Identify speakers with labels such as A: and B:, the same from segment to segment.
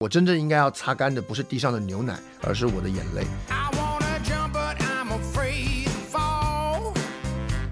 A: 我真正应该要擦干的不是地上的牛奶，而是我的眼泪。
B: I wanna jump, but I'm afraid to fall.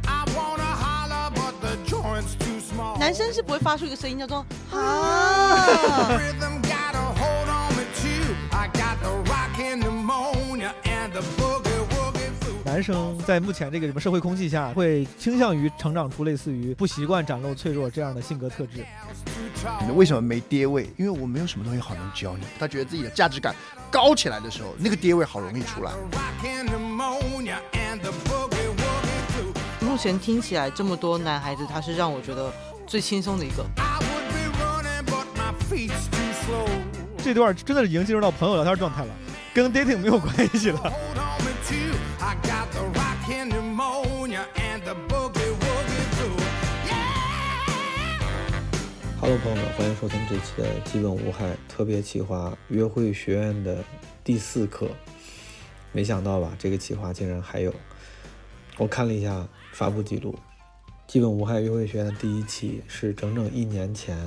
B: I wanna holler, but the joint's too small.
C: 男生是不会发出一个声音叫做啊，
B: Rhythm got a hold on me too. I got the rockin' pneumonia and the boogie woogie flu.
D: 男生在目前这个什么社会空气下，会倾向于成长出类似于不习惯展露脆弱这样的性格特质。
B: Else to talk.
A: 你为什么没跌位？因为我没有什么东西好能教你。他觉得自己的价值感高起来的时候，那个跌位好容易出来
B: The。rockin'
E: 哦
B: pneumonia and the boogie woogie flu.
C: 目前听起来这么多男孩子，他是让我觉得最轻松的一个。
B: I would be running, but my feet's too slow.
D: 这段真的是已经进入到朋友聊天状态了，跟 dating 没有关系了。
B: Hold on me too. I got the rockin' pneumonia and the boogie woogie flu. Yeah.
E: Hello，朋友们，欢迎收听这期的《基本无害》特别企划《约会学院》的第四课。没想到吧，这个企划竟然还有。我看了一下发布记录，《基本无害约会学院》的第一期是整整一年前，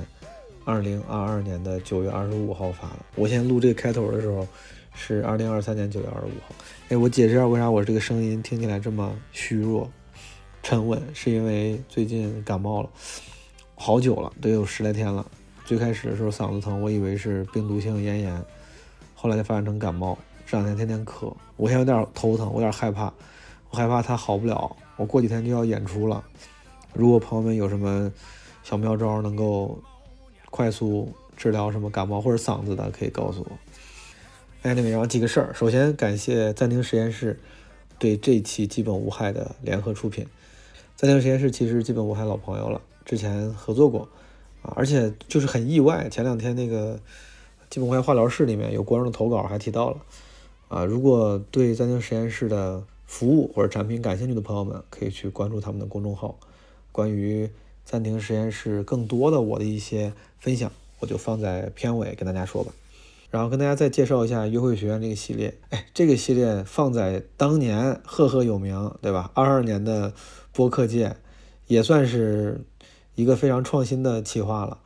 E: 二零二二年的九月二十五号发的。我现在录这个开头的时候是二零二三年九月二十五号。哎，我解释一下为啥我这个声音听起来这么虚弱、沉稳，是因为最近感冒了。好久了，得有十来天了。最开始的时候嗓子疼，我以为是病毒性咽炎，后来才发展成感冒。这两天天天咳，我现在有点头疼，我有点害怕，我害怕它好不了。我过几天就要演出了，如果朋友们有什么小妙招能够快速治疗什么感冒或者嗓子的，可以告诉我。Anyway，然后几个事儿，首先感谢暂停实验室对这期基本无害的联合出品。暂停实验室其实基本无害老朋友了，之前合作过啊，而且就是很意外，前两天那个基本无害化疗室里面有观众的投稿还提到了啊，如果对暂停实验室的服务或者产品感兴趣的朋友们，可以去关注他们的公众号，关于暂停实验室更多的我的一些分享，我就放在片尾跟大家说吧。然后跟大家再介绍一下约会学院这个系列。哎，这个系列放在当年赫赫有名，对吧？二二年的播客界也算是一个非常创新的企划了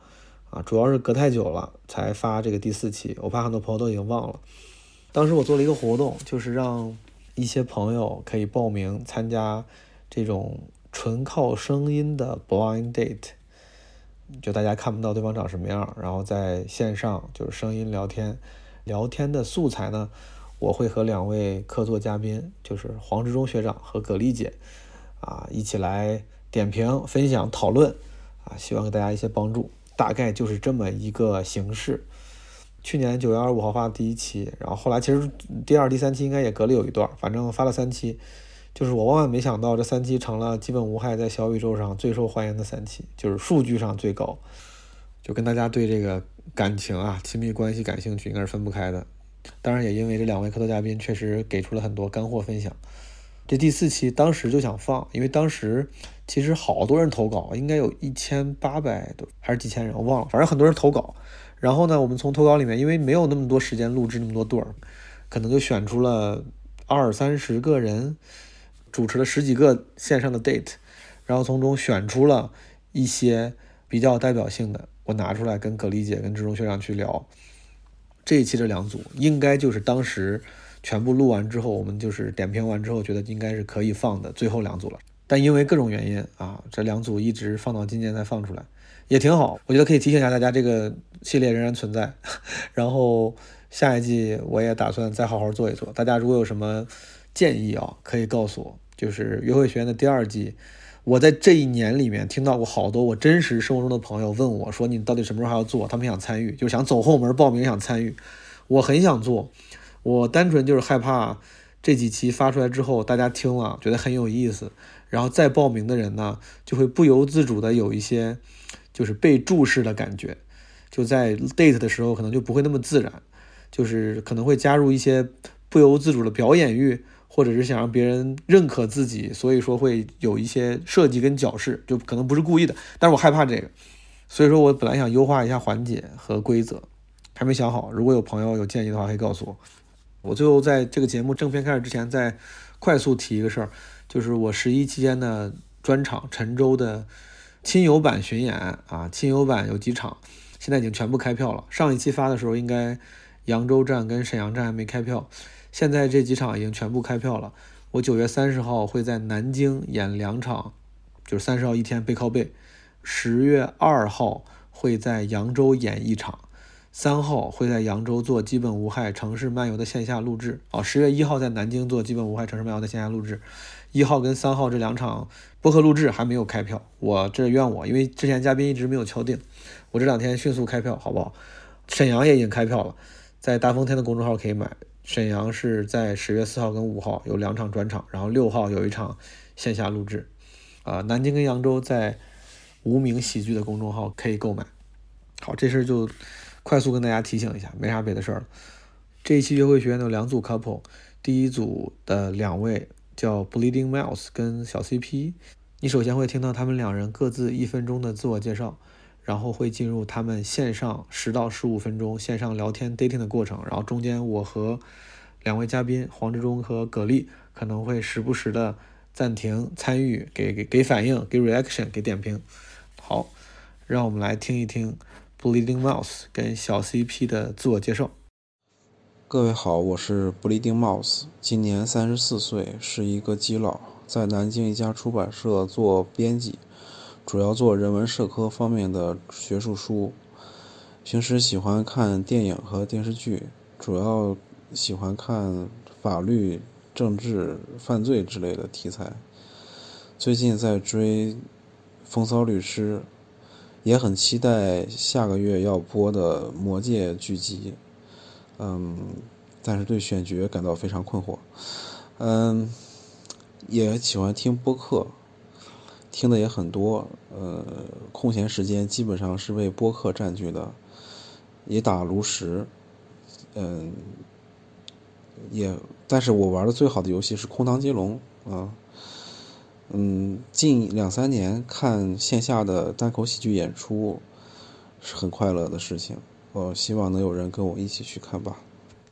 E: 啊。主要是隔太久了才发这个第四期，我怕很多朋友都已经忘了。当时我做了一个活动，就是让一些朋友可以报名参加这种纯靠声音的 blind date。就大家看不到对方长什么样，然后在线上就是声音聊天，聊天的素材呢，我会和两位客座嘉宾，就是黄志忠学长和葛丽姐，啊，一起来点评、分享、讨论，啊，希望给大家一些帮助。大概就是这么一个形式。去年九月二十五号发的第一期，然后后来其实第二、第三期应该也隔了有一段，反正发了三期。就是我万万没想到，这三期成了基本无害在小宇宙上最受欢迎的三期，就是数据上最高。就跟大家对这个感情啊、亲密关系感兴趣，应该是分不开的。当然，也因为这两位客座嘉宾确实给出了很多干货分享。这第四期当时就想放，因为当时其实好多人投稿，应该有一千八百多还是几千人，我忘了，反正很多人投稿。然后呢，我们从投稿里面，因为没有那么多时间录制那么多对儿，可能就选出了二三十个人，主持了十几个线上的 date，然后从中选出了一些比较有代表性的，我拿出来跟葛丽姐、跟志忠学长去聊。这一期这两组应该就是当时全部录完之后，我们就是点评完之后觉得应该是可以放的最后两组了。但因为各种原因啊，这两组一直放到今年才放出来，也挺好。我觉得可以提醒一下大家，这个系列仍然存在。 然后下一季我也打算再好好做一做。大家如果有什么建议啊，可以告诉我。就是约会学院的第二季，我在这一年里面听到过好多我真实生活中的朋友问我说：“你到底什么时候还要做？”他们想参与，就是想走后门报名，想参与。我很想做，我单纯就是害怕这几期发出来之后，大家听了觉得很有意思，然后再报名的人呢，就会不由自主的有一些就是被注视的感觉，就在 date 的时候可能就不会那么自然，就是可能会加入一些不由自主的表演欲，或者是想让别人认可自己，所以说会有一些设计跟矫饰，就可能不是故意的，但是我害怕这个，所以说我本来想优化一下环节和规则，还没想好。如果有朋友有建议的话，可以告诉我。我最后在这个节目正片开始之前，再快速提一个事儿，就是我十一期间的专场陈州的亲友版巡演啊，亲友版有几场，
F: 现在已经全部开票了。上一期发的时候，应该扬州站跟沈阳站还没开票，现在这几场已经全部开票了。我九月三十号会在南京演两场，就是三十号一天背靠背，十月二号会在扬州演一场。三号会在扬州做《基本无害城市漫游》的线下录制哦，十月一号在南京做《基本无害城市漫游》的线下录制，一号跟三号这两场播客录制还没有开票，我这怨我，因为之前嘉宾一直没有敲定，我这两天迅速开票，好不好？沈阳也已经开票了，在大风天的公众号可以买。沈阳是在十月四号跟五号有两场专场，然后六号有一场线下录制，啊、南京跟扬州在无名喜剧的公众号可以购买。好，这事儿就快速跟大家提醒一下，没啥别的事儿了。这一期约会学院的有两组 couple，第一组的两位叫 Bleeding Mouse 跟小 CP，你首先会听到他们两人各自一分钟的自我介绍，然后会进入他们线上十到十五分钟线上聊天 dating 的过程，然后中间我和两位嘉宾黄志忠和葛丽可能会时不时的暂停参与，给给给反应，给 reaction，给点评。好，让我们来听一听 Bleeding Mouse 跟小 CP 的自我介绍。各位好，我是 Bleeding Mouse，今年三十四岁，是一个基佬，在南京一家出版社做编辑，主要做人文社科方面的学术书。平时喜欢看电影和电视剧，主要喜欢看法律、政治、犯罪之类的题材。最近在追《风骚律师》，也很期待下个月要播的《魔戒》剧集。嗯，但是对选角感到非常困惑。嗯，也喜欢听播客，听的也很多。呃，空闲时间基本上是被播客占据的，也打炉石。嗯，也，但是我玩的最好的游戏是《空堂接龙》啊。嗯，近两三年看线下的单口喜剧演出是很快乐的事情。我希望能有人跟我一起去看吧。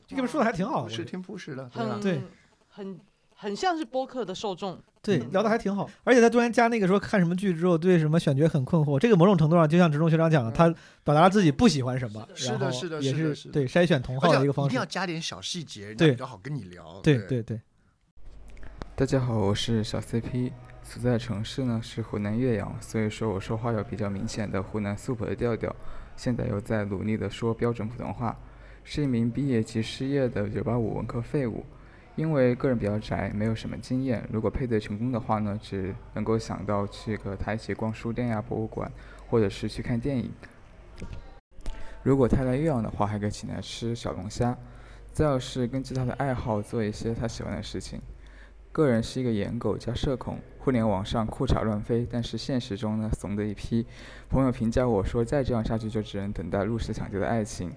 E: 这个说的还挺好
A: 朴
E: 的，
A: 实挺朴实的，对吧
C: 很
E: 对
C: 很很像是播客的受众，
E: 对，
A: 嗯
E: 聊得还挺好。而且他突然加那个说看什么剧之后对什么选角很困惑，这个某种程度上就像植中学长讲的，
A: 嗯
E: 他表达了自己不喜欢什么，
A: 是的
E: 然后
A: 是的
E: 也
A: 是
E: 是
A: 的是的
E: 对筛选同
A: 而
E: 好
A: 且
E: 的一个方
A: 一定要
E: 式。
A: 加点小细节，人家
E: 对
A: 比较好跟你聊。
E: 对对对，
G: 大家好，我是小 CP，所在城市呢是湖南岳阳，所以说我说话有比较明显的湖南素朴的调调。现在又在努力的说标准普通话，是一名毕业即失业的985文科废物。因为个人比较宅，没有什么经验，如果配对成功的话呢，只能够想到去个台企逛书店呀、博物馆，或者是去看电影。如果太来岳阳的话，还可以请来吃小龙虾。再要是根据他的爱好做一些他喜欢的事情。个人是一个颜狗加社恐，互联网上裤衩乱飞，但是现实中呢，怂的一批。朋友评价我说，再这样下去就只能等待入室抢救的爱情。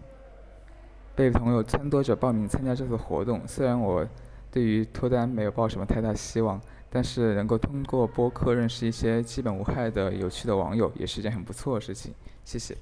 G: 被朋友撺掇着报名参加这次活动，虽然我对于脱单没有抱什么太大希望，但是能够通过播客认识一些基本无害的有趣的网友，也是一件很不错的事情。谢谢。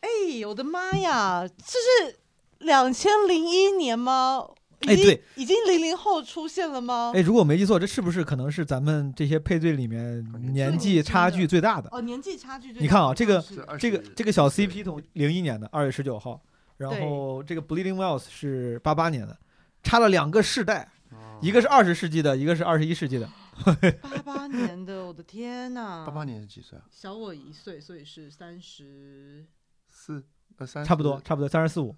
C: 哎，我的妈呀，这是两千零一年吗？
E: 哎
C: 已经
E: 对，
C: 已经零零后出现了吗？
E: 哎，如果我没记错，这是不是可能是咱们这些配对里面年纪差距最大的？
C: 哦，年纪差距最大。
E: 你看啊这个
C: 是
A: 对
E: 这个这个小 CP 同零一年的二月十九号，然后这个 Bleeding Wells 是八八年的，差了两个世代，
A: 哦
E: 一个是二十世纪的，一个是二十一世纪的。
C: 八八年的，我的天呐！
A: 八八年是几岁啊？
C: 小我一岁，所以是三十
A: 四呃 三
E: 差不多，差不多三十四五。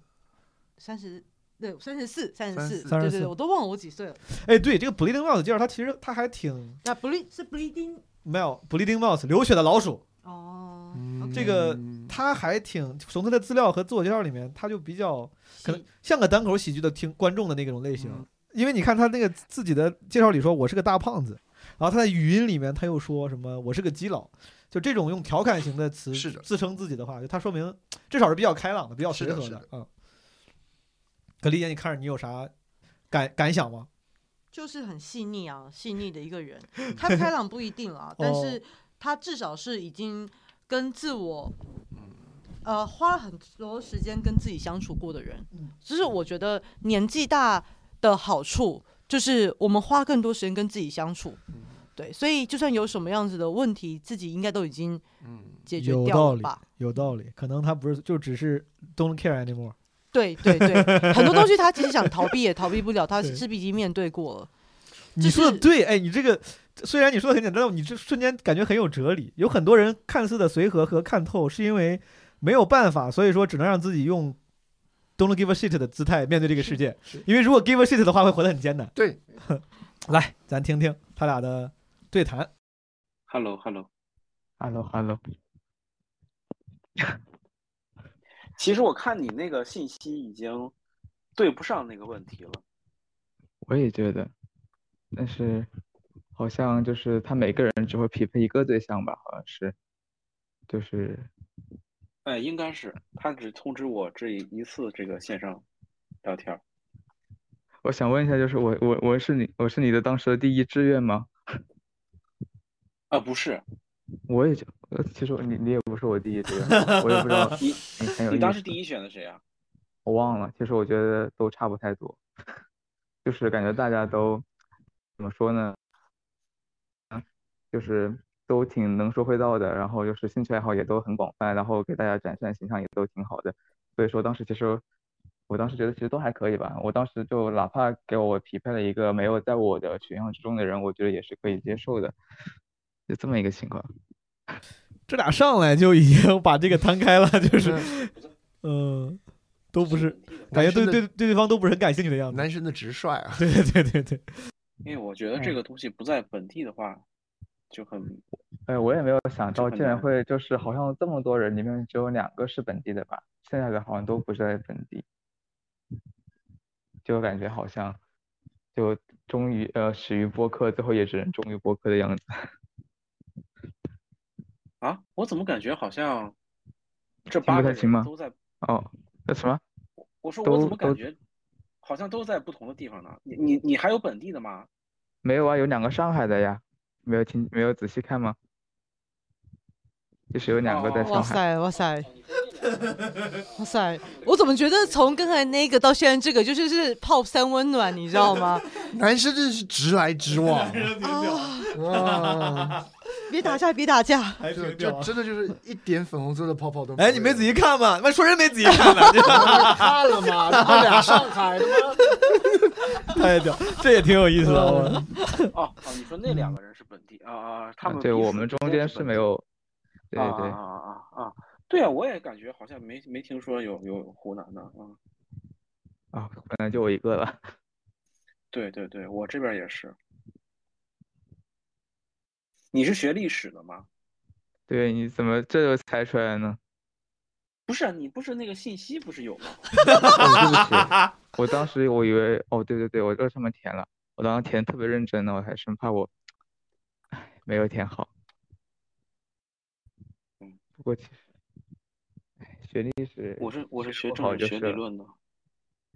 C: 三十。对，三十四，三十
A: 34
C: 四，对对
E: 34
C: 对，我都忘了我几岁了。
E: 哎，对，这个 Bleeding Wells 介绍他其实他还挺
C: 那 ble 是 bleeding
E: Mel Bleeding Mouse 流血的老鼠，
C: 哦
A: 嗯，
C: OK
E: 这个他还挺从他的资料和自我介绍里面，他就比较可能像个单口喜剧的听观众的那种类型，
A: 嗯
E: 因为你看他那个自己的介绍里说我是个大胖子，然后他在语音里面他又说什么我是个基佬，就这种用调侃型的词
A: 是的
E: 自称自己的话，就他说明至少是比较开朗的，比较随
A: 是的
E: 和
A: 是
E: 的
A: 的
E: 嗯。葛丽姐，你看着你有啥感感想吗？
C: 就是很细腻啊，细腻的一个人。他开朗不一定 啊，但
E: 哦
C: 是他至少是已经跟自我，呃，花了很多时间跟自己相处过的人。
E: 嗯
C: 就是我觉得
E: 嗯
C: 年纪大的好处，就是我们花更多时间跟自己相处。对，所以就算有什么样子的问题，自己应该都已经
A: 嗯，
C: 解决
E: 有
C: 掉
E: 道
C: 了
E: 理
C: 吧？，
E: 有道理。可能他不是，就只是 don't care anymore。
C: 对对对， 很多东西他其实想逃避也逃避不了，他
E: 对
C: 势必已经面对过了。
E: 你
C: 就
E: 说的
C: 是
E: 对，哎，你这个虽然你说的很简单，但你这瞬间感觉很有哲理。有很多人看似的随和和看透，是因为没有办法，所以说只能让自己用 don't give a shit 的姿态面对这个世界
A: 是。
E: 因为如果 give a shit 的话，会活得很艰难。
A: 对，
E: 来，咱听听他俩的对谈。
H: Hello Hello，
G: Hello，Hello，
H: 其实我看你那个信息已经对不上那个问题了。
G: 我也觉得，但是好像就是他每个人只会匹配一个对象吧，好像是，就是
H: 哎，应该是他只通知我这一次这个线上聊天儿。
G: 我想问一下，就是我我我是你我是你的当时的第一志愿吗？
H: 啊，不是，
G: 我也就，呃其实我你你也不是我第一志愿，我也不知道
H: 嗯 你
G: 你很有
H: 你
G: 意
H: 当时
G: 思
H: 第一选的谁啊？
G: 我忘了，其实我觉得都差不太多， 就是感觉大家都怎么说呢？嗯，就是都挺能说会道的，然后就是兴趣爱好也都很广泛，然后给大家展现的形象也都挺好的。所以说当时其实，我当时觉得其实都还可以吧。我当时就哪怕给我匹配了一个没有在我的选项之中的人，我觉得也是可以接受的，就这么一个情况。
E: 这俩上来就已经把这个摊开 了，就是嗯，都不是，感觉
A: 男生
E: 对
A: 的
E: 对对对方都不是很感兴趣的样子。
A: 男神的直率啊，
E: 对对对对对，
H: 因为我觉得这个东西不在本地的话，就很
G: 哎，我也没有想
H: 就
G: 到，
H: 很
G: 竟然
H: 难
G: 会就是好像这么多人里面只有两个是本地的吧，剩下的好像都不是在本地，就感觉好像就终于呃始于播客，最后也只能终于播客的样子。
H: 啊，我怎么感觉好像这
G: 听
H: 八
G: 不
H: 个
G: 太清
H: 人
G: 吗
H: 都在，
G: 哦，那什么？
H: 我说我怎
G: 都
H: 么感
G: 都
H: 觉好像都在不同的地方呢？你你你还有本地的吗？
G: 没有啊，有两个上海的呀，没有听没有仔细看吗？就是有两个在
H: 哦
C: 哇
G: 上海，
C: 塞 哇塞哇塞！我怎么觉得从刚才那个到现在这个，就是是泡三温暖，你知道吗？
A: 男生真是直来直 往
C: 啊！
E: 哦
A: 哇，
C: 别打架，别打架！
E: 还
A: 就
E: 挺
A: 就真的就是一点粉红色的泡泡都没有。
E: 哎，你没仔细看吗？妈说人没仔细看 呢，
A: 看了吗？他俩上海的吗？
E: 太屌，哎这也挺有意思 的。啊我
H: 哦哦，你说那两个人是本地啊啊，他
G: 啊
H: 们
G: 对，
H: 彼
G: 我
H: 此
G: 们
H: 之
G: 中
H: 间
G: 间
H: 是
G: 是
H: 本
G: 没
H: 地
G: 有，对
H: 啊
G: 对
H: 啊，啊啊啊！对啊，我也感觉好像没没听说有有湖南的啊。嗯
G: 啊，可能就我一个了。
H: 对对对，我这边也是。你是学历史的吗？
G: 对，你怎么这就猜出来了呢？
H: 不是啊，你不是那个信息不是有 吗？
G: 哦，对不起，我当时我以为，哦，对对对，我这上面填了，我当时填得特别认真呢，我还生怕我，唉，没有填好。
H: 嗯，
G: 不过其实，唉，学历史
H: 我是我是学
G: 不
H: 政
G: 好
H: 治
G: 就
H: 学
G: 是
H: 理
G: 了
H: 论的。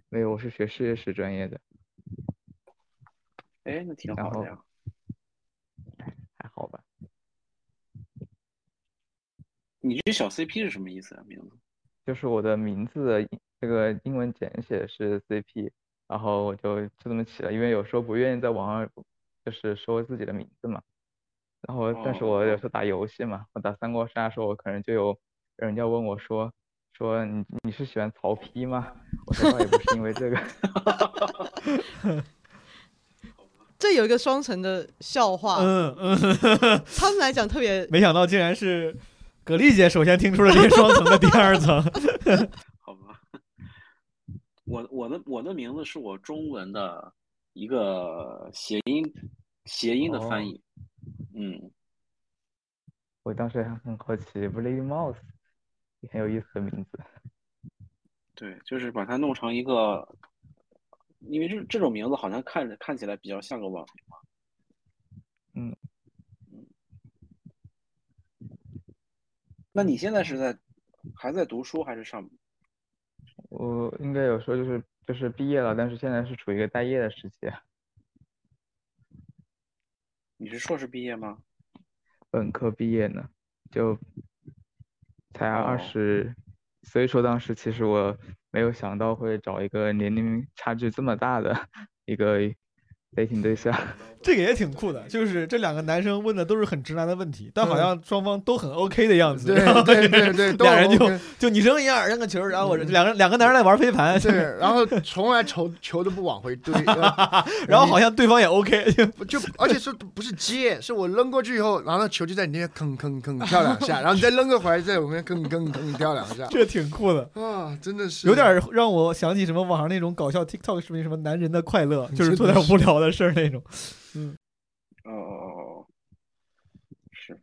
G: 没有，我是学事业史专业的，
H: 哎，那挺
G: 然
H: 好的
G: 后
H: 呀。
G: 还好吧？
H: 你这小 CP 是什么意思啊？名字？
G: 就是我的名字的英这个英文简写是 CP，然后我就就这么起了，因为有时候不愿意在网上就是说自己的名字嘛。然后，但是
H: 哦
G: 我
H: 哦
G: 有时候打游戏嘛，我打三国杀的时候，我可能就有人家问我说说你你是喜欢曹丕吗？我说倒也不是因为这个，
C: 这有一个双层的笑话，
E: 嗯嗯，
C: 他们来讲特别
E: 没想到竟然是葛丽姐首先听出了这个双层的第二层。
H: 好吧，我我的我的名字是我中文的一个谐音谐音的翻
G: 哦
H: 译。嗯，
G: 我当时还很好奇 Blade Mouse，很有意思的名字。
H: 对，就是把它弄成一个，因为这这种名字好像看着看起来比较像个网名嘛。
G: 嗯。
H: 那你现在是在还在读书还是上？
G: 我应该有时候就是就是毕业了，但是现在是处于一个待业的时期。啊
H: 你是硕士毕业吗？
G: 本科毕业呢，就才
H: 哦
G: 二十，所以说当时其实我没有想到会找一个年龄差距这么大的一个 dating 对象。
E: 这个也挺酷的，就是这两个男生问的都是很直男的问题，但好像双方都很 OK 的样子。
A: 嗯对
E: 然后
A: 对对对，都
E: 俩人就
A: OK 嗯
E: 就你扔一样，扔个球，然后我两个两个男人在玩飞盘，
A: 对，然后从来球球都不往回堆，呃
E: 然后好像对方也 OK，就，
A: 就而且是不是接，是我扔过去以后，然后球就在你那边吭吭吭跳两下，然后你再扔个回来，在我们吭吭吭跳两下
E: 这挺酷的。
A: 啊，真的是
E: 有点儿让我想起什么网上那种搞笑 TikTok 视频，什么男人的快乐，就是做点无聊的事儿那种。
A: 嗯
H: 哦哦哦哦，是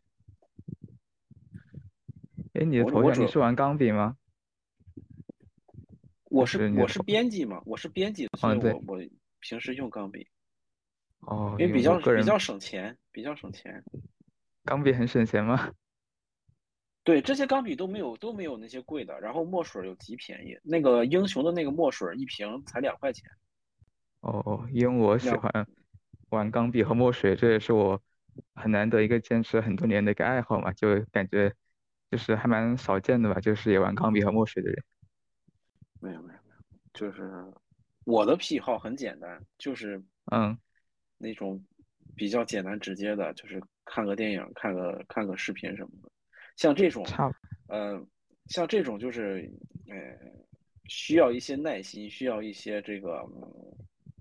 G: 哎，你的
H: 我
G: 头
H: 我
G: 像你
H: 主
G: 是玩钢笔吗？
H: 我
G: 是
H: 是
G: 你
H: 我
G: 的
H: 是
G: 头
H: 编辑嘛，我是编辑，所
G: 啊
H: 以
G: 对
H: 我我平时用钢笔，
G: 哦，
H: 因为比
G: 我
H: 较
G: 个
H: 比
G: 人
H: 较省钱，比较省钱。
G: 钢笔很省钱吗？
H: 对，这些钢笔都没有都没有那些贵的，然后墨水儿有极便宜，那个英雄的那个墨水儿一瓶才两块钱。
G: 哦哦，因为我喜
H: 要
G: 欢玩钢笔和墨水，这也是我很难得一个坚持很多年的一个爱好嘛，就感觉就是还蛮少见的吧，就是也玩钢笔和墨水的人。
H: 没有没有没有，就是我的癖好很简单，就是
G: 嗯，
H: 那种比较简单直接的，就是看个电影、看个看个视频什么的。像这种，
G: 差不
H: 呃，像这种就是，呃，需要一些耐心，需要一些这个，嗯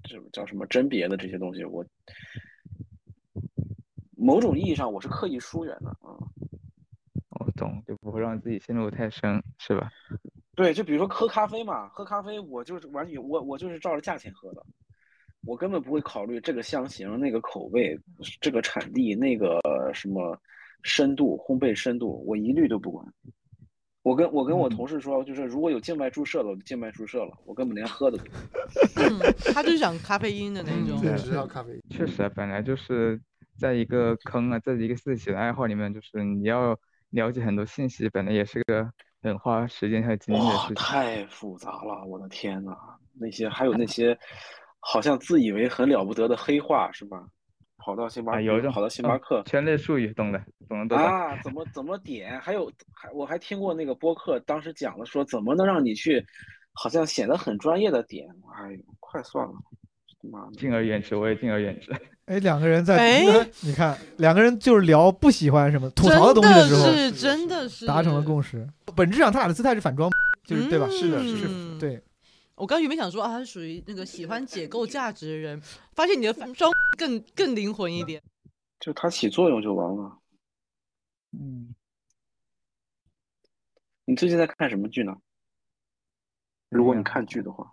H: 这叫什么甄别的这些东西，我某种意义上我是刻意疏远的啊。
G: 我懂，就不会让自己陷入太深，是吧？
H: 对，就比如说喝咖啡嘛，喝咖啡我就是完全我我就是照着价钱喝的，我根本不会考虑这个香型、那个口味、这个产地、那个什么深度、烘焙深度，我一律都不管。我跟我
G: 嗯
H: 跟我同事说，就是如果有境外注射的，我就境外注射了，我根本连喝都不 喝。
C: 嗯，他就是讲咖啡因的那种
G: 嗯。对
A: 只要咖啡因。
G: 确实啊，本来就是在一个坑啊，在一个自己的爱好里面，就是你要了解很多信息，本来也是个很花时间和精力的事
H: 哇，
G: 情。啊
H: 太复杂了，我的天呐，那些还有那些好像自以为很了不得的黑话是吧？跑到星巴
G: 啊，
H: 克，
G: 有这种
H: 跑到星
G: 嗯
H: 巴克。
G: 圈内术语，懂的，懂的都懂。
H: 啊，怎么怎么点？还有还我还听过那个播客，当时讲了说怎么能让你去，好像显得很专业的点。哎呦，快算了，妈的！
G: 敬而远之，我也敬而远之。
E: 哎，两个人在
C: 哎，
E: 你看，两个人就是聊不喜欢什么吐槽的
C: 真
E: 东西的时候，
C: 是真的是
E: 达成了共识。本质上，他俩的姿态是反装，就是对吧？
A: 嗯
C: 是的是的
E: 是，对。
C: 我刚原本想说啊，他是属于那个喜欢解构价值的人，发现你的双更更灵魂一点。
H: 就它起作用就完了。
G: 嗯，
H: 你最近在看什么剧呢？如果你
G: 嗯
H: 看剧的话，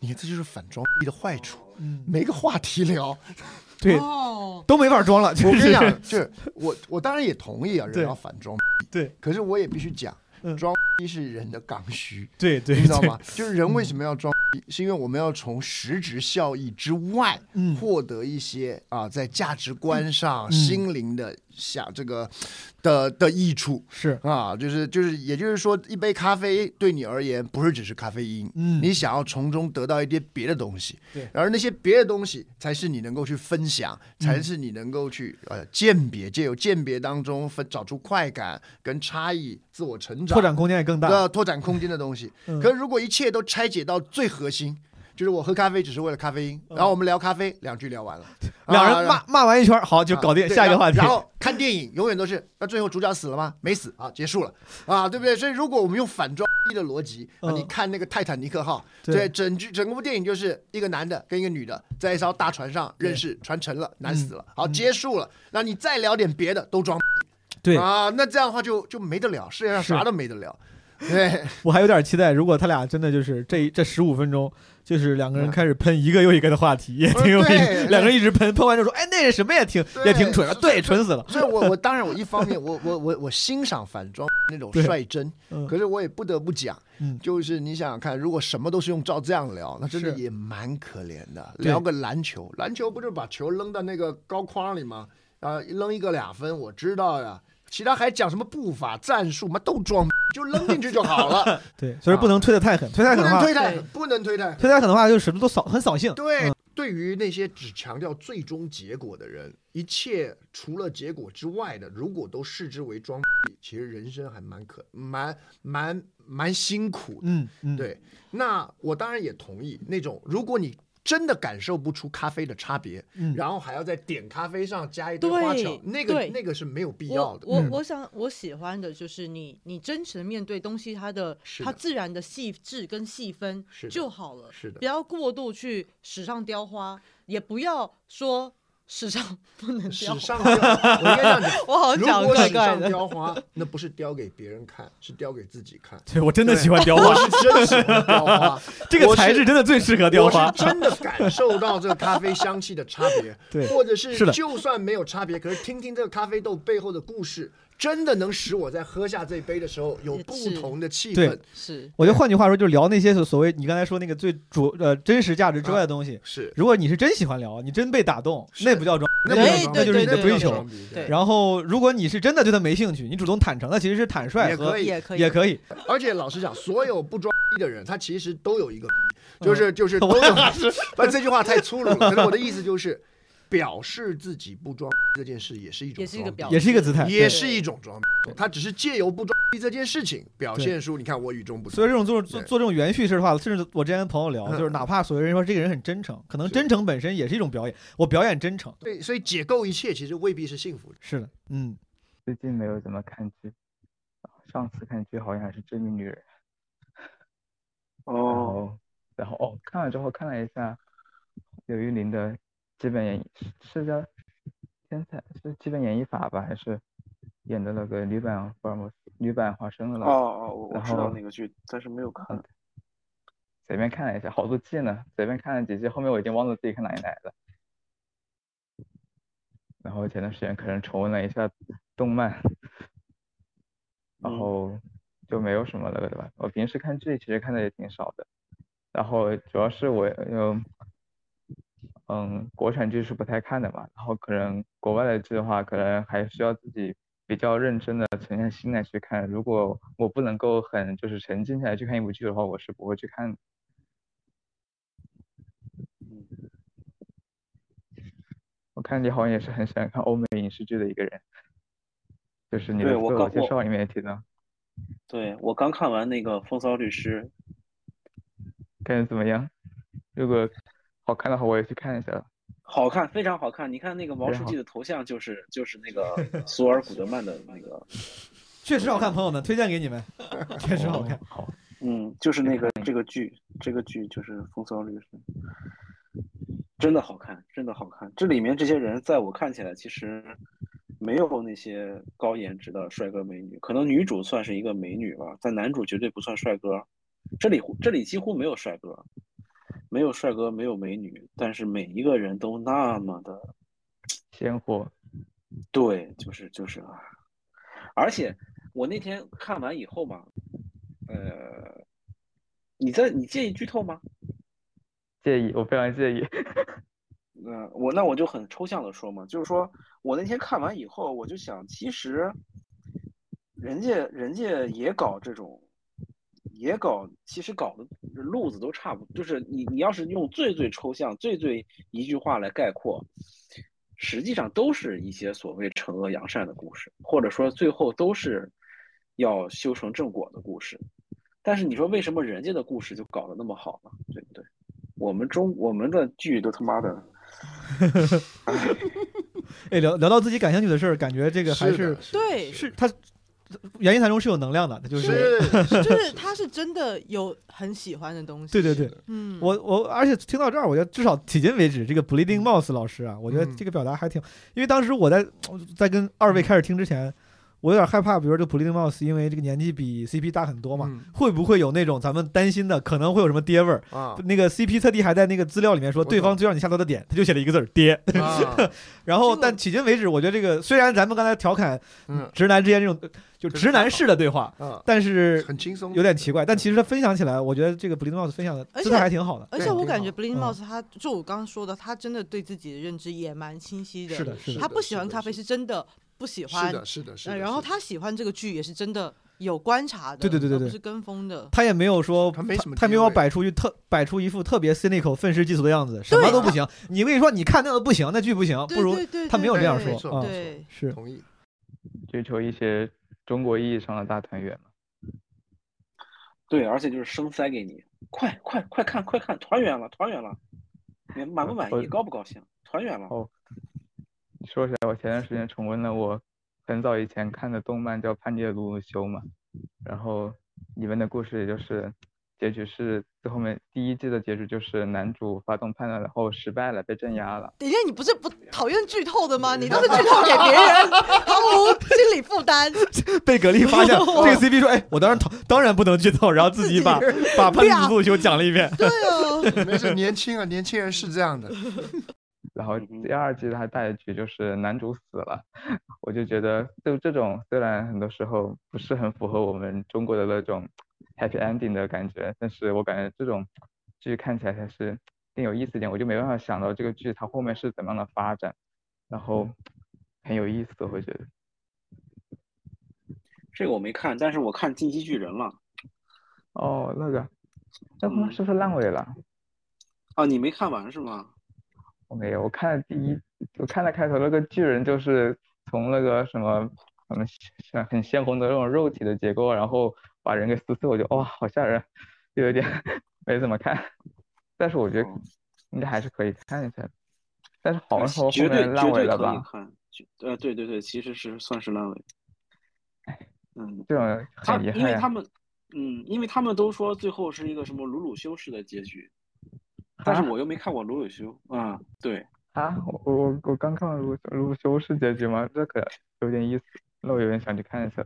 A: 你看，这就是反装逼的坏处，
E: 嗯，
A: 没个话题 聊。
E: 对，
C: 哦，
E: 都没法装了。就
A: 我跟
E: 是
A: 你讲， 就是我，我当然也同意啊，
E: 对
A: 人要反装逼
E: 对，
A: 可是我也必须讲
E: 嗯，
A: 装逼是人的刚需，
E: 对对，
A: 你知道
E: 对？嗯
A: 吗？就是人为什么要装逼，是因为我们要从实质效益之外
E: 嗯，
A: 获得一些啊，在价值观上、
E: 嗯
A: 心灵的下这个的的益处。
E: 是，
A: 啊，就是就是，也就是说，一杯咖啡对你而言不是只是咖啡因，
E: 嗯
A: 你想要从中得到一些别的东西，
E: 对嗯
A: 而那些别的东西才是你能够去分享，才是你能够去呃鉴别，借由鉴别当中分找出快感跟差异，自我成长
E: 拓展空间也更大。
A: 的拓展空间的东西。
E: 嗯
A: 可是如果一切都拆解到最核心。就是我喝咖啡只是为了咖啡因，然后我们聊咖啡，两句聊完了，
E: 嗯两
A: 啊
E: 人骂骂完一圈，好就搞定
A: 啊对
E: 下一个话题
A: 然。后然后看电影永远都是，那最后主角死了吗？没死啊，结束了啊，对不对？所以如果我们用反装逼的逻辑，啊
E: 嗯
A: 你看那个泰坦尼克号，
E: 对
A: 对，整剧整部电影就是一个男的跟一个女的在一艘大船上认识，船沉了，
E: 嗯
A: 男死了，好结束了。那你再聊点别的，都装
E: 对
A: 啊，那这样的话就就没得聊，世界上
E: 是
A: 啥都没得聊。对，
E: 我还有点期待，如果他俩真的就是这这十五分钟，就是两个人开始喷一个又一个的话题，也挺有意思。
A: 对
E: 两个人一直喷，喷完就说：“哎，那是什么也挺也挺蠢啊，
A: 对
E: 对，蠢死了。
A: 所以我我当然我一方面我我我我欣赏反装那种
E: 对
A: 率真，”
E: 嗯
A: 可，是我也不得不讲，
E: 嗯
A: 就是你想想看，如果什么都是用照这样聊，那真的
E: 是
A: 也蛮可怜的。
E: 对
A: 聊个篮球，篮球不就是把球扔到那个高框里吗？啊、扔一个俩分，我知道呀。其他还讲什么步法、战术嘛，都装，就扔进去就好了，
E: 对，所以不能推得太狠， 推太
A: 不
E: 狠的
A: 能
E: 话，推
A: 推太
C: 对
A: 狠，不能推太狠。
E: 太狠的话就什么都扫很扫兴。
A: 对，
C: 嗯
A: 对于那些只强调最终结果的人，一切除了结果之外的，如果都视之为装逼，其实人生还蛮可蛮蛮蛮辛苦的。
E: 嗯嗯，，
A: 对，那我当然也同意那种，如果你真的感受不出咖啡的差别，
E: 嗯
A: 然后还要在点咖啡上加一堆花
C: 对
A: 巧，那个
C: 对
A: 那个是没有必要
C: 我
A: 的。
C: 我
E: 嗯
C: 我想我喜欢的就是你你真诚地面对东西，它的
A: 是
C: 它
A: 的
C: 自然的细致跟细分
A: 是的
C: 就好了，
A: 是的
C: 不要过度去史上雕花，也不要说史上不能雕
A: 史
C: 花。
A: 上雕，我应该这样讲。
C: 我好像
A: 如
C: 讲得
A: 果
C: 怪
A: 史
C: 怪
A: 上
C: 的，
A: 雕花，那不是雕给别人看，是雕给自己看。
E: 对，我真的喜欢雕花
A: 我，是真喜欢雕花，
E: 这个
A: 我是
E: 材质真的最适合雕花
A: 我。是真的感受到这个咖啡香气的差别，
E: 对
A: 或者
E: 是
A: 是
E: 的
A: 就算没有差别，可是听听这个咖啡豆背后的故事，真的能使我在喝下这杯的时候有不同的气
E: 对
A: 氛。
C: 是
E: 我觉得换句话说，就是聊那些所所谓你刚才说那个最主呃真实价值之外的东西。
A: 啊是，
E: 如果你是真喜欢聊，你真被打动，
A: 是
E: 那不叫装。
A: 那
C: 对
A: 不能装
E: 对
A: 逼
E: 对对
A: 那不
E: 对
A: 能
E: 对
A: 装逼
C: 对
E: 然后，如果你是真的对他没兴趣，你主动坦诚的其实是坦率
A: 也
E: 和
A: 可以
C: 也可以
E: 也可以。
A: 而且老实讲，所有不装逼的人，他其实都有 一个逼，就是就是都有。 不，这句话太粗鲁了。可是我的意思就是，表示自己不装逼这件事也是一种
C: 也是一个
A: 装逼
C: 表
E: 也是一个姿态
A: 也
E: 对
A: 是一种装逼。 他只是借由不装逼这件事情表现出，你看我与众不
E: 所以
A: 同。
E: 这种做做
A: 对
E: 做这种元叙事的话，甚至我之前跟朋友聊，
A: 嗯
E: 就是哪怕所有人说这个人很真诚，可能
A: 是
E: 真诚本身也是一种表演。我表演真诚，
A: 对，所以解构一切其实未必是幸福的。
E: 是的，嗯，
G: 最近没有怎么看剧，啊上次看剧好像还是《致命女人》。然
H: 哦，
G: 后，然后哦，看了之后看了一下刘玉玲的基本演绎，是叫天才是基本演绎法吧，还是演的那个女版福尔摩斯女版华生的那
H: 哦
G: 个？
H: 哦，我我
G: 然
H: 知
G: 后
H: 道
G: 嗯
H: 那个剧，但是没有看。
G: 随便看了一下，好多季呢，随便看了几季，后面我已经忘了自己看哪一来了。然后前段时间可能重温了一下动漫，然
H: 嗯
G: 后就没有什么那个的吧。我平时看剧其实看的也挺少的，然后主要是我嗯嗯国产剧是不太看的嘛，然后可能国外的剧的话，可能还需要自己比较认真的沉下心来去看。如果我不能够很就是沉浸下来去看一部剧的话，我是不会去看的。我看你好像也是很喜欢看欧美影视剧的一个人，就是你的
H: 对我
G: 自
H: 刚
G: 我介
H: 我
G: 绍里面也提到，
H: 对，我刚看完那个《风骚律师
G: 感觉怎么样？如果好看的话，我也去看一下了。》，
H: 好看，非常好看。你看那个毛
G: 非
H: 书
G: 常
H: 记的头像，就是就是那 个索尔古德曼的那个，
E: 确实好看，朋友们，推荐给你们， 确实好看
G: 哦。好，
H: 嗯，就是那个这个剧，这个剧就是《风骚律师》，真的好看，真的好看。这里面这些人，在我看起来其实没有那些高颜值的帅哥美女，可能女主算是一个美女吧，但男主绝对不算帅哥。这里这里几乎没有帅哥，没有帅哥，没有美女，但是每一个人都那么的
G: 鲜活，
H: 对，就是就是啊，而且我那天看完以后嘛，呃，你在你介意剧透吗？
G: 介意，我非常介意。
H: 嗯、我那我就很抽象的说嘛，就是说我那天看完以后，我就想，其实人家人家也搞这种，也搞，其实搞的路子都差不多，就是你你要是用最最抽象、最最一句话来概括，实际上都是一些所谓惩恶扬善的故事，或者说最后都是要修成正果的故事。但是你说为什么人家的故事就搞得那么好呢？对不对？我们中我们的剧都他妈的。
E: 哎，聊聊到自己感兴趣的事儿，感觉 这个还
A: 是
E: 是
A: 的是的
C: 对，
E: 是它原因当中是有能量的，它就是
A: 是的
C: 就是他是真的有很喜欢的东西。
E: 对对对。
C: 嗯，
E: 我我而且听到这儿，我觉得至少迄今为止，这个 Bleeding Mouse 老师啊，我觉得
A: 嗯
E: 这个表达还挺，因为当时我在我在跟二位开始听之前，我有点害怕，比如说这 Bleeding Mouse 因为这个年纪比 CP 大很多嘛，
A: 嗯
E: 会不会有那种咱们担心的可能会有什么爹味儿？
A: 啊
E: 那个 CP 特地还在那个资料里面说，
A: 我懂
E: 对方最让你下头的点，他就写了一个字儿 爹。
A: 啊，
E: 然后，
C: 这个
E: 但迄今为止，我觉得这个虽然咱们刚才调侃
A: 嗯
E: 直男之间这种就直男式的对话，
C: 嗯
A: 啊，
E: 但是
A: 很轻松，
E: 有点奇怪。但其实他分享起来，我觉得这个 Bleeding Mouse 分享的
C: 而且
E: 姿态还挺好的。
C: 而
A: 对
C: 且我
A: 挺
C: 感
A: 好
C: 觉 Blind
E: 嗯
C: Mouse 他就我刚刚说的，他真的对自己的认知也蛮清晰的。
E: 是的，是的
C: 他。不
A: 是
C: 喜欢
A: 的
C: 咖啡
A: 是
C: 是真的不喜欢，
A: 是的，是的，是
C: 呃
A: 的。
C: 然后
A: 是的
C: 他喜欢这个剧也是真的有观察的，
E: 对对对对
C: 而不
E: 对
C: 是跟风的。
E: 他也没有说，
A: 他没什么
E: 他没
A: 地
E: 有
A: 位
E: 摆出一特摆出一副特别 cynical、愤世嫉俗的样子，什么
C: 对
E: 都不
C: 他
E: 行。你跟你说，你看那个不行，那剧不行，
C: 对
E: 不如
C: 对对
E: 他没有
C: 对
E: 这样
C: 对
E: 说
A: 没错
E: 啊
A: 没。错
C: 对，
E: 是
A: 同意，
G: 追求一些中国意义上的大团圆嘛。
H: 对，而且就是生塞给你，快快快看快看，团圆了团圆了，你满不满
G: 我
H: 意，高不高兴，团圆了。
G: 哦说起来，我前段时间重温了我很早以前看的动漫，叫《叛逆的鲁鲁修》嘛。然后里面的故事也就是，结局是最后面第一季的结局就是男主发动叛乱，然后失败了，被镇压了。
C: 等一下，你不是不讨厌剧透的吗？你倒是剧透给别 人，毫无心理负担。
E: 被格力 发现，这个 CP 说：“哎，我当然讨，当然不能剧透。”然后自己把 把《叛逆之路修》讲了一 遍。
C: 对哦，
A: 没事，年轻啊，年轻人是这样的。
G: 然后
H: 嗯哼
G: 第二季它大结局就是男主死了， 我就觉得就这种虽然很多时候不是很符合我们中国的那种 happy ending 的感觉，但是我感觉这种剧看起来才是更有意思一点，我就没办法想到这个剧它后面是怎么样的发展，然后
H: 嗯
G: 很有意思，我会觉得。
H: 这个我没看，但是我看《进击巨人》了
G: 哦，那
H: 嗯
G: 个，那后面是不是烂尾了？
H: 啊，你没看完是吗？
G: 我没有，我看了第一，
H: 嗯
G: 我看了开头那个巨人，就是从那个什么，嗯，像很鲜红的那种肉体的结构，然后把人给撕碎，我就哇、好吓人，就有点没怎么看。但是我觉得
H: 哦
G: 应该还是可以看一下的，但是好像说后
H: 绝对
G: 面烂
H: 绝
G: 尾
H: 对
G: 了
H: 可以
G: 吧？
H: 看，绝呃，对对对，其实是算是烂尾。嗯，
G: 这种
H: 他
G: 很遗
H: 因
G: 憾
H: 为
G: 呀
H: 他们，嗯，因为他们都说最后是一个什么鲁鲁修式的结局，但是
G: 啊
H: 我又没看过鲁鲁修啊，对，
G: 啊！我我我刚看完卢卢修士结局嘛，这可有点意思，那我有点想去看一下。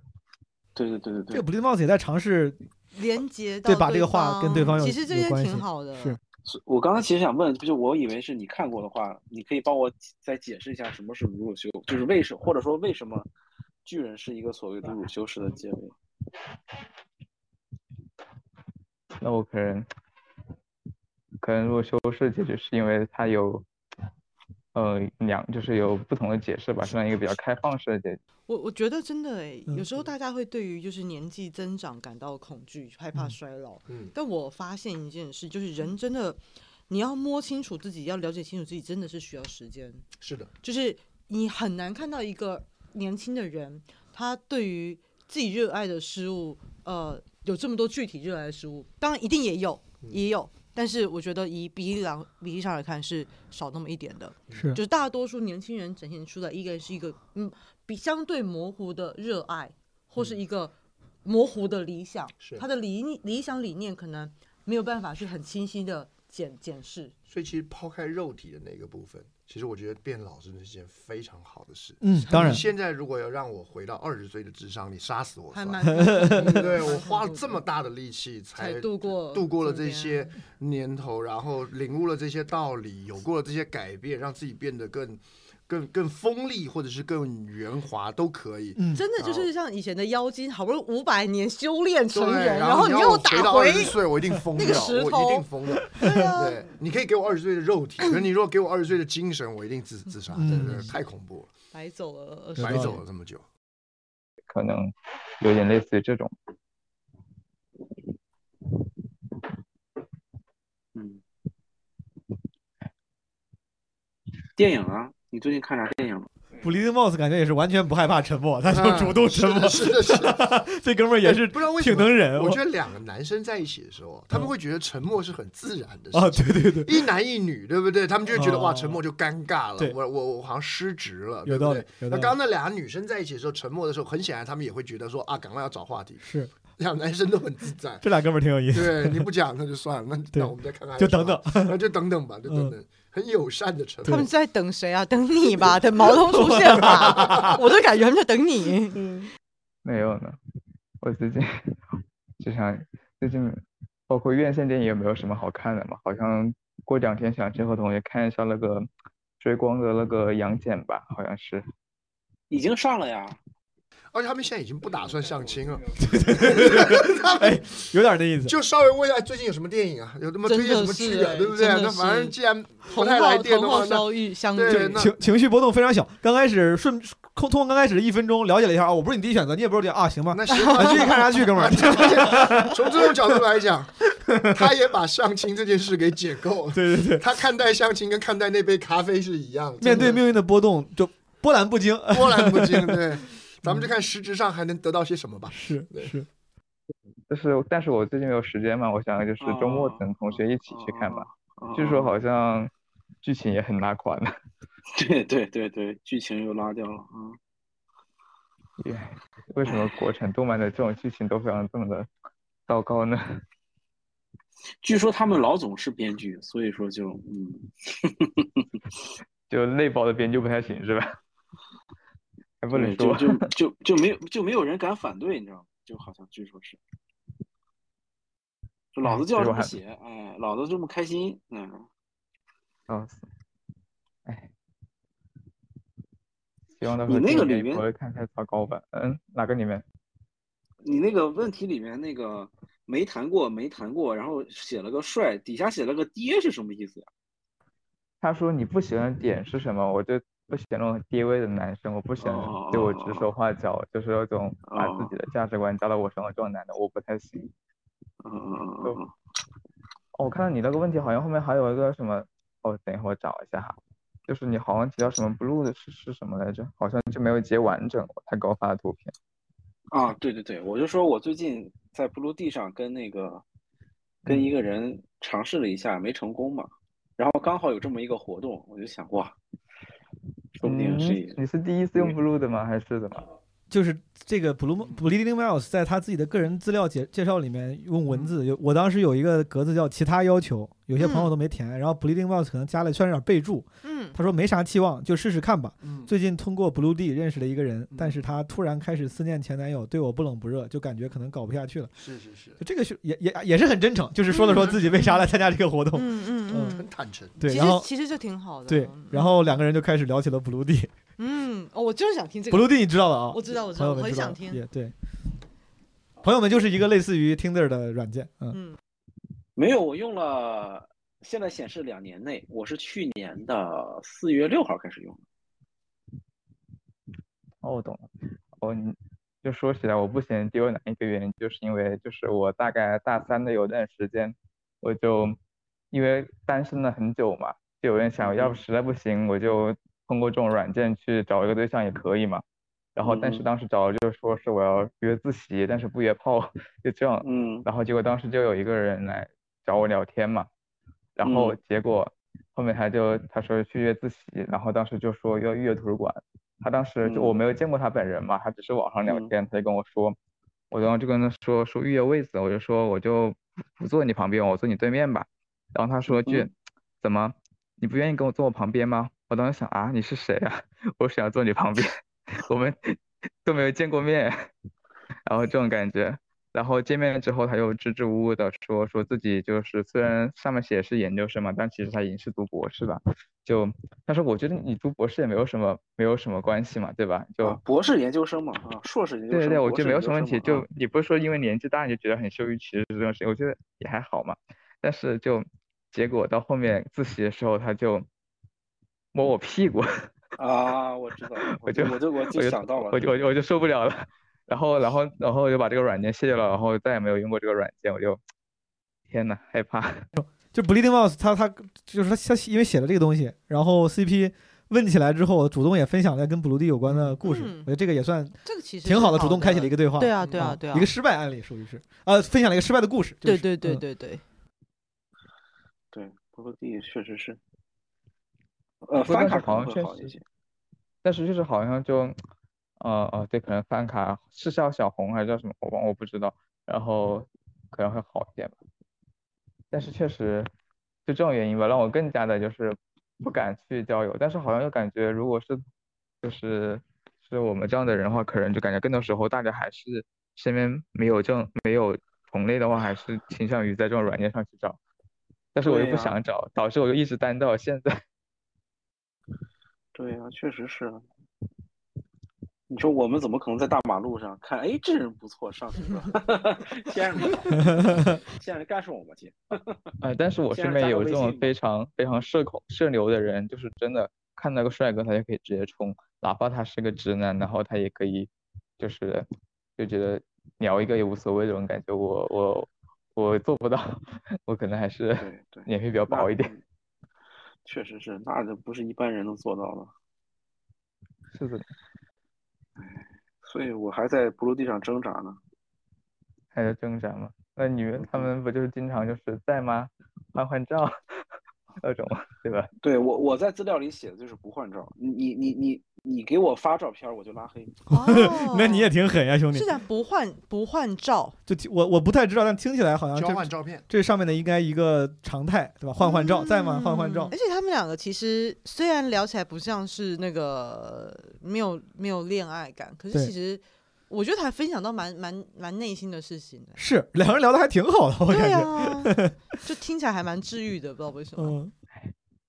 H: 对对对对
E: 这个
H: 对，
E: Blue Mouse 也在尝试，
C: 连接到
E: 对把这个话跟对方有
C: 其实这
E: 有
C: 些
E: 关系
C: 挺好的。
E: 是
H: 所以我刚才其实想问，就我以为是你看过的话，你可以帮我再解释一下什么是鲁鲁修，就是为什或者说为什么巨人是一个所谓鲁鲁修式的结尾？
G: 那我可能，可能如果修饰解决，是因为它有，呃，两就是有不同的解释吧，算一个比较开放式的解
C: 我我觉得真的哎，
E: 嗯
C: 有时候大家会对于就是年纪增长感到恐惧，害怕衰老。
A: 嗯，
C: 但我发现一件事，就是人真的，你要摸清楚自己，要了解清楚自己，真的是需要时间。
A: 是的，
C: 就是你很难看到一个年轻的人，他对于自己热爱的事物，呃，有这么多具体热爱的事物，当然一定也有，也有。但是我觉得以比例上比例上来看是少那么一点的，
E: 是
C: 就是大多数年轻人展现出的一个是一个嗯比相对模糊的热爱，或是一个模糊的理想，
A: 是
C: 他的理理想理念可能没有办法去很清晰的检检视，
A: 所以其实抛开肉体的那个部分，其实我觉得变老真的是件非常好的事。
E: 嗯，当然
A: 你，现在如果要让我回到二十岁的智商，你杀死我
C: 还
A: 算
C: 蛮
A: 了。对
C: 对
A: 我花了这么大的力气才
C: 才度过啊
A: 度过了
C: 这
A: 这
C: 边
A: 些年头，然后领悟了这些道理，有过了这些改变，让自己变得更更更锋利，或者是更圆滑都可以。
E: 嗯，
C: 真的就
A: 然后
C: 是像以前的妖精，好不容易五百年修炼成
A: 对，
C: 人，
A: 然
C: 后
A: 你
C: 你
A: 要我
C: 又
A: 回
C: 打
A: 到
C: 回
A: 二十岁，我一定疯
C: 那
A: 掉，
C: 个石
A: 我
C: 头
A: 一定疯掉。
C: 对啊，
A: 对，你可以给我二十岁的肉体，可是你如果给我二十岁的精神，我一定自自杀，
E: 嗯
A: 对太恐怖了，
C: 白走了二
E: 有
C: 十
A: 白
E: 道
A: 走
E: 理
A: 了这么久。
G: 释，可能有点类似于这种。
H: 嗯，电影啊，你最近看啥电影了？
E: Blue Mouse 感觉也是完全不害怕沉默，他就
A: 啊
E: 主动
A: 是
E: 沉
A: 的
E: 默。
A: 是的是的
E: 这哥们儿也是
A: 哎不知道为什
E: 挺
A: 么
E: 能忍。
A: 我觉得两个男生在一起的时候，他们会觉得沉默是很自然的事
E: 啊，
A: 情。
E: 对对对，
A: 一男一女，对不对？他们就会觉得、
E: 哦
A: 哇，沉默就尴尬了
E: 对，
A: 我我我好像失职了，
E: 有
A: 对
E: 道
A: 不
E: 理有
A: 对？
E: 道
A: 那
E: 理
A: 刚刚那俩女生在一起的时候，沉默的时候，很显然他们也会觉得说啊，赶快要找话题。
E: 是，
A: 两男生都很自在
E: 这俩哥们儿挺有意思。
A: 对，你不讲那就算了，那
E: 对
A: 那我们再看看，
E: 就等嗯等，
A: 那就 等等吧，就等等，很友善的沉
C: 他
A: 默
C: 们。在等谁啊？等你 吧，等毛头出现 吧。我就感觉他们在等你。
G: 没有呢，我最近 就想最近包括院线电影也没有什么好看的嘛，好像过两天想去和同学看一下那个追光的那个杨戬吧，好像是。
H: 已经上了呀，
A: 而且他们现在已经不打算相亲了，
E: 哎，有点那意思。
A: 就稍微问一下哎最近有什么电影啊，有什么推荐什么剧
C: 真的
A: 啊，
C: 是
A: 对不对？
C: 真的
A: 那反
C: 是
A: 正既然不
C: 同
A: 太
C: 号
A: 来电
C: 同
A: 的
C: 号
A: 话，那
C: 相遇相
A: 对
C: 遇，
A: 那
E: 情情绪波动非常小，刚开始顺通通刚开始一分钟了解了一下啊，我不是你第一选择，你也不是我第啊，行吧，
A: 那行
E: 啊
A: 吧，
E: 继续看啥剧，哥 们儿。
A: 从这种角度来讲，他也把相亲这件事给解构了。
E: 对对对，
A: 他看待相亲跟看待那杯咖啡是一样的，
E: 面对
A: 真的
E: 命运的波动就波澜不惊。
A: 波澜不 惊。对，咱们就看实质上还能得到些什么吧。
E: 是
A: 对
E: 是，
G: 就是，但是我最近没有时间嘛，我想就是周末
H: 哦
G: 等同学一起去看吧。
H: 哦。
G: 据说好像剧情也很拉垮呢。
H: 对对对对，剧情又拉掉了啊。
G: 也为什么国产动漫的这种剧情都非常这么的糟糕呢？
H: 据说他们老总是编剧，所以说就嗯，
G: 就内包的编就不太行是吧？还不能
H: 对就
G: 说，
H: 就就就没有就没有人敢反对，你知道吗？就好像据说是，就老子就要
G: 哎
H: 这
G: 这我
H: 么
G: 还
H: 写，哎，老子这么开心，嗯，
G: 笑死！哎，希望到时
H: 你
G: 候
H: 那
G: 今
H: 个
G: 年
H: 里面
G: 不会看太糟糕吧？嗯，哪个里面？
H: 你那个问题里面那个没谈过没谈过，然后写了个帅，底下写了个爹是什么意思呀？
G: 他说你不喜欢的点是什么？我就不喜欢那种低微的男生，我不喜
H: 哦
G: 欢对我指手画脚，就是那种把自己的价值观加到我身上这种男的，我不太行。
H: 嗯嗯嗯嗯嗯，
G: 哦，我看到你那个问题好像后面还有一个什么，哦，等一会儿我找一下哈，就是你好像提到什么 blue 的是是什么来着？好像就没有截完整，我才给我发的图片。
H: 啊，对对对，我就说我最近在 blue 地上跟那个跟一个人尝试了一下，没成功嘛，然后刚好有这么一个活动，我就想哇，说不定
G: 嗯
H: 是一
G: 你是第一次用
H: 对
G: blue 的吗？还是怎么？
E: 就是这个 Blue Bleeding Mouse 在他自己的个人资料介介绍里面用文字，
A: 嗯
E: 有我当时有一个格子叫其他要求，有些朋友都没填，然后 Bleeding Mouse 可能加了虽然有点备注，
C: 嗯，
E: 他说没啥期望，就试试看吧。
A: 嗯，
E: 最近通过 Blue D 认识了一个人，
C: 嗯
E: 但是他突然开始思念前男友，对我不冷不热，就感觉可能搞不下去了。
A: 是是是，
E: 就这个是也也也是很真诚，就是说了说自己为啥来参加这个活动，
C: 嗯嗯
A: 很
C: 嗯，
A: 坦诚。
E: 对，
C: 其
E: 然
C: 实
E: 后
C: 其实就挺好的。
E: 对，然后两个人就开始聊起了 Blue D。
C: 嗯，哦，我就是想听这个，
E: Blue D 你知道的啊？
C: 我知道我知
E: 朋
C: 道，
E: 友
C: 我
E: 们
C: 很
E: 知道
C: 想听。
E: 也对，朋友们就是一个类似于 Tinder 的软件，嗯，
C: 嗯
H: 没有，我用了，现在显示两年内，我是去年的四月六号开始用的。
G: 哦，我懂了。哦，你就说起来，我不喜欢 DO 哪一个原因，就是因为就是我大概大三的有段时间，我就因为单身了很久嘛，就有人想，要不
H: 嗯
G: 实在不行，我就通过这种软件去找一个对象也可以嘛。然后，但是
H: 嗯
G: 当时找的就是说是我要约自习，但是不约炮， 就这样。
H: 嗯
G: 然后结果当时就有一个人来找我聊天嘛，然后
H: 嗯
G: 结果后面他就他说去约自习，然后当时就说要预约图书馆，他当时就我
H: 嗯
G: 没有见过他本人嘛，他只是网上聊
H: 嗯
G: 天，他就跟我说，我然后就跟他说说预约位置，我就说我就不坐你旁边，我坐你对面吧，然后他说一句
H: 嗯
G: 怎么你不愿意跟我坐我旁边吗？我当时想啊你是谁啊？ 我想要坐你旁边，我们都没有见过面， 然后这种感觉。然后见面了之后，他又支支吾吾的说说自己就是虽然上面写的是研究生嘛，但其实他已经是读博士了。就他说我觉得你读博士也没有什么没有什么关系嘛，对吧？就
H: 啊，博士研究生嘛，啊，硕士研究
G: 对对
H: 生，
G: 对，我
H: 博
G: 觉
H: 士
G: 得没有
H: 研
G: 什
H: 究
G: 么问
H: 生
G: 题。
H: 嘛啊
G: 就你不是说因为年纪大你就觉得很羞于启齿这种事情，我觉得也还好嘛。但是就结果到后面自习的时候，他就摸我屁股。
H: 啊，我知道，我
G: 我就
H: 我就
G: 我
H: 我就
G: 就
H: 想到了，
G: 我就我就我就受不了了，然后然后然后我就把这个软件卸掉了，然后再也没有用过这个软件，我就天呐，害怕。
E: 就 Bleeding Mouse，他他就是他他因为写了这个东西，然后 CP 问起来之后，主动也分享了跟 Blue D 有关的故事，
C: 嗯
E: 我觉得这个也算
C: 这个其实
E: 挺好
C: 的，
E: 的，主动开启了一
C: 个。
E: 个对话，嗯
C: 对啊对啊对啊
E: 一个，失败案例属于是，呃，分享了一个失败的故事，就
C: 对
E: 是
C: 对对
E: 嗯，
C: 对对，
H: 对，波罗的确实是，呃，
G: 不过
H: 翻
G: 但是
H: 卡可
G: 好
H: 能
G: 像
H: 会
G: 确
H: 好一
G: 实
H: 些，
G: 但是就是好像就，呃呃，对，可能饭卡是叫小红还是叫什么，我忘我不知道，然后可能会好一点吧。但是确实就这种原因吧，让我更加的就是不敢去交友，但是好像又感觉如果是就是是我们这样的人的话，可能就感觉更多时候大家还是身边没有这种没有同类的话，还是倾向于在这种软件上去找，但是我又
H: 对
G: 不
H: 呀
G: 想找，导致我就一直单到现在。
H: 对呀，确实是。啊你说我们怎么可能在大马路上看？哎，这人不错，上去吧， 先生 你，先生干什么吧，姐？
G: 哎，但是我
H: 先
G: 身
H: 让
G: 边
H: 加个
G: 有
H: 微
G: 这种
H: 信
G: 非常非常社恐社牛的人，就是真的看到个帅哥，他就可以直接冲，哪怕他是个直男，然后他也可以，就是就觉得聊一个也无所谓这种感觉。我我我做不到， 我可能还是
H: 对对。
G: 脸皮比较
H: 那
G: 薄一点。
H: 嗯 确实是，那就不是一般人能做到的。
G: 是的，
H: 所以我还在不落地上挣扎呢。
G: 还
H: 嗯
G: 在挣扎嘛。那女人她们不就是经常就是在吗？换换照，
I: 那种，对吧？
H: 对我我在资料里写的就是不换照，你你你你你给我发照片我就拉黑，
C: 哦
E: 那你也挺狠呀，兄弟
C: 是。在不换不换照，
E: 就听我我不太知道，但听起来好像
A: 交换
E: 这
A: 照片，
E: 这上面的应该一个常态，对吧？换换照，再换换换照
C: 嗯而。且他们两个其实虽然聊起来不像是那个没有没有恋爱感，可是
E: 对
C: 其实我觉得还分享到蛮蛮蛮内心的事情的。
E: 是两个人聊的还挺好
A: 哎
E: 的，我感
C: 对
E: 觉。
C: 啊， 就听起来还蛮治愈的，不知道为什么。
E: 嗯，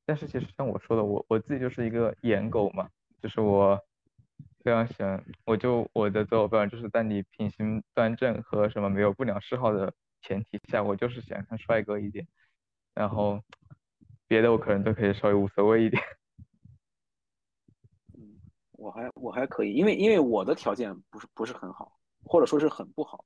I: 但是其实像我说的，我我自己就是一个颜狗嘛，就是我非常喜欢，我就我的择偶标准就是在你品行端正和什么没有不良嗜好的前提下，我就是喜欢看帅哥一点，然后别的我可能都可以稍微无所谓一点。
H: 我还我还可以，因为因为我的条件不是不是很好，或者说是很不好，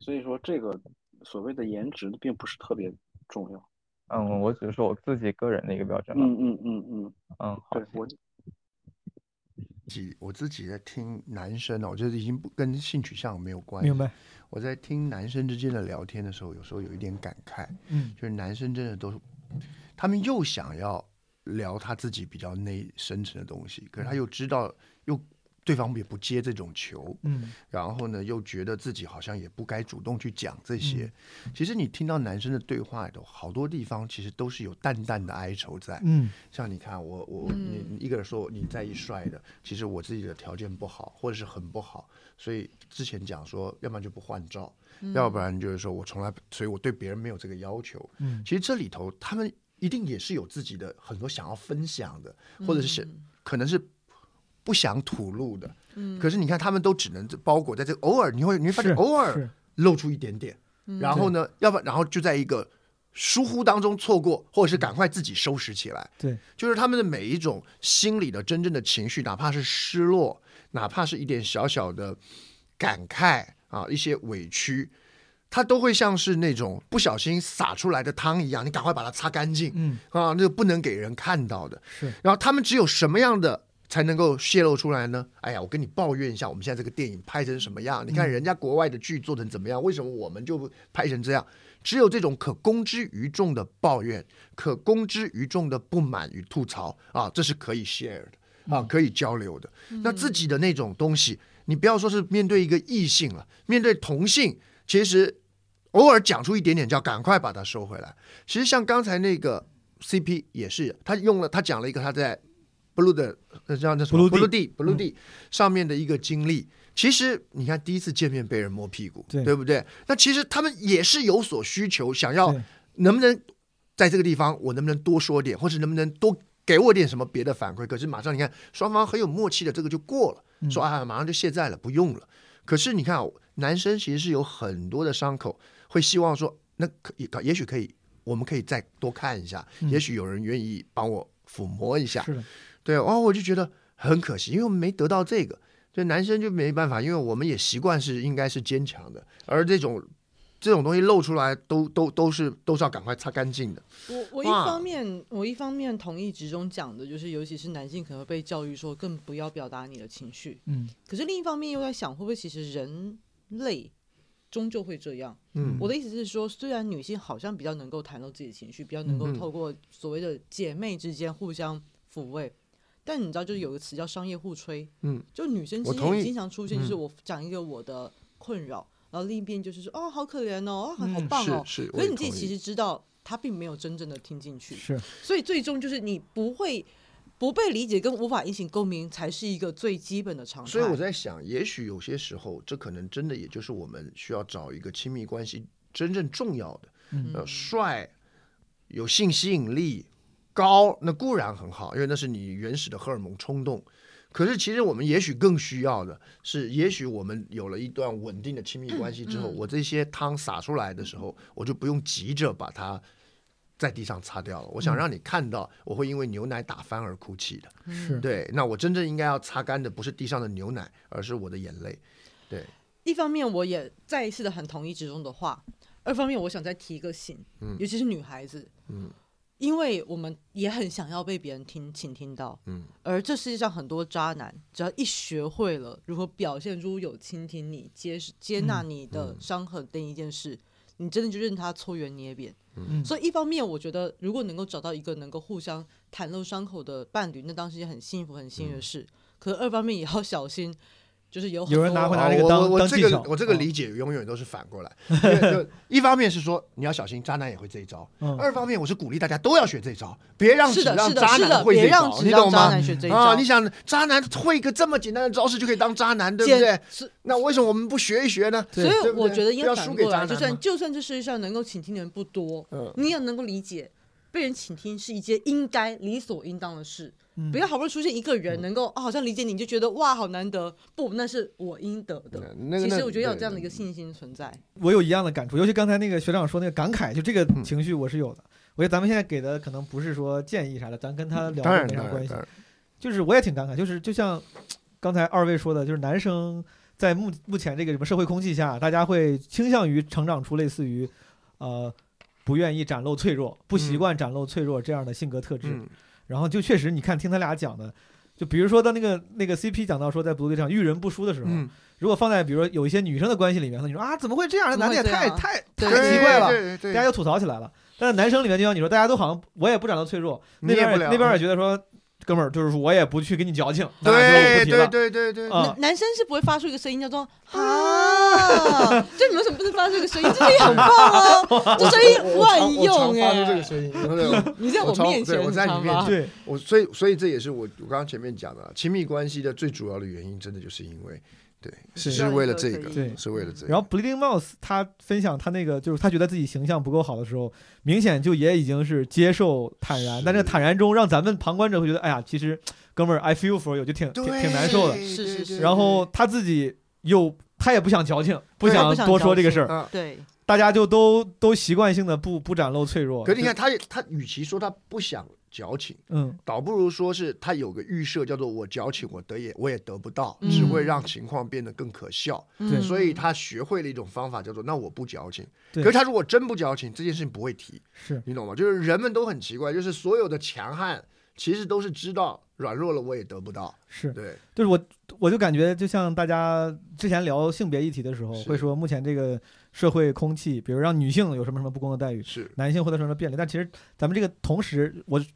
H: 所以说这个所谓的颜值并不是特别重要。
I: 嗯，我只是说我自己个人的一个标准嘛。
H: 嗯嗯嗯嗯，
I: 嗯，好
H: 对，我
A: 自己我自己在听男生哦，我觉得已经不跟性取向没有关系
E: 明。白。
A: 我在听男生之间的聊天的时候，有时候有一点感慨，
E: 嗯，
A: 就是男生真的都是，他们又想要聊他自己比较内深层的东西，
E: 嗯
A: 可是他又知道又对方也不接这种球，
E: 嗯，
A: 然后呢又觉得自己好像也不该主动去讲这些。
E: 嗯
A: 其实你听到男生的对话里头，好多地方其实都是有淡淡的哀愁在。
E: 嗯，
A: 像你看我我你你一个人说你在意帅的，其实我自己的条件不好，或者是很不好，所以之前讲说，要不然就不换照，要不然就是说我从来，所以我对别人没有这个要求。
E: 嗯
A: 其实这里头他们一定也是有自己的很多想要分享的，或者是想
E: 嗯
A: 可能是。不想吐露的，可是你看，他们都只能包裹在这，偶尔你会你会发现，
E: 是
A: 偶尔
E: 是嗯
A: 露出一点点，然后呢，要不然然后就在一个疏忽当中错过，或者是赶快自己收拾起来。
E: 对，
A: 就是他们的每一种心里的真正的情绪，哪怕是失落，哪怕是一点小小的感慨啊，一些委屈，它都会像是那种不小心洒出来的汤一样，你赶快把它擦干净。
E: 嗯，
A: 啊，那个不能给人看到的。
E: 是，
A: 然后他们只有什么样的才能够泄露出来呢？哎呀，我跟你抱怨一下，我们现在这个电影拍成什么样？你看人家国外的剧做成怎么样？为什么我们就拍成这样？只有这种可公之于众的抱怨、可公之于众的不满与吐槽啊，这是可以 share 的啊，可以交流的。那自己的那种东西，你不要说是面对一个异性了，面对同性，其实偶尔讲出一点点，叫赶快把它收回来。其实像刚才那个 CP 也是，他用了他讲了一个他在 Blue 的呃叫那什么
E: Blue 嗯
A: Blue 地 Blue 地上面的一个经历。其实你看第一次见面被人摸屁股，
E: 对
A: 不对？那其实他们也是有所需求，想要
E: 对
A: 能不能在这个地方我能不能多说点，或者能不能多给我点什么别的反馈？可是马上你看双方很有默契的，这个就过了，
E: 嗯
A: 说啊马上就卸载了，不用了。可是你看啊男生其实是有很多的伤口，会希望说那可也也许可以，我们可以再多看一下，也许有人愿意帮我抚摸一下。
E: 嗯是的，
A: 对，然后我就觉得很可惜，因为我们没得到这个，就男生就没办法，因为我们也习惯是应该是坚强的，而这种这种东西露出来都都都是都是要赶快擦干净的。
C: 我我一
A: 哇
C: 方面我一方面同意职中讲的，就是尤其是男性可能会被教育说更不要表达你的情绪，
E: 嗯，
C: 可是另一方面又在想，会不会其实人类终究会这样？
A: 嗯
C: 我的意思是说，虽然女性好像比较能够袒露自己的情绪，比较能够
A: 嗯
C: 透过所谓的姐妹之间互相抚慰，但你知道，就是有个词叫商业互吹，
A: 嗯，
C: 就女生之
A: 我
C: 间
A: 同
C: 也
A: 意
C: 经常出现，就是
A: 嗯
C: 我讲一个我的困扰，然后另一边就是说，哦，好可怜哦，啊，好
E: 嗯
C: 好棒哦，
A: 是是
C: 可是
A: 我也
C: 你自己
A: 同意
C: 其实知道，她并没有真正的听进去，
E: 是，
C: 所以最终就是你不会。不被理解跟无法引起共鸣才是一个最基本的常态。
A: 所以我在想，也许有些时候，这可能真的也就是我们需要找一个亲密关系真正重要的，
J: 嗯
A: 呃，帅，有性吸引力，高，那固然很好，因为那是你原始的荷尔蒙冲动。可是，其实我们也许更需要的是，也许我们有了一段稳定的亲密关系之后，我这些汤洒出来的时候，我就不用急着把它在地上擦掉了。我想让你看到，我会因为牛奶打翻而哭泣的。
E: 是，
A: 对，那我真正应该要擦干的不是地上的牛奶，而是我的眼泪。对，
C: 一方面我也再一次的很同意职中的话，二方面我想再提一个醒，尤其是女孩子，
A: 嗯
C: 因为我们也很想要被别人听，请听到，
A: 嗯
C: 而这世界上很多渣男，只要一学会
A: 嗯
C: 了如何表现出有倾听你、接接纳你的伤痕的一件事，你真的就任它搓圆捏扁。
E: 嗯
C: 所以一方面，我觉得如果能够找到一个能够互相袒露伤口的伴侣，那当时也很幸福、很幸运
A: 嗯
C: 的事。可是二方面也要小心，就是有很
E: 有人拿
C: 多
E: 会拿这个
A: 哦我
E: 当
A: 我我
E: 当
A: 这
E: 技
A: 个
E: 巧
A: 我这个
E: 嗯
A: 理解永远都是反过来，因为就一方面是说你要小心渣男也会这一招，
E: 嗯
A: 二方面我是鼓励大家都要学这一招，别让只
C: 是的
A: 让
C: 是的
A: 渣
C: 是
A: 男
C: 的
A: 会
C: 别
A: 这一
C: 让
A: 招，
C: 只
A: 你
C: 让
A: 懂
C: 渣
A: 吗
C: 男学这一
A: 啊，
C: 招。
A: 你想渣男会一个这么简单的招式就可以当渣男，对不
C: 简
A: 对？
C: 是
A: 那为什么我们不学一学呢？
C: 所以
A: 对不
C: 我
A: 对
C: 觉得
A: 不
C: 应
A: 要
C: 该
A: 输
C: 反
A: 给
C: 过
A: 渣
C: 来，就
A: 男嘛
C: 算就算这世界上能够倾听的人不多，
A: 嗯
C: 你也能够理解，被人倾听是一件应该理所应当的事。
E: 嗯
C: 不要好不容易出现一个人能够、哦、好像理解你，你就觉得哇好难得，不，那是我应得的。
A: 嗯那个
C: 其
A: 那
C: 实我觉得要有
A: 对
C: 这样的一个信心存在。
E: 我有一样的感触，尤其刚才那个学长说那个感慨，就这个
A: 嗯
E: 情绪我是有的。我觉得咱们现在给的可能不是说建议啥的，咱跟他聊
A: 嗯当然
E: 没
A: 当
E: 啥关
A: 然
E: 系
A: 当。然，
E: 就是我也挺感慨，就是就像刚才二位说的，就是男生在目目前这个什么社会空气下，大家会倾向于成长出类似于，呃，不愿意展露脆弱、不习惯展露脆弱这样的性格特质。
A: 嗯
E: 然后就确实，你看听他俩讲的，就比如说到那个那个 CP 讲到说在部队上遇人不淑的时候，
A: 嗯，
E: 如果放在比如说有一些女生的关系里面，你说啊怎么会这样？
C: 怎么
E: 男的
C: 会
E: 也
C: 这
E: 太
C: 样啊
E: 太
C: 对
E: 太奇怪了，
A: 哎对对
E: 大家
A: 对，
E: 又吐槽起来了。但是男生里面就像你说，大家都好像我也不展露脆弱，
A: 你
E: 那
A: 也
E: 边
A: 不
E: 也
A: 了
E: 那边也觉得说，哥们儿就是我也不去跟你矫情，咱俩就
A: 对
E: 不提了
A: 对对对对，
E: 啊。
C: 男男生是不会发出一个声音叫 做啊，就你们为什么不能发出一个声音？这声音很棒 哦，这声音万用
A: 我常发出这个
C: 哎。
A: 声音，对
C: 你在
A: 我超
C: 面前，
A: 对我在
C: 你
A: 你
C: 知道
A: 面
C: 吗
A: 前
E: 对，
A: 我所以所以这也是我我刚刚前面讲的啊，亲密关系的最主要的原因，真的就是因为对，是
C: 需要
A: 是
C: 一
A: 为了
C: 个
A: 这
C: 可
A: 个，
C: 以
E: 对
A: 是为了这个。
E: 然后 Bleeding Mouse 他分享他那个就是他觉得自己形象不够好的时候，明显就也已经是接受坦然，
A: 是
E: 但这个坦然中让咱们旁观者会觉得，哎呀，其实哥们儿 I feel for you 就挺挺
A: 对
E: 挺难受的。
A: 对
C: 是是是
E: 然后他自己又他也不想矫情，不想
C: 不想
E: 多说这个
C: 矫情
E: 事儿，
A: 啊，
C: 对，
E: 大家就都都习惯性的不不展露脆弱。
A: 可是你看，他也他与其说他不想矫情，
E: 嗯，
A: 倒不如说是他有个预设，叫做我矫情，我得也我也得不到，
C: 嗯
A: 只会让情况变得更可笑。
E: 对
C: 嗯
A: 所以他学会了一种方法，叫做那我不矫情。
E: 对
A: 可是他如果真不矫情，这件事情不会提。
E: 是
A: 你懂吗？就是人们都很奇怪，就是所有的强悍其实都是知道软弱了我也得不到，
E: 是，
A: 对，
E: 就是我我就感觉，就像大家之前聊性别议题的时候，
A: 是
E: 会说目前这个社会空气，比如让女性有什么什么不公的待遇，
A: 是
E: 男性获得什么什么便利，但其实咱们这个同时，我就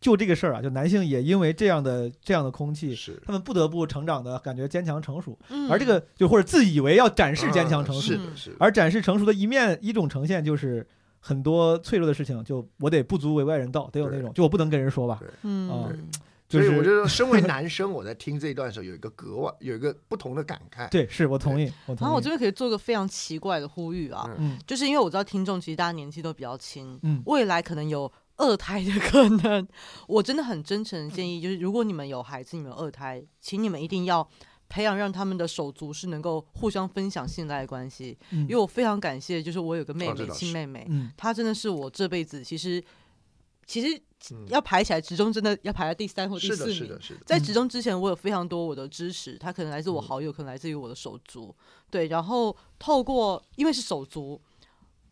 E: 就这个事儿啊，就男性也因为这样的这样的空气。
A: 是，
E: 他们不得不成长的感觉坚强成熟，
C: 嗯
E: 而这个就或者自以为要展示坚强成
A: 嗯
E: 熟，
A: 是
C: 嗯
A: 的，是的，
E: 而展示成熟的一面，一种呈现就是很多脆弱的事情，就我得不足为外人道，得有那种，就我不能跟人说吧
A: 对。
C: 嗯
E: 嗯，就
A: 所以
E: 是
A: 我觉得，身为男生，我在听这一段的时候，有一个格外，有一个不同的感慨。
E: 对，是我同意，我同意。
C: 然后我这边可以做个非常奇怪的呼吁啊，
E: 嗯
C: 就是因为我知道听众其实大家年纪都比较轻，
E: 嗯
C: 未来可能有二胎的可能。我真的很真诚的建议，就是如果你们有孩子，你们有二胎，请你们一定要培养让他们的手足是能够互相分享信赖的关系。
E: 嗯
C: 因为我非常感谢，就是我有个妹
A: 哦这
C: 妹，
A: 倒是
C: 亲妹妹，
E: 嗯
C: 她真的是我这辈子其实其实
A: 嗯
C: 要排起来，职中真的要排在第三或第
A: 是
C: 四
A: 的，
C: 名。
A: 是的，是嗯的，
C: 在
E: 嗯
C: 职中之前，我有非常多我的支持，他可能来自我好友，可能来自于我的手足，对。然后透过因为是手足，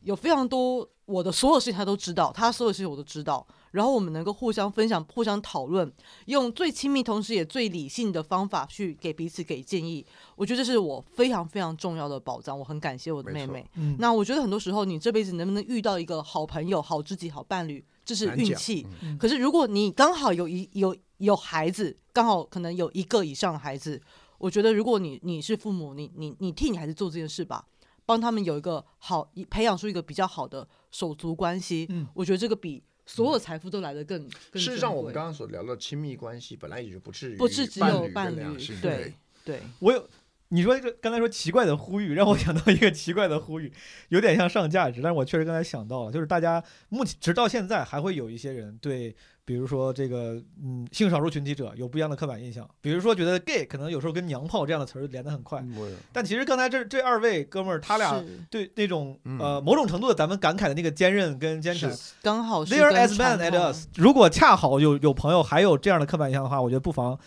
C: 有非常多我的所有事情他都知道，他所有事情我都知道。然后我们能够互相分享、互相讨论，用最亲密同时也最理性的方法去给彼此给建议，我觉得这是我非常非常重要的宝藏。我很感谢我的
A: 没
C: 妹
A: 错
C: 妹。
E: 嗯，
C: 那我觉得很多时候，你这辈子能不能遇到一个好朋友、好知己、好伴侣，这是
A: 难
C: 运
A: 讲
C: 气。
E: 嗯
C: 可是如果你刚好有一有有孩子，刚好可能有一个以上的孩子，我觉得如果你你是父母，你你你替你孩子做这件事吧，帮他们有一个好培养出一个比较好的手足关系，
E: 嗯
C: 我觉得这个比所有财富都来得更更
A: 事实
C: 珍
A: 上，我
C: 贵
A: 们刚刚所聊到亲密关系，本来也就不至于
C: 不是只
A: 伴
C: 有
A: 侣
C: 伴
A: 跟两
C: 侣
A: 性
C: 对
A: 对
C: 对
E: 我有你说这刚才说奇怪的呼吁，让我想到一个奇怪的呼吁，有点像上价值，但是我确实刚才想到了，就是大家目前直到现在还会有一些人对，比如说这个嗯性少数群体者有不一样的刻板印象，比如说觉得 gay 可能有时候跟娘炮这样的词儿连得很快，
A: 嗯
E: 但其实刚才这这二位哥们儿他俩
C: 是
E: 对那种
A: 嗯
E: 呃某种程度的咱们感慨的那个坚韧跟坚持
A: 是
C: 刚好是
E: ，there
C: 跟
E: as man
C: 传
E: at
C: 统啊
E: us。如果恰好有有朋友还有这样的刻板印象的话，我觉得不妨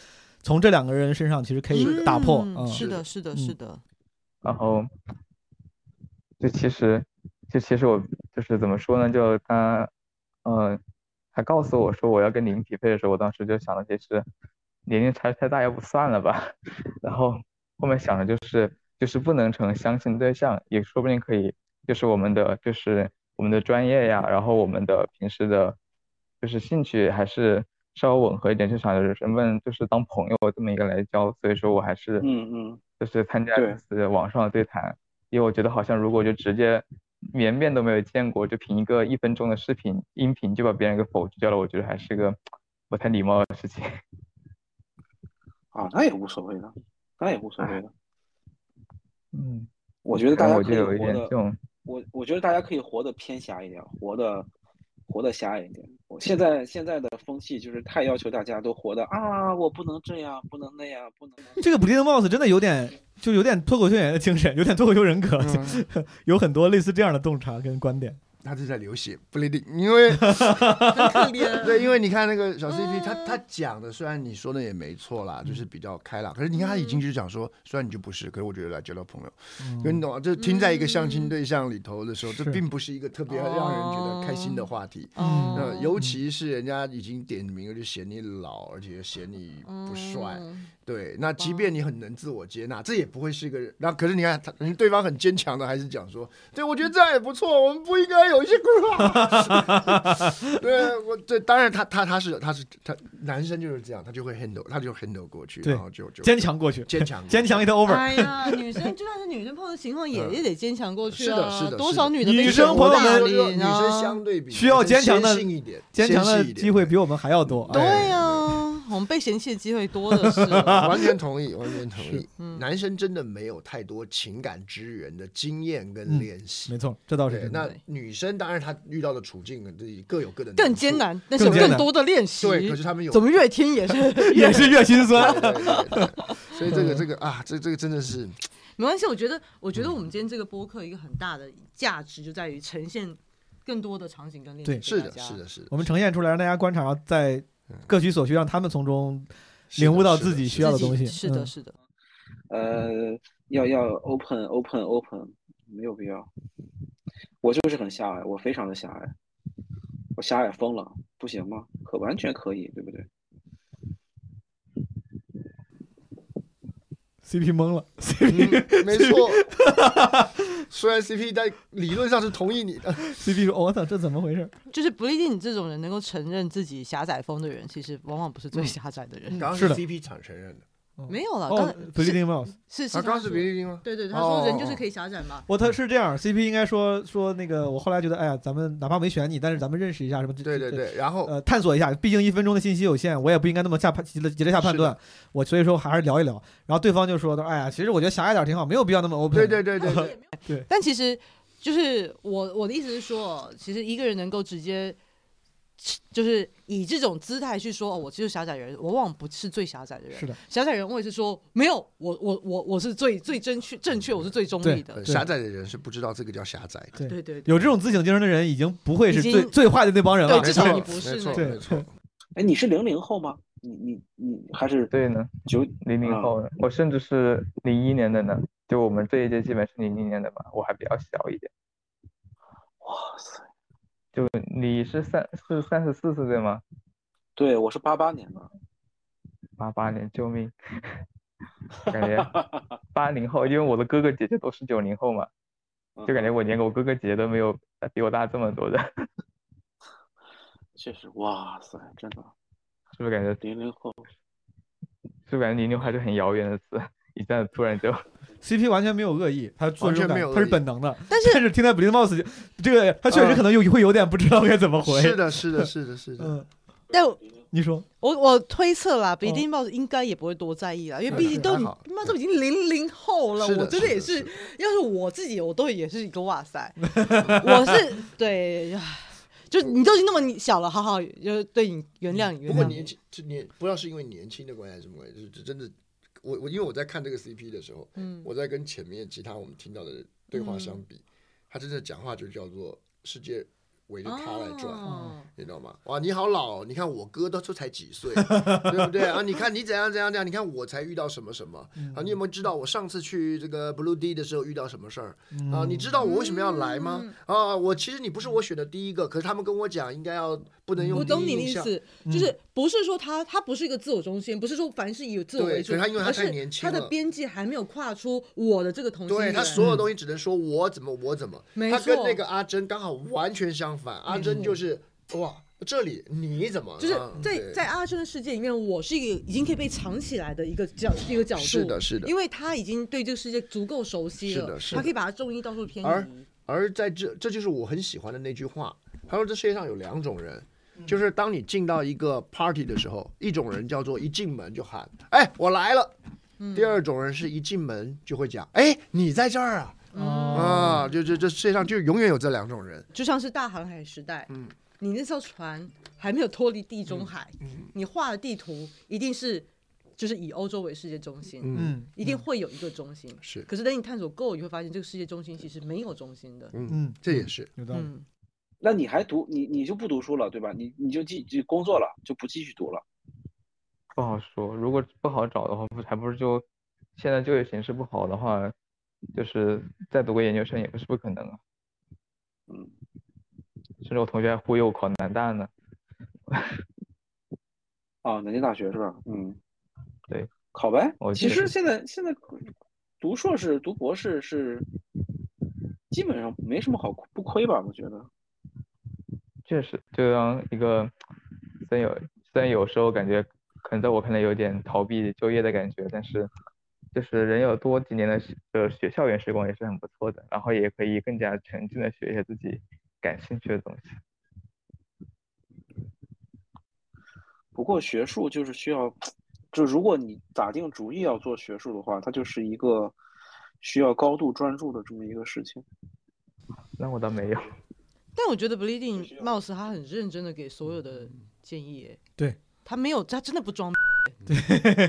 E: 从这两个人身上其实可以打破。
C: 嗯
E: 嗯，
C: 是
A: 是的
C: 的，是的，
E: 嗯
C: 是的，
I: 然后，就其实，就其实我就是怎么说呢？就他，嗯，他告诉我说我要跟您匹配的时候，我当时就想的就是，年龄差太大，要不算了吧。 然后后面想的就是，就是不能成相亲对象，也说不定可以就是我们的就是我们的专业呀，然后我们的平时的，就是兴趣还是稍微吻合一点，就想着人们就是当朋友这么一个来交，所以说我还是
H: 嗯嗯，
I: 就是参加
H: 对
I: 一次网上的对谈，因为我觉得好像如果就直接连面都没有见过，就凭一个一分钟的视频音频就把别人给否决掉了，我觉得还是个不太礼貌的事情。
H: 啊，那也无所谓的，那也无所谓的。
I: 嗯，
H: 我觉得大
I: 但
H: 家
I: 我
H: 可
I: 就
H: 以
I: 有一
H: 活
I: 点
H: 得
I: 这种，
H: 我我觉得大家可以活得偏狭一点，活得活得狭隘一点。我现在现在的风气就是太要求大家都活得啊，我不能这样，不能那样，不能那
E: 这个 Bleeding Mouse 真的有点，就有点脱口秀演员的精神，有点脱口秀人格，
C: 嗯
E: 有很多类似这样的洞察跟观点。
A: 他是在流血不离地，因为
C: 可怜 嗯
A: 对，因为你看那个小 CP，他他讲的虽然你说的也没错啦，就是比较开朗，可是你看他已经就是讲说，虽然你就不是，可是我觉得来交到朋友，
C: 嗯
A: 因为你懂吗？啊就听在一个相亲对象里头的时候，这
E: 是
A: 并不是一个特别让人觉得开心的话题。
C: 哦
A: 那尤其是人家已经点名了，就嫌你老，而且嫌你不帅。
C: 嗯
A: 对，那即便你很能自我接纳，这也不会是一个人。那可是你看，他人对方很坚强的，还是讲说，对我觉得这样也不错，我们不应该有一些规划。 对我，这当然他他他是他是他男生就是这样，他就会 handle，他就 handle 过去，
E: 对
A: 然后就就
E: 坚强过去，
A: 坚强
E: 坚强 it over。
C: 哎 呀，女生就算是女生碰到情况也也得坚强过去
A: 嗯是的
C: 啊！
A: 是的是的
C: 多 少女的
E: 女
C: 被
E: 生
C: 冷
E: 朋友
C: 落
E: 们
C: 了
A: 就是
C: 你
A: 女
C: 知道
A: 生
C: 吗
A: 相对比
E: 需要坚强的
A: 先性一点，
E: 坚强
A: 先
E: 的
A: 细一点
E: 机会比我们还要多。
A: 对
E: 哎
C: 对呀、我们被嫌弃的机会多的是了。
A: 完全同意，完全同意。
C: 嗯
A: 男生真的没有太多情感支援的经验跟
E: 嗯
A: 练习。
E: 没错，这倒是
A: 对，
E: 真的。
A: 那女生当然她遇到的处境呢，这各有各的
C: 更
A: 难处
C: 艰。难，但是有
E: 更艰
C: 更
E: 难
C: 多的练习。
A: 对，可是他们有
C: 怎么越听 也是
E: 也是越心酸。
A: 对对对对所以这个这个啊，这这个真的是
C: 没关系。我觉得，我觉得
A: 嗯
C: 我们今天这个播客一个很大的价值就在于呈现更多的场景跟练习
E: 对
C: 给大
A: 是的，
C: 家
A: 是，的，是的
E: 我，们呈现出来，让大家观察，在各取所需，让他们从中
A: 是的
E: 领悟到
A: 是的
E: 自己
A: 是
E: 需要的
C: 自己
E: 东西。
C: 是的，
E: 嗯
C: 是的。
H: 呃，要要 open open open，没有必要。我就是很狭隘，我非常的狭隘，我狭隘疯了，不行吗？可完全可以，对不对？
E: CP 懵了，CP
A: 嗯 没错。虽然 CP 在理论上是同意你的，
E: CP 说：“我操，这怎么回事
C: 就是不一定你这种人能够承认自己狭窄风的人，其实往往不是最狭窄的人。
A: 嗯刚刚
E: 是的
A: CP 场承认的，
C: 嗯没有？”了，
E: 哦
C: 刚是
E: ，Bleeding Mouse，
C: 是是
A: 啊，刚刚是
C: 说
A: 比利丁吗？
C: 对对，他
A: 哦
C: 说人
A: 哦
C: 就是
A: 哦
C: 可以狭窄嘛。
E: 我他是这样，CP 应该说说那个，我后来觉得，哎呀，咱们哪怕没选你，但是咱们认识一下什么，
A: 对对，对，然后
E: 呃，探索一下，毕竟一分钟的信息有限，我也不应该那么下判急着急着下判断，我所以说还是聊一聊。然后对方就说的，哎呀，其实我觉得狭隘点儿挺好，没有必要那么 open。
A: 对对对对
C: 但是也
A: 对，
C: 没有
E: 对
C: 但其实就是我我的意思是说，哦其实一个人能够直接就是以这种姿态去说，哦、我就是狭窄人，我往往不是最狭窄的人。
E: 是的，
C: 狭窄人，我也是说没有，我我我我是最最正确正确，我是最中立的
A: 呃。
E: 对
A: 狭窄的人是不知道这个叫狭窄的。
E: 对
C: 对对 对，
E: 有这种自省精神的人，已经不会是
C: 已经
E: 最最坏的那帮人了
C: 对。
A: 没
C: 至少
A: 错
C: 你不是
A: 没错
C: 那
E: 个
A: 没错，
H: 哎，你是零零后吗？你你你还是
I: 对呢。
H: 九
I: 零零
H: 啊
I: 后的，我甚至是零一年的呢，就我们这一届基本是零零年的吧，我还比较小一点。
H: 哇塞，
I: 就你是三是三十四岁对吗？
H: 对，我是八八年的，
I: 八八年，救 命！感觉八零后，因为我的哥哥姐姐都是九零后嘛，
H: 嗯
I: 就感觉我连我哥哥姐姐都没有呃比我大这么多的，
H: 确实，哇塞，真的
I: 是不是感觉
H: 零零后，
I: 是不是感觉零零后还是很遥远的词？一下子突然就
E: CP 完全没有恶意，他做这种
A: 完全
E: 感
A: 没有恶意嗯
E: 他是本能的。
C: 但是
E: 但是听在 Bleeding Mouse 就这个，他确实可能有会有点不知道该怎么回。
A: 是，的，是的，是的，是的。
E: 嗯，
C: 但我
E: 你说
C: 我我推测啦，比丁帽子应该也不会多在意啦，因为毕竟都
A: 哦还好
C: 他妈都已经零零后了，
A: 是的
C: 我真的也
A: 是
C: 是
A: 的，
C: 要是我自己，我都也是一个哇塞，我是对，唉就你都已经那么小了，好好就对你原谅你
A: 不
C: 原
A: 过
C: 谅
A: 年
C: 你，
A: 轻，这年不知道是因为年轻的关系还是什么关系，就是这真的，我我因为我在看这个 CP 的时候，
C: 嗯，
A: 我在跟前面其他我们听到的对话相比，他真的讲话就叫做世界围着他来转。
C: 哦
A: 你知道吗？哇，你好老哦！你看我哥都都才几岁， 对不对啊？你看你怎样怎样怎样，你看我才遇到什么什么
C: 嗯
A: 啊？你有没有知道我上次去这个 Blue D 的时候遇到什么事儿
C: 嗯
A: 啊？你知道我为什么要来吗？啊，我其实你不是我选的第一个，可是他们跟我讲应该要不能用
C: 我
A: 第
C: 懂你
A: 一
C: 的
A: 印
C: 意
A: 象。
C: 思，
A: 嗯
C: 就是不是说他他不是一个自我中心，不是说凡事以自我
A: 对
C: 为主，
A: 可是他因为他
C: 而
A: 太
C: 是
A: 年轻
C: 他的
A: 了
C: 边界还没有跨出我的这个同性
A: 对
C: 恋。
A: 他所有东西只能说我怎么我怎么，
C: 没
A: 他跟
C: 错嗯
A: 那个阿珍刚好完全相反，阿珍就是哇这里你怎么
C: 就是
A: 啊
C: 在
A: 对
C: 在阿珍的世界里面，我是一个已经可以被藏起来的一个角一个角度，
A: 是的是的
C: 因为他已经对这个世界足够熟悉
A: 是
C: 了，
A: 的是
C: 他
A: 的
C: 可以把他重心到处偏
A: 而
C: 移。
A: 而在这，这就是我很喜欢的那句话。他说：“这世界上有两种人，就是当你进到一个 party 的时候，一种人叫做一进门就喊‘哎，我来了’，
C: 嗯
A: 第二种人是一进门就会讲‘哎，你在这儿啊’
C: 哦
A: 啊，就这这世界上就永远有这两种人。
C: 就像是大航海时代，嗯，你那艘船还没有脱离地
A: 嗯
C: 中海，你画的地图一定是就是以欧洲为世界中心，
A: 嗯
E: 嗯
C: 一定会有一个中心。
A: 是
C: 可是等你探索够，你会发现这个世界中心其实没有中心的。
A: 嗯，
E: 嗯，
A: 这也是
E: 有道理。
C: 嗯，
H: 那你还读你你就不读书了，对吧？你你就继就工作了，就不继续读了。
G: 不好说，如果不好找的话，不还不是就现在就业形势不好的话，就是再读个研究生也不是不可能啊。
H: 嗯，
G: 甚至我同学还忽悠我考南大呢。
H: 啊，南京大学是吧？嗯，
G: 对，
H: 考呗。
G: 我
H: 其
G: 觉
H: 实
G: 得
H: 现在现在读硕士、读博士是基本上没什么好不亏吧？我觉得。
G: 确实，就当一个虽然有虽然有时候感觉可能在我看来有点逃避就业的感觉，但是就是人有多几年的学呃学校园时光也是很不错的，然后也可以更加沉浸的学一些自己感兴趣的东西。
H: 不过学术就是需要，就如果你打定主意要做学术的话，它就是一个需要高度专注的这么一个事情。
G: 那我倒没有，
C: 但我觉得 Bleeding Mouse 他很认真的给所有的建议耶，
E: 嗯对
C: 他没有，他真的 不装逼。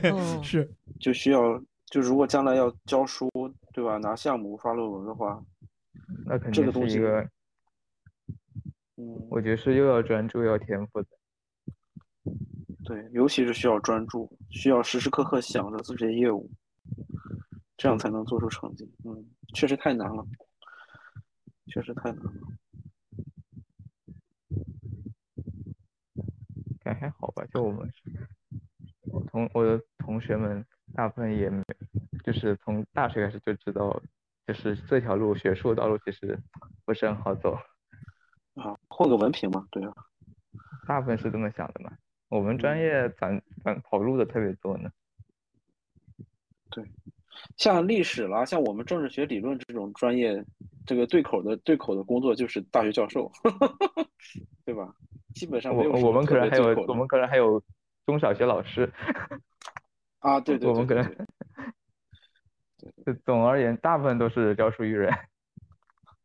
K: 嗯
C: 哦
E: 是，
H: 就需要，就如果将来要教书，对吧？拿项目发论文的话，
G: 那肯
H: 这
G: 定
H: 个东
G: 是
H: 西
G: 一个，
H: 嗯，
G: 我觉得是又要专注又要天赋的。
H: 对，尤其是需要专注，需要时时刻刻想着自己的业务，这样才能做出成绩。嗯，确实太难了，确实太难了。
G: 感觉还好吧，就我们 我同我的同学们大部分也没，就是从大学开始就知道，就是这条路学术道路其实不是很好走，
H: 啊，混个文凭嘛，对啊，
G: 大部分是这么想的嘛。我们
H: 嗯
G: 专业反反跑路的特别多呢，
H: 像历史啦，像我们政治学理论这种专业，这个对口的对口的工作就是大学教授， 对吧？基本上没有
G: 我
H: 什
G: 我
H: 么
G: 们
H: 特
G: 可能
H: 别
G: 还
H: 对
G: 有
H: 口
G: 我
H: 的
G: 们可能还有中小学老师，
H: 啊，对 对
G: 我们可
H: 对对
G: 能
H: 对。
G: 就 总而言，大部分都是教书育人。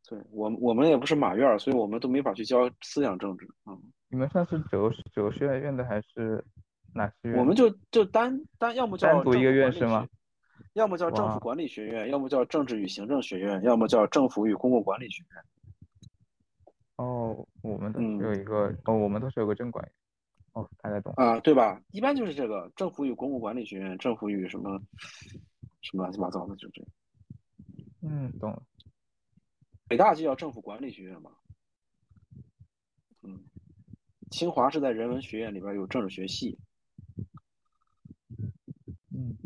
H: 对我们，我们也不是马院儿，所以我们都没法去教思想政治啊、嗯
G: 你们算是哲哲学院的还是哪些
H: 我
G: 院
H: 们
G: 的
H: 就就单单要么叫
G: 单独
H: 政
G: 一个
H: 府
G: 院
H: 管理
G: 是吗
H: 学？要么叫政府
G: 哇
H: 管理学院，要么叫政治与行政学院，要么叫政府与公共管理学院。
G: 哦，我们都
H: 嗯
G: 是有一个哦，我们都是有个政管，哦，大概懂。
H: 啊，对吧？一般就是这个政府与公共管理学院，政府与什么什么乱七八糟的，就这个。
G: 嗯，懂 了。
H: 北大就叫政府管理学院嘛，嗯，清华是在人文学院里边儿有政治学系，
G: 嗯，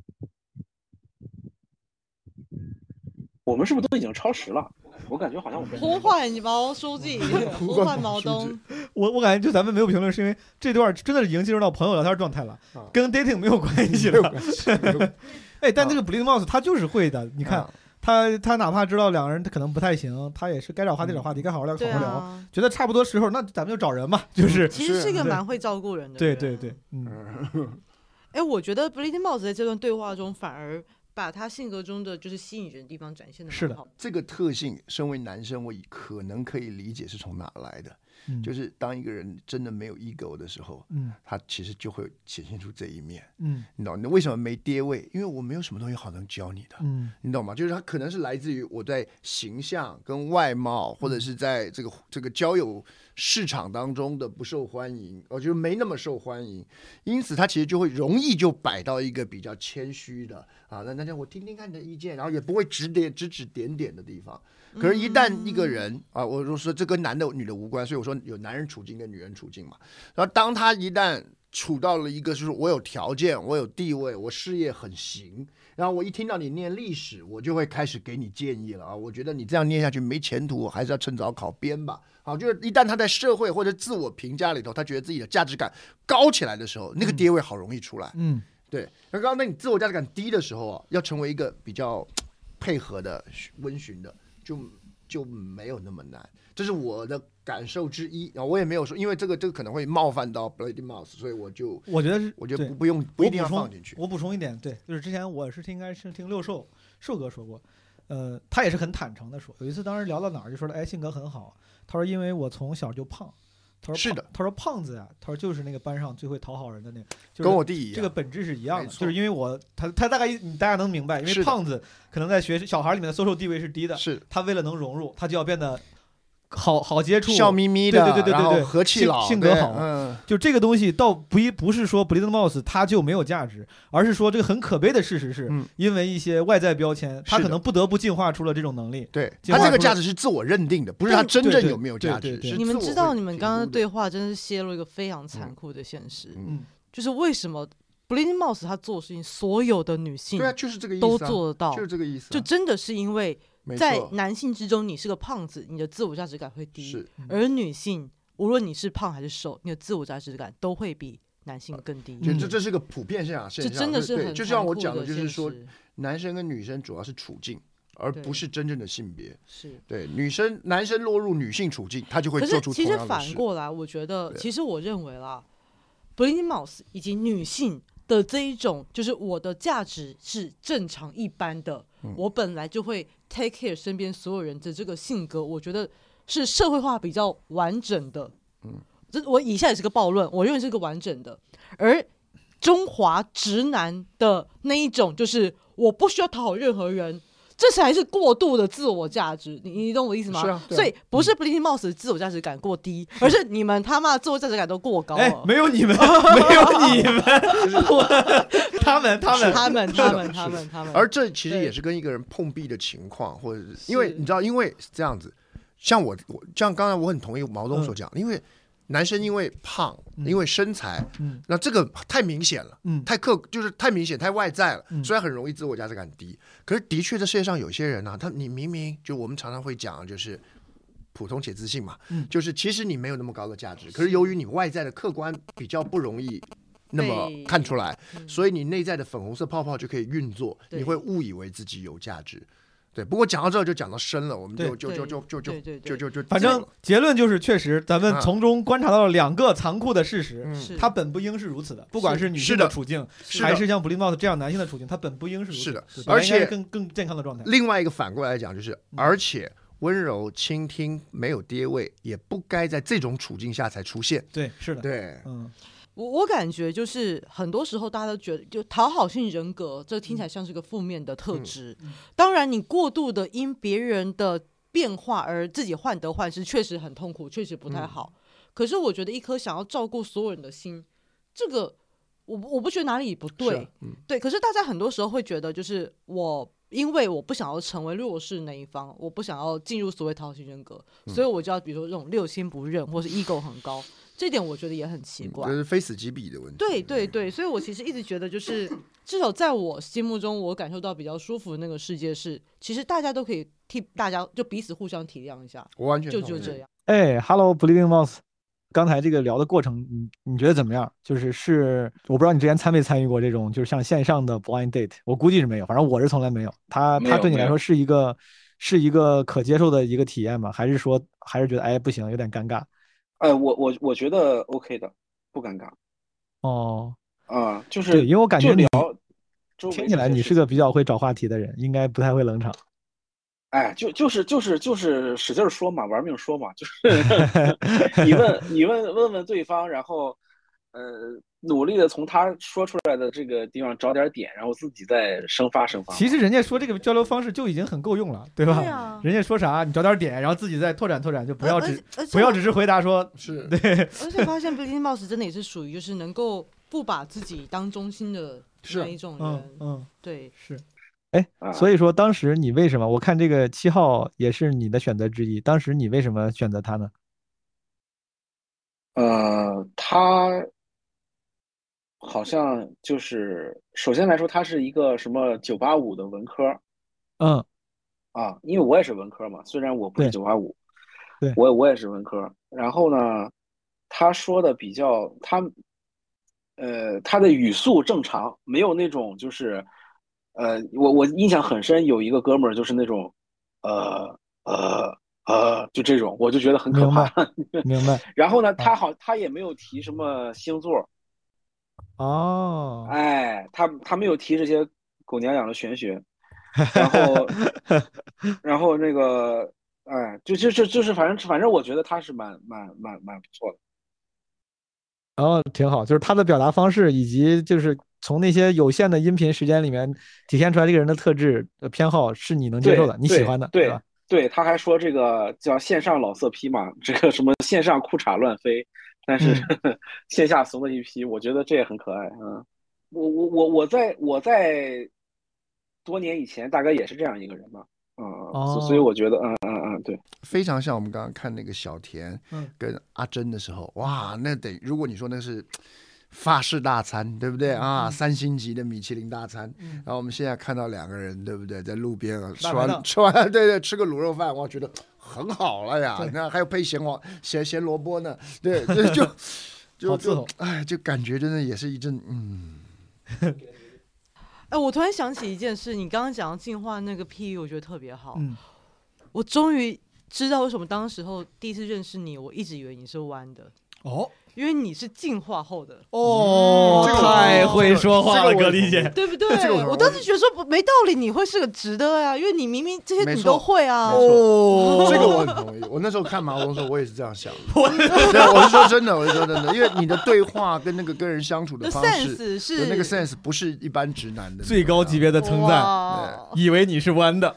H: 我们是不是都已经超时了？我感觉好像我们
C: 呼唤毛书 记，呼唤毛东，
E: 我我感觉就咱们没有评论，是因为这段真的是已经进入到朋友聊天状态了，
A: 啊
E: 跟 dating 没有关系了。哎，但这
A: 啊
E: 个 Bleed Mouse 他就是会的，你
A: 你
E: 看他他哪怕知道两个人他可能不太行，他也是该找话题找话题，该好好聊好
K: 对
E: 好聊。
K: 啊，
E: 觉得差不多时候，那咱们就找人吧，就是
K: 其实
A: 是
K: 是一个
E: 对
K: 蛮会照顾人的
E: 对
K: 人。
E: 对对，嗯，
K: 哎，我觉得 Bleeding Mouse 在这段对话中，反而把他性格中的就是吸引人的地方展现的
E: 是的
K: 好的。
A: 这个特性，身为男生，我可能可以理解是从哪来的，
E: 嗯
A: 就是当一个人真的没有 ego 的时候，
E: 嗯
A: 他其实就会显现出这一面。
E: 嗯
A: 你懂？你为什么没跌位？因为我没有什么东西好能教你的，
E: 嗯
A: 你懂吗？就是它可能是来自于我在形象跟外貌，或者是在这个这个交友市场当中的不受欢迎，我觉得没那么受欢迎，因此他其实就会容易就摆到一个比较谦虚的啊，那那那我听听看你的意见，然后也不会指点指指点点的地方。可是，一旦一个人啊，我就说这跟男的女的无关，所以我说有男人处境跟女人处境嘛。然后当他一旦处到了一个就是我有条件，我有地位，我事业很行，然后我一听到你念历史，我就会开始给你建议了啊。我觉得你这样念下去没前途，还是要趁早考编吧。好，就是一旦他在社会或者自我评价里头，他觉得自己的价值感高起来的时候，那个跌位好容易出来。
E: 嗯，
A: 对，那刚刚那你自我价值感低的时候啊，要成为一个比较配合的、温驯的，就就没有那么难。这是我的感受之一啊，我也没有说，因为这个这个可能会冒犯到 Blady Mouse，所以我就
E: 我觉得是，
A: 我觉
E: 对
A: 得不不用不一定要放进去。
E: 我补充。我补充一点，对，就是之前我是听应该是听六兽兽哥说过，呃，他也是很坦诚的说，有一次当时聊到哪儿就说了，哎，性格很好，他说因为我从小就胖。他说
A: 是
E: 胖
A: 的，
E: 他说胖子呀、他说就是那个班上最会讨好人
A: 嗯
E: 的那个，就是、
A: 跟我弟一样
E: 这个本质是一样的，
A: 没错
E: 就是因为我他他大概你大家能明白，因
A: 是
E: 为
A: 的
E: 胖子可能在学小孩里面的 social 地位是低的，
A: 是
E: 他为了能融入，他就要变得好好接触，
A: 笑眯眯的
E: 对对对对
A: 然后
E: 对对，
A: 和气
E: 性
A: 佬
E: 性格
A: 对
E: 好，
A: 嗯
E: 就这个东西倒不一不是说 b l i t Mouse 它就没有价值，而是说这个很可悲的事实是，
A: 嗯
E: 因为一些外在标签，它
A: 是
E: 可
A: 的
E: 能不得不进化出了这种能力。
A: 对
E: 进
A: 他
E: 化
A: 这个
E: 出
A: 价
E: 了
A: 值是自我认定的，不是他
E: 对
A: 真
E: 对
A: 正
E: 对
A: 有没有
E: 对
A: 价
E: 对
A: 值。
E: 对
A: 是
E: 对
C: 你们
A: 自我
C: 知道
A: 会
C: 你们
A: 评
C: 刚刚的
A: 估嗯
C: 对话真是泄露一个非常残酷的现实，
E: 嗯，
C: 就是为什么 b l i n d Mouse 他做的事情，所有的女性
A: 对啊，就是这个意思、啊，
C: 都做得到，
A: 就是这个意思啊、
C: 就真的是因为
A: 没
C: 在
A: 错
C: 男性之中，你是个胖子，你的自我价值感会低；
A: 是
C: 而女性，无论你是胖还是瘦，你的自我价值感都会比男性更低。
A: 就
E: 嗯
A: 啊这这是个普遍现象，现
C: 这
A: 象
C: 真的是
A: 对
C: 很
A: 就像我
C: 残酷
A: 讲的，
C: 的
A: 就是
C: 现
A: 说
C: 实
A: 男生跟女生主要是处境，而
C: 对
A: 不是真正的性别。
C: 是。
A: 对，女生男生落入女性处境，他就会
C: 可
A: 做
C: 是
A: 出
C: 其
A: 同
C: 实
A: 样的
C: 反
A: 事。
C: 过来，我觉得，
A: 对
C: 其实我认为啦 b l i n d Mouse 以及女性的这一种，就是我的价值是正常一般的，
A: 嗯
C: 我本来就会 take care 身边所有人的这个性格，我觉得是社会化比较完整的。
A: 嗯
C: 这我以下也是个暴论，我认为是个完整的。而中华直男的那一种，就是我不需要讨好任何人，这才是过度的自我价值。你你懂我意思吗？
A: 是啊对啊
C: 所以不是 b l i n Mouse 的自我价值感过低，而是你们他妈的自我价值感都过高
E: 哎
C: 了，。
E: 没有你们， 没有你 们，我他们他们
C: 他们
A: 是的
C: 他们他
A: 是的
C: 们他们，
A: 而这其实
C: 对
A: 也是跟一个人碰壁的情况，或者是因为你知道，因为是这样子，像我我像刚才我很同意毛东所讲，因为男生因为胖，因为身材，
E: 嗯
A: 那这个太明显了，
E: 嗯
A: 太刻就是太明显太外在了，
E: 嗯
A: 虽然很容易自我价值感低，可是的确这世界上有些人呢、啊他你明明就我们常常会讲就是。普通且自信嘛，
E: 嗯
A: 就是其实你没有那么高的价值，可是由于你外在的客观比较不容易那么
C: 被
A: 看出来，所以你内在的粉红色泡泡就可以运作，
C: 嗯对
A: 你会误以为自己有价值。对，不过讲到这儿就讲到深了，我们就就
C: 对
A: 就就就就
C: 对对对
A: 就就就
E: 反正结论就是，确实咱们从中观察到了两个残酷的事实，
A: 嗯
C: 是
E: 它本不应是如此的，不管是女
A: 是
E: 性
A: 的
E: 的处境，
A: 是
E: 还
A: 的
E: 是像 b l i t Mouse 这样男性的处境，它本不应是如此
A: 是的
E: 本来
A: 而
E: 应该是
A: 且
E: 更更健康的状态。
A: 另外一个反过来讲就是，
C: 嗯
A: 而且温柔、倾听、没有跌位，也不该在这种处境下才出现。
E: 对，是的，
A: 对，
E: 嗯，
C: 我我感觉就是很多时候大家都觉得，就讨好性人格，这听起来像是个负面
G: 嗯
C: 的
A: 嗯
C: 特质。当然，你过度的因别人的变化而自己患得患失，确实很痛苦，确实不太
A: 嗯
C: 好。可是我觉得一颗想要照顾所有人的心，这个我不我不觉得哪里不
A: 是
C: 对
A: 啊，嗯
C: 对。可是大家很多时候会觉得，就是我因为我不想要成为弱势那一方，我不想要进入所谓讨好型人格，
A: 嗯
C: 所以我就要比如说这种六亲不认或是 ego 很高，这点我觉得也很奇怪
A: 这。是非死即彼的问题。
C: 对对对，所以我其实一直觉得，就是至少在我心目中，我感受到比较舒服的那个世界是，其实大家都可以替大家就彼此互相体谅一下，
A: 我完全
C: 就
A: 同
C: 就
A: 意
C: 这样。
E: 哎，Hello Bleeding Mouse，刚才这个聊的过程，你你觉得怎么样？就是是，我不知道你之前参没参与过这种，就是像线上的 blind date，我估计是没有，反正我是从来没有。它
H: 没
E: 它
H: 有
E: 对你
H: 没
E: 来
H: 有
E: 说是一个是一个可接受的一个体验吗？还是说还是觉得哎不行，有点尴尬？
H: 哎，我我我觉得 OK 的，不尴尬
E: 哦，
H: 啊，就是
E: 对因为我感
H: 就
E: 觉你
H: 聊周围
E: 听起
H: 这
E: 来
H: 些
E: 你
H: 事
E: 是
H: 情
E: 个比较会找话题的人，应该不太会冷场。
H: 哎，就就是就是就是使劲儿说嘛，玩命说嘛，就是 你问你问问问对方，然后呃努力的从他说出来的这个地方找点点，然后自己再生发生发。
E: 其实人家说这个交流方式就已经很够用了，对吧？
C: 对啊
E: 人家说啥你找点点，然后自己再拓展拓展，就不
C: 而
E: 要
C: 而
E: 只
C: 且而且
E: 不要
C: 我
E: 只是回答说
A: 是
E: 对，
C: 而且发现 b l i n Mouse 真的也是属于就是能够不把自己当中心的
A: 是
C: 那
A: 啊
C: 一种
E: 嗯
C: 人，
E: 嗯
C: 对，
E: 是。
H: 啊，
F: 哎所以说，当时你为什么？我看这个七号也是你的选择之一，当时你为什么选择他呢？
H: 呃，它好像就是首先来说，它是一个什么九八五的文科儿
E: 嗯，
H: 啊，因为我也是文科嘛，虽然我不是
E: 对
H: 九八五，
E: 对
H: 我我也是文科。然后呢，他说的比较他，呃，他的语速正常，没有那种就是，呃，我我印象很深，有一个哥们儿就是那种，呃呃呃，就这种，我就觉得很可
E: 明
H: 怕
E: 白。啊 明白。
H: 然后呢，他好，他也没有提什么星座，
E: 哦，
H: 哎，他他没有提这些狗娘养的玄学，然 后，然后那个，哎，就就就就是，反正反正我觉得他是蛮蛮蛮蛮不错的，
E: 然后哦挺好，就是他的表达方式以及就是从那些有限的音频时间里面体现出来这个人的特质、呃偏好是你能接受的、
H: 对
E: 你喜
H: 对
E: 欢的，
H: 对
E: 吧？
H: 对，他还说这个叫线上老色批嘛，这个什么线上裤衩乱飞，但是
E: 嗯
H: 线下怂的一批，我觉得这也很可爱嗯，我我我我在我在多年以前大概也是这样一个人吧，嗯，所所以
E: 哦
H: 我觉得，嗯嗯嗯，对。
A: 非常像我们刚刚看那个小田
E: 嗯
A: 跟阿珍的时候，哇，那得如果你说那是法式大餐，对不
E: 嗯
A: 对啊？三星级的米其林大餐，然后我们现在看到两个人，对不对，在路边啊吃
E: 大排
A: 完
E: 档
A: 吃完，对对，吃个卤肉饭，我觉得很好了呀。那还有配咸黄咸咸萝卜呢，对，这就 就
E: 好伺
A: 就
E: 候
A: 哎，就感觉真的也是一阵嗯，
C: 哎，我突然想起一件事，你刚刚讲到进化那个譬喻，我觉得特别好。
E: 嗯，
C: 我终于知道为什么当时候第一次认识你，我一直以为你是弯的，
E: 哦
C: 因为你是进化后的，
E: 哦
A: 这个我
E: 太会说话了，
A: 这个我
E: 葛丽姐。
C: 对不对？
A: 这个我懂
C: 我当时觉得说不没道理，你会是个直的啊呀、因为你明明这些
A: 没
C: 你
A: 错
C: 都会啊。
A: 没错
E: 哦
A: 这个我很同意。我那时候看马龙的时候，我也是这 样想的。对，我是说真的，我是说真的，因为你的对话跟那个跟人相处的
C: 的
A: 方式
C: sense 是
A: 的那个 sense 不是一般直男的
E: 最高级别的称赞，
C: 哇
E: 以为你是弯的，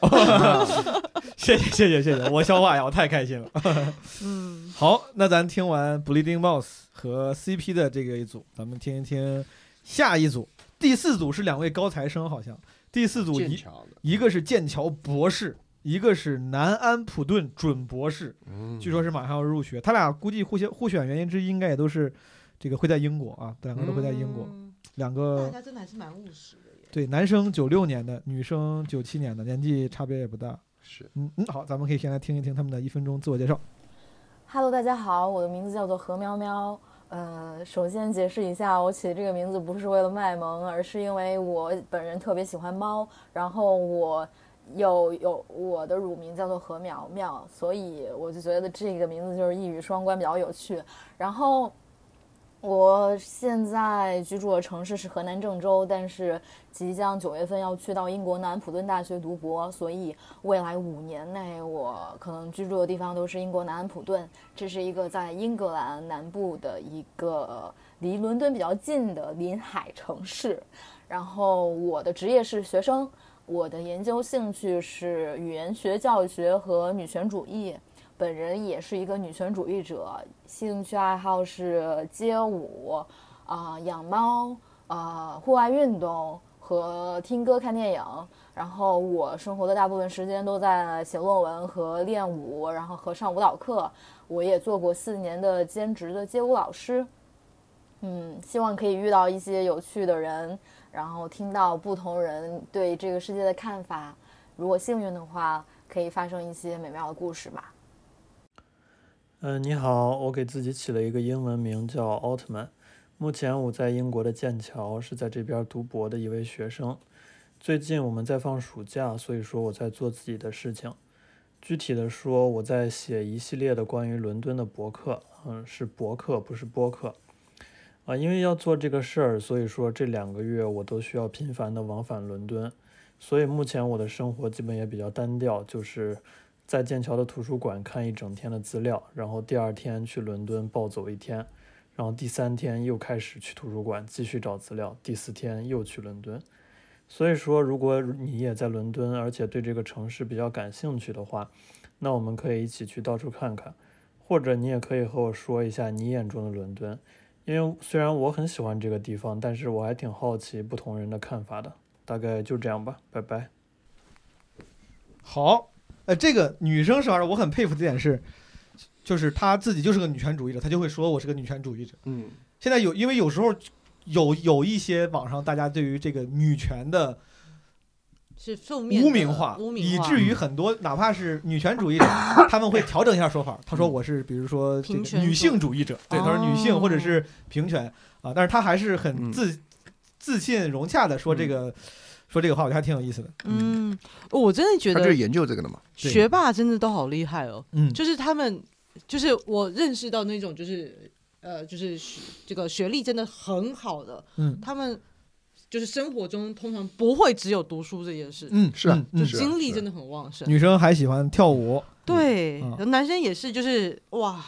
E: 谢谢谢谢谢谢，我消化呀，我太开心了。
C: 嗯，
E: 好，那咱听完 Bleeding Mouse 和 CP 的这个一组，咱们听一听下一组。第四组是两位高材生，好像第四组
A: 剑
E: 一
A: 桥的，
E: 一个是剑桥博士，一个是南安普顿准博士，
A: 嗯
E: 据说是马上要入学。他俩估计互相互选原因之一，应该也都是这个会在英国啊，两个都会在英国。
C: 嗯
E: 两个
C: 大家真的还是蛮务实的耶。
E: 对男生九六年的，女生九七年的，年纪差别也不大。
A: 是
E: 嗯嗯，好，咱们可以先来听一听他们的一分钟自我介绍。
L: Hello，大家好，我的名字叫做何喵喵。呃，首先解释一下，我起这个名字不是为了卖萌，而是因为我本人特别喜欢猫，然后我有有我的乳名叫做何淼淼，所以我就觉得这个名字就是一语双关，比较有趣。然后我现在居住的城市是河南郑州，但是即将九月份要去到英国南安普顿大学读博，所以未来五年内我可能居住的地方都是英国南安普顿。这是一个在英格兰南部的一个离伦敦比较近的临海城市。然后我的职业是学生，我的研究兴趣是语言学、教育学和女权主义。本人也是一个女权主义者，兴趣爱好是街舞、啊、养猫、啊、户外运动和听歌、看电影。然后我生活的大部分时间都在写论文和练舞，然后和上舞蹈课。我也做过四年的兼职的街舞老师。嗯，希望可以遇到一些有趣的人，然后听到不同人对这个世界的看法。如果幸运的话，可以发生一些美妙的故事吧。
M: 嗯、你好，我给自己起了一个英文名叫奥特曼。目前我在英国的剑桥，是在这边读博的一位学生。最近我们在放暑假，所以说我在做自己的事情。具体的说，我在写一系列的关于伦敦的博客，嗯，是博客，不是播客。啊，因为要做这个事儿，所以说这两个月我都需要频繁的往返伦敦，所以目前我的生活基本也比较单调，就是在剑桥的图书馆看一整天的资料，然后第二天去伦敦暴走一天，然后第三天又开始去图书馆继续找资料，第四天又去伦敦。所以说，如果你也在伦敦，而且对这个城市比较感兴趣的话，那我们可以一起去到处看看，或者你也可以和我说一下你眼中的伦敦，因为虽然我很喜欢这个地方，但是我还挺好奇不同人的看法的。大概就这样吧，拜拜。
E: 好，呃，这个女生是吧？我很佩服的点是，就是她自己就是个女权主义者，她就会说我是个女权主义者。
N: 嗯，
E: 现在有因为有时候有有一些网上大家对于这个女权的
O: 是负面的
E: 污名化，
O: 污名
E: 以
O: 化，
E: 至于很多哪怕是女权主义者，他们会调整一下说法。他说我是比如说这个
O: 平权
E: 女性主义者，对，他说女性或者是平权啊，但是他还是
A: 嗯
E: 很自自信融洽的说这个说这个话，我觉得还挺有意思的。
C: 嗯，我真的觉
A: 他
C: 得
A: 就是研究这个的嘛。
C: 学霸真的都好厉害哦。
E: 嗯
C: 就是他们，就是我认识到那种就是呃，就是学这个学历真的很好的，
E: 嗯
C: 他们就是生活中通常不会只有读书这件事，
E: 嗯是啊嗯
C: 就是
E: 啊
C: 精力
E: 是啊
C: 真的很旺盛。
E: 女生还喜欢跳舞，
C: 对，
E: 嗯
C: 男生也是，就是哇，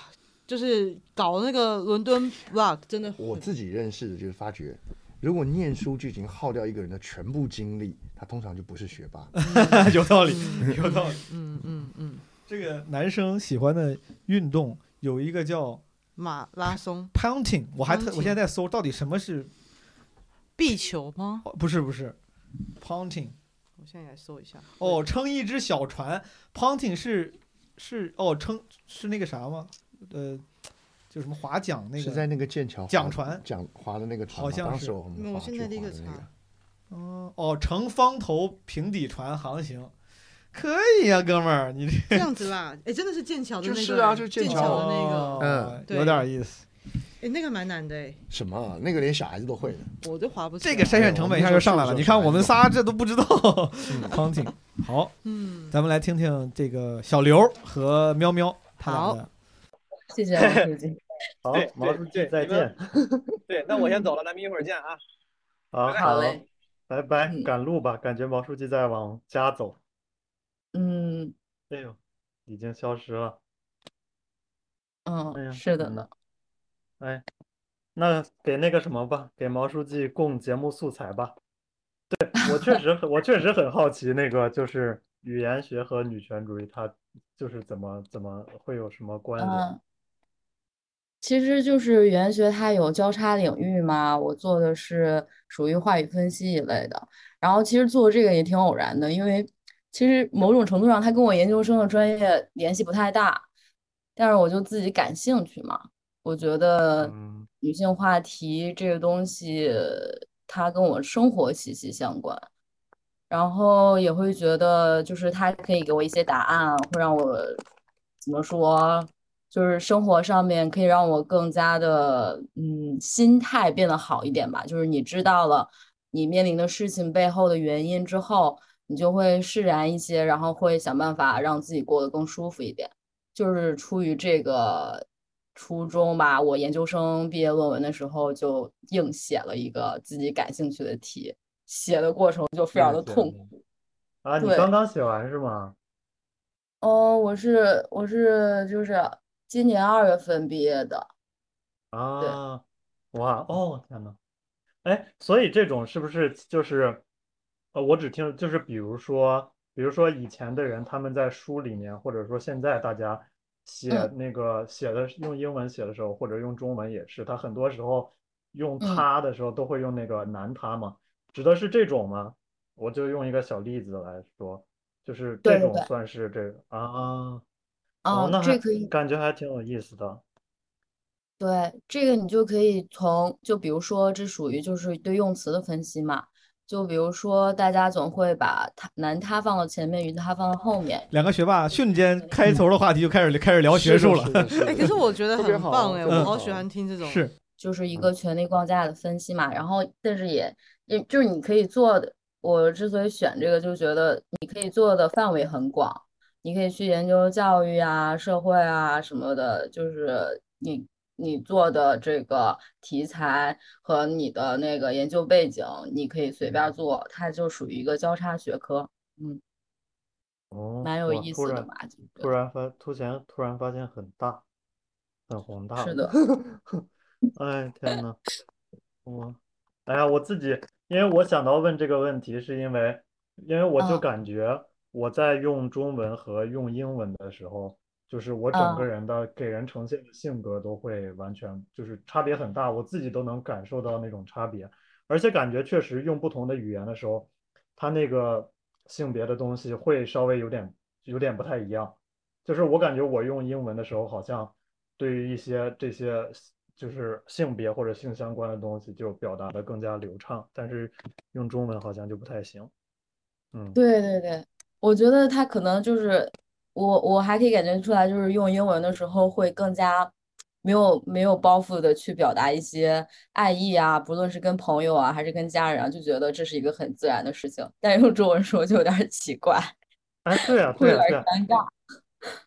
C: 就是搞那个伦敦 vlog，真的
A: 我自己认识的就是发觉，如果念书就已经耗掉一个人的全部精力，他通常就不是学霸。
E: 有道理，有道理。
C: 嗯嗯嗯，
E: 这个男生喜欢的运动有一个叫
C: 马拉松、
E: pounding，我还特
C: Pounding
E: 我现在在搜到底什么是
C: 壁球吗？
E: 不是不是 pounding
C: 我现在来搜一下。
E: 哦，撑一只小船，pounding 是是哦撑是那个啥吗？呃，就什么划桨那个
A: 是在那个剑桥划
E: 桨船
A: 桨划的那个船吗，
E: 好像
A: 当
E: 是
A: 时我们
C: 那我
A: 划
C: 现
A: 去
C: 在立
A: 划
C: 刻
A: 的
C: 查
A: 那个。
E: 哦哦，乘方头平底船航行，可以呀、哥们儿，你这
C: 这样子吧，哎，真的是剑桥的那个，
A: 就是啊就是
C: 剑
A: 剑
C: 桥
A: 桥
C: 的那
E: 哦
C: 个，
A: 嗯
C: 对
E: 有点意思。
C: 哎，那个蛮难的哎，
A: 什么啊？那个连小孩子都会的。
C: 我都划不起
E: 这
C: 来。
E: 个筛选成本一下就上来了。哎你看我们仨这都不知道。Counting，好，
C: 嗯，
E: 咱们来听听这个小刘和喵喵他俩的。
L: 谢谢毛书记。
M: 好
E: 对，
M: 毛书记再见。
L: 对，那我先走了，咱们一会儿见啊。
M: 好，
L: 好嘞，
M: 拜拜，赶路吧，感觉毛书记在往家走。
L: 嗯
M: 哎呦，已经消失了。哎呀
L: 嗯，是的呢。
M: 哎，那给那个什么吧，给毛书记供节目素材吧。对，我确实很，我确实很好奇，那个就是语言学和女权主义，它就是怎么怎么会有什么关联？
L: 嗯，其实就是语言学，它有交叉领域嘛。我做的是属于话语分析一类的，然后其实做这个也挺偶然的，因为其实某种程度上它跟我研究生的专业联系不太大，但是我就自己感兴趣嘛。我觉得女性话题这个东西，它跟我生活息息相关。然后也会觉得，就是他可以给我一些答案，啊会让我怎么说，就是生活上面可以让我更加的，嗯，心态变得好一点吧。就是你知道了你面临的事情背后的原因之后，你就会释然一些，然后会想办法让自己过得更舒服一点。就是出于这个初衷吧，我研究生毕业论文的时候就硬写了一个自己感兴趣的题，写的过程就非常的痛苦。
M: 啊，你
L: 对
M: 刚刚写完是吗？
L: 哦，我是我是就是今年二月份毕业的，
M: 啊，哇，哦，天呐，哎，所以这种是不是就是，呃，我只听就是比如说，比如说以前的人他们在书里面，或者说现在大家写
L: 嗯
M: 那个写的用英文写的时候，或者用中文也是，他很多时候用
L: 嗯
M: 他的时候都会用那个男他嘛，指的是这种吗？我就用一个小例子来说，就是这
L: 对对
M: 种
L: 对
M: 算是这个啊，
L: 啊
M: 哦，那
L: 这
M: 还
L: 可以
M: 感觉还挺有意思的，
L: 对，这个你就可以从，就比如说，这属于就是对用词的分析嘛。就比如说，大家总会把他男他放到前面，女他放到后面。
E: 两个学霸瞬间开头的话题就开始开始聊学术了。
C: 哎，可是我觉得
L: 特别
C: 很
L: 好
C: 棒哎，
E: 特
C: 我
E: 别
C: 好
E: 好
C: 喜欢听这种。
E: 是，
L: 就是一个权力框架的分析嘛。然后，但是也也就是你可以做的，我之所以选这个，就觉得你可以做的范围很广，你可以去研究教育啊、社会啊什么的，就是你你做的这个题材和你的那个研究背景，你可以随便做，它就属于一个交叉学科，嗯，
M: 哦，
L: 蛮有
M: 哇
L: 意
M: 突
L: 思的
M: 然
L: 吧？就
M: 突然发，突然突然发现很大，很宏大
L: 是
M: 了。 哎，天呐，我，哎呀，我自己，因为我想到问这个问题，是因为，因为我就
L: 嗯
M: 感觉我在用中文和用英文的时候，就是我整个
L: 嗯
M: 人的给人呈现的性格都会完全就是差别很大，我自己都能感受到那种差别，而且感觉确实用不同的语言的时候，它那个性别的东西会稍微有点有点不太一样。就是我感觉我用英文的时候，好像对于一些这些就是性别或者性相关的东西，就表达的更加流畅，但是用中文好像就不太行。嗯，
L: 对对对，我觉得他可能就是我，我还可以感觉出来，就是用英文的时候会更加没有没有包袱的去表达一些爱意啊，不论是跟朋友啊，还是跟家人啊，就觉得这是一个很自然的事情。但用中文说就有点儿奇怪，
M: 哎，对啊，
L: 会
M: 对
L: 有
M: 啊，
L: 点
M: 对
L: 儿
M: 啊。
L: 尴尬。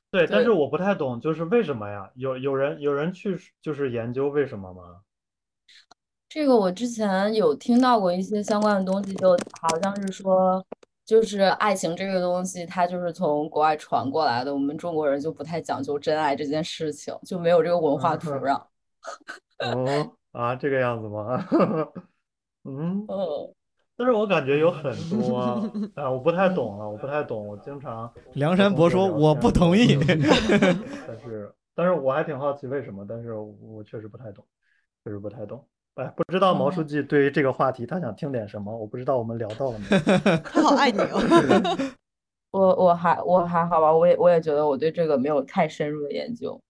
M: 对，但是我不太懂，就是为什么呀？有有人有人去就是研究为什么吗？
L: 这个我之前有听到过一些相关的东西，就好像是说，就是爱情这个东西，它就是从国外传过来的，我们中国人就不太讲究真爱这件事情，就没有这个文
M: 嗯
L: 化土壤。
M: 哦，啊，这个样子吗？ 嗯，
E: 哦
L: 嗯，
M: 但是我感觉有很多 啊，我不太懂了，我不太懂，我经常
E: 梁山伯说我不同意。
M: 但是，但是我还挺好奇为什么，但是我确实不太懂，确实不太懂。哎，不知道毛
E: 哦
M: 书记对于这个话题他想听点什么？我不知道我们聊到了没有。
C: 他好爱你哦。
L: 我我还我还好吧，我也我也觉得我对这个没有太深入的研究。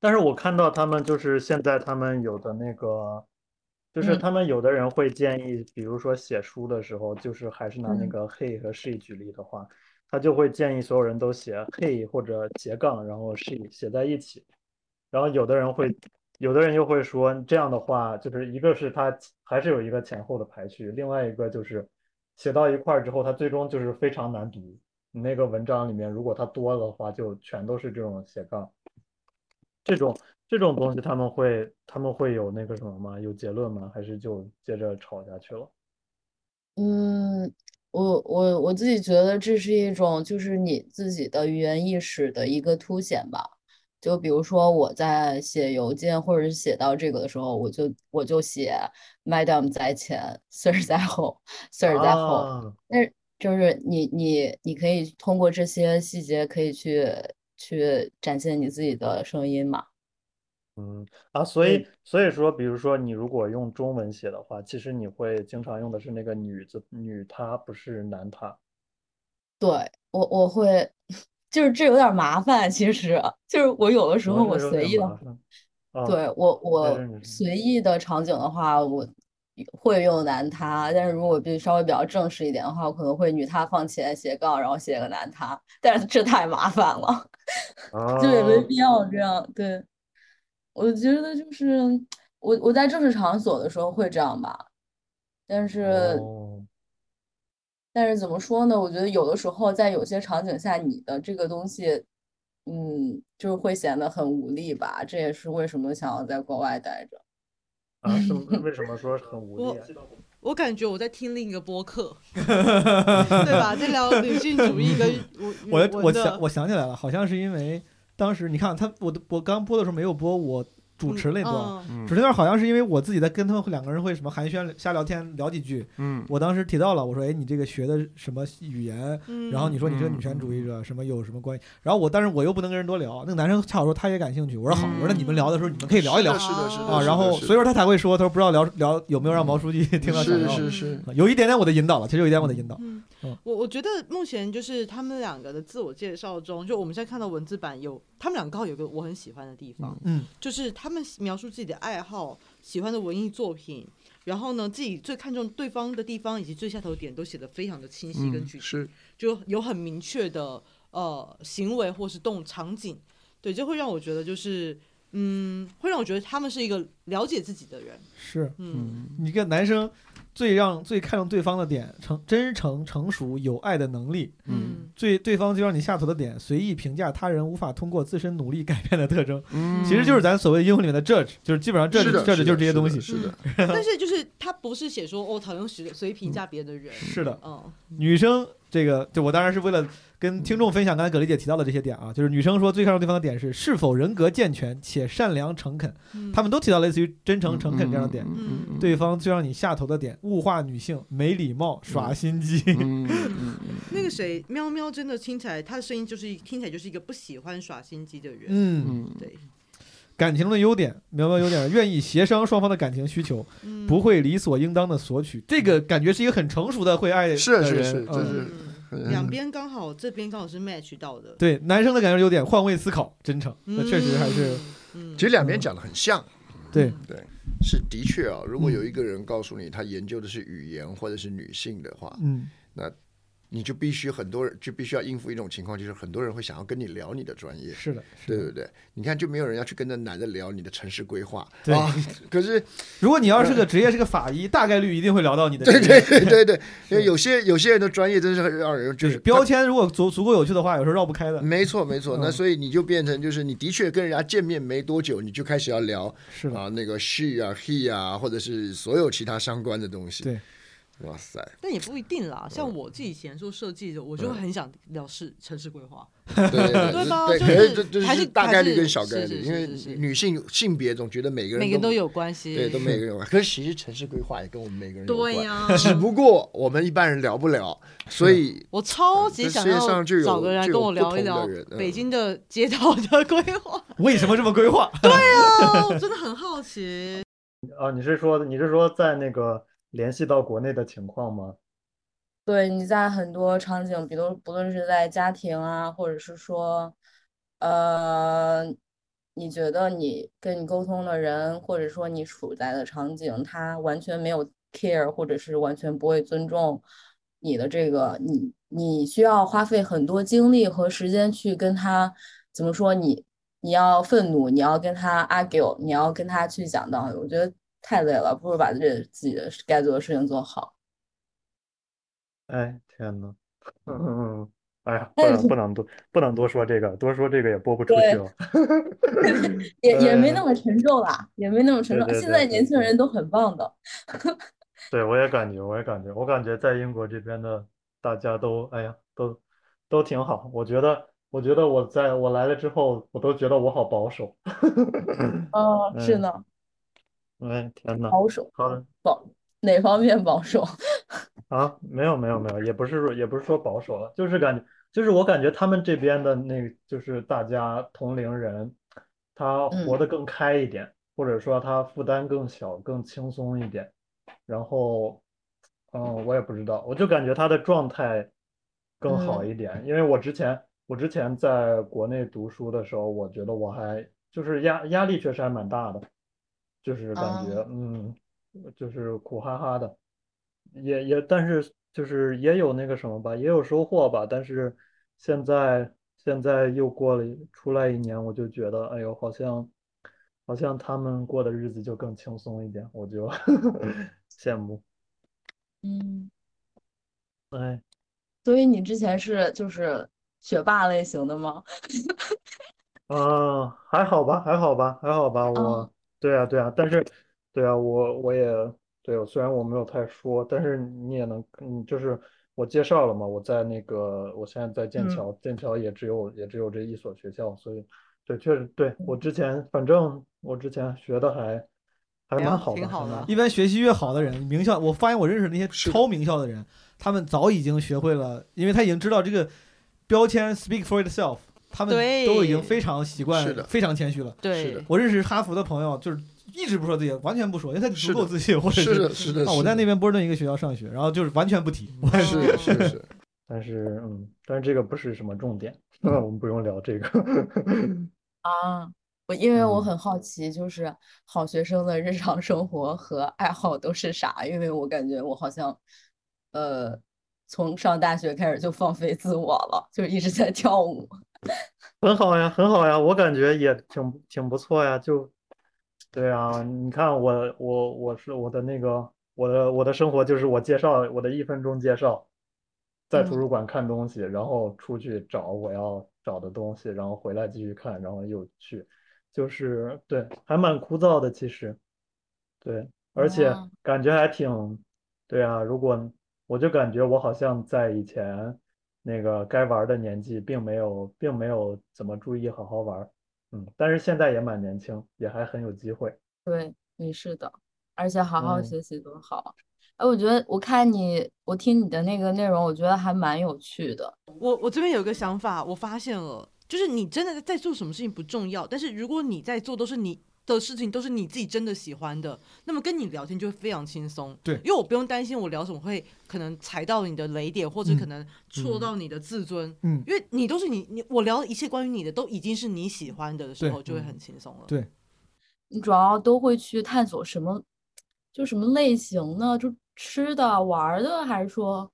M: 但是我看到他们就是现在他们有的那个，就是
L: 嗯
M: 他们有的人会建议，比如说写书的时候，就是还是拿那
L: 嗯
M: 个 he 和 she 举例的话，他就会建议所有人都写 he 或者斜杠，然后 she 写在一起。然后有的人会，有的人又会说这样的话，就是一个是他还是有一个前后的排序，另外一个就是写到一块儿之后，它最终就是非常难读。你那个文章里面如果它多了的话，就全都是这种斜杠。这种这种东西他们会他们会有那个什么吗？有结论吗？还是就接着吵下去了？
L: 嗯，我我我自己觉得这是一种就是你自己的语言意识的一个凸显吧。就比如说我在写邮件或者是写到这个的时候，我就我就写 “Madam 在前，Sir 在后，Sir 在后”。
M: 啊，
L: 但是就是你你你可以通过这些细节可以去去展现你自己的声音嘛。
M: 嗯啊，所以所以说，比如说你如果用中文写的话，其实你会经常用的是那个女字女她，不是男他。
L: 对，我我会， 就是这有点儿麻烦，其实 就是我有的时
M: 哦
L: 候
M: 这
L: 我
M: 有
L: 随
M: 点
L: 意的
M: 麻烦啊，
L: 对，我
M: 但
L: 我
M: 是你
L: 随意的场景的话，我会用男他，但是如果必须稍微比较正式一点的话，我可能会女他放前斜杠，然后写个男他，但是这太麻烦了， 就也没
E: 哦
M: 啊，
L: 必要这样。对，我觉得就是我我在正式场所的时候会这样吧，但是
M: 哦，
L: 但是怎么说呢？我觉得有的时候在有些场景下，你的这个东西，嗯，就是会显得很无力吧。这也是为什么想要在国外待着。
M: 啊，是为什么说很无
C: 我
M: 力啊？
O: 我感觉我在听另一个播 客，对吧？在聊女性主义跟我
E: 我
O: 我
E: 我
O: 的
E: 想我想起来了，好像是因为当时你看他，我的我刚播的时候没有播我主持那段，
M: 嗯嗯
E: 主持那段好像是因为我自己在跟他们两个人会什么寒暄瞎聊天聊几句，
A: 嗯，
E: 我当时提到了，我说哎你这个学的什么语言，
O: 嗯
E: 然后你说你这个女权主义者什么有什么关系，然后我但是我又不能跟人多聊，那个男生恰好说他也感兴趣，我说好，我说那你们聊的时候你们可以聊一聊，
A: 是的是的是的
E: 啊，
A: 是的
E: 然后
A: 是的
E: 所以说他才会说，他说不知道聊聊有没有让毛书记听到想
A: 是
E: 要，
A: 是是，
E: 啊有一点点我的引导了，其实有一点我的引导，
O: 嗯
C: 我我觉得目前就是他们两个的自我介绍中，就我们现在看到文字版有他们两个刚好有个我很喜欢的地方，
E: 嗯，
C: 就是他们描述自己的爱好、喜欢的文艺作品，然后呢自己最看重对方的地方以及最下头点都写得非常的清晰跟
A: 嗯
C: 具体，
A: 是
C: 就有很明确的呃行为或是动场景，对，这会让我觉得就是嗯，会让我觉得他们是一个了解自己的 人，
E: 是，
C: 嗯，
E: 你一个男生最让最看重对方的点，成真诚、成熟、有爱的能力，
A: 嗯，
E: 最对方最让你下头的点，随意评价他人无法通过自身努力改变的特征，其实就是咱所谓英文里面的 judge，就是基本上 judge
A: 嗯是的
E: judge 就是
A: 的
E: 这些东西，
A: 是的，
C: 但是就是他不是写说哦讨厌随随意评价别人的人，
E: 嗯是的
C: 嗯。
E: 女生这个，就我当然是为了跟听众分享刚才葛丽姐提到的这些点啊，就是女生说最看重对方的点是是否人格健全且善良诚恳，
C: 嗯
E: 他们都提到类似于真诚、诚恳这样的点。
C: 嗯
E: 对方最让你下头的点，物化女性、没礼貌、耍心机。
C: 嗯那个谁，喵喵真的听起来，他的声音就是一听起来就是一个不喜欢耍心机的人。
E: 嗯
C: 对，
E: 感情中的优点，苗苗优点，愿意协商双方的感情需求，
C: 嗯
E: 不会理所应当的索取。这个感觉是一个很成熟的会爱的人，
A: 是是是，
E: 嗯
A: 这是嗯
C: 两边刚好，这边刚好是 match 到的。
E: 对，男生的感觉有点换位思考，真诚，那确实还是，嗯
A: 其实两边讲的很像。
E: 对
A: 对，是的确啊、如果有一个人告诉你他研究的是语言或者是女性的话，
E: 嗯，
A: 那你就必须很多人就必须要应付一种情况，就是很多人会想要跟你聊你的专业。
E: 是的，
A: 对对对，你看就没有人要去跟那男的聊你的城市规划
E: 对
A: 啊。可是
E: 如果你要是个职业是个法医，大概率一定会聊到你的
A: 对
E: 职业。
A: 对对 对对，因为有些有些人的专业真是很让人就是
E: 标签，如果足足够有趣的话，有时候绕不开的。
A: 没错没错，那
E: 嗯
A: 所以你就变成就是你的确跟人家见面没多久，你就开始要聊
E: 是
A: 啊那个 she 啊 he 啊，或者是所有其他相关的东西。
E: 对，
A: 哇塞，
C: 但也不一定啦，像我自己以前做设计的，我就
A: 嗯
C: 很想聊是城市规划，
A: 对
C: 对吧？
A: 对，
C: 就
A: 可是这
C: 还
A: 这
C: 是
A: 大概率跟
C: 还是
A: 小概率，
C: 是是
A: 因为
C: 是是
A: 女性性别总觉得每个人
C: 每个都有关系
A: 对，都每个人有关。可是其实城市规划也跟我们每个人有关，
C: 对呀
A: 只不过我们一般人聊不了，所以
C: 我超级
A: 这
C: 想
A: 世界
C: 要
A: 上就有
C: 找个人来
A: 就
C: 跟
A: 有
C: 我
A: 不
C: 聊一
A: 同的
C: 聊
A: 人嗯
C: 北京的街道的规划。
E: 为什么这么规划？
C: 对啊， 我真的很好奇。
M: 啊，你是说你是说在那个联系到国内的情况吗？
L: 对，你在很多场景，比如不论是在家庭啊，或者是说，呃，你觉得你跟你沟通的人，或者说你处在的场景，他完全没有 care，或者是完全不会尊重你的这个，你你需要花费很多精力和时间去跟他，怎么说你你要愤怒，你要跟他 argue，你要跟他去讲道理，我觉得太累了，不如把这自己的事该做的事情做好。
M: 哎，天呐，嗯， 哎呀，不
L: 但
M: 能
L: 是
M: 不能多不能多说这个，多说这个也播不出去哦
L: 对
M: 了。
L: 也也没那
M: 呃
L: 么沉重啦，也没那么沉
M: 对
L: 重。
M: 对
L: 现
M: 对
L: 在
M: 对
L: 年轻人都很棒的，
M: 对，我也感觉，我也感觉，我感觉在英国这边的大家都，哎呀，都都挺好。我觉得，我觉得我在我来了之后，我都觉得我好保守。
L: 哦，是
M: 嗯
L: 呢，
M: 哎，天呐，
L: 保守，
M: 好的
L: 保哪方面保守？
M: 啊，没有没有没有，也不是说也不是说保守了，就是感觉，就是我感觉他们这边的那，就是大家同龄人，他活得更开一点，或者说他负担更小，更轻松一点。然后，嗯，我也不知道，我就感觉他的状态更好一点，因为我之前我之前在国内读书的时候，我觉得我还就是压压力确实还蛮大的，就是感觉
L: 啊
M: 嗯，就是苦哈哈的，也也但是就是也有那个什么吧，也有收获吧，但是现在现在又过了出来一年，我就觉得哎呦，好像好像他们过的日子就更轻松一点，我就 羡慕，
L: 嗯，
M: 哎。
L: 所以你之前是就是学霸类型的吗？
M: 啊，还好吧，还好吧，还好吧。
L: 哦
M: 我，对啊，对啊，但是，对啊，我我也，对啊，虽然我没有太说，但是你也能，嗯，就是我介绍了嘛，我在那个，我现在在剑
L: 嗯
M: 桥，剑桥也只有也只有这一所学校，所以，对，确实，对，我之前，反正我之前学的还还
E: 哎
A: 哎
M: 蛮好的， 还蛮
E: 一般学习越好的人，名校，我发现我认识那些超名校的人，他们早已经学会了，因为他已经知道这个标签 speak for itself，他们
C: 对
E: 都已经非常习惯
A: 是的，
E: 非常谦虚了。
C: 对是的
E: 我认识哈佛的朋友，就是一直不说自己，完全不说，因为他足
A: 的
E: 够自信，或者
A: 是的是的
E: 啊，
A: 是
E: 我在
A: 的
E: 那边波士顿一个学校上学，然后就是完全不提。我也
A: 是是是，
M: 但是，嗯，但是这个不是什么重点，那 我们不用聊这个。
L: 啊，我因为我
M: 嗯
L: 很好奇，就是好学生的日常生活和爱好都是啥？因为我感觉我好像，呃，从上大学开始就放飞自我了，就一直在跳舞。
M: 很好呀，很好呀，我感觉也挺挺不错呀。就，对啊，你看我我我是我的那个我的我的生活就是我介绍我的一分钟介绍，在图
L: 嗯
M: 书馆看东西，然后出去找我要找的东西，然后回来继续看，然后又去，就是对，还蛮枯燥的其实，对，而且
L: 啊
M: 感觉还挺，对啊，如果我就感觉我好像在以前。那个该玩儿的年纪，并没有，并没有怎么注意好好玩儿，嗯，但是现在也蛮年轻，也还很有机会。
L: 对，你是的，而且好好
M: 嗯
L: 学习多好。哎，我觉得我看你，我听你的那个内容，我觉得还蛮有趣的。
C: 我我这边有个想法，我发现了，就是你真的在做什么事情不重要，但是如果你在做都是你的事情都是你自己真的喜欢的，那么跟你聊天就会非常轻松。
E: 对
C: 因为我不用担心我聊什么会可能踩到你的雷点，或者
E: 嗯
C: 可能戳到你的自尊。
E: 嗯
C: 因为你都是你你我聊的一切关于你的都已经是你喜欢的的时
L: 对
C: 候，就会
L: 嗯
C: 很轻松了。
E: 对，
L: 你主要都会去探索什么，就什么类型呢？就吃的、玩儿的，还是说，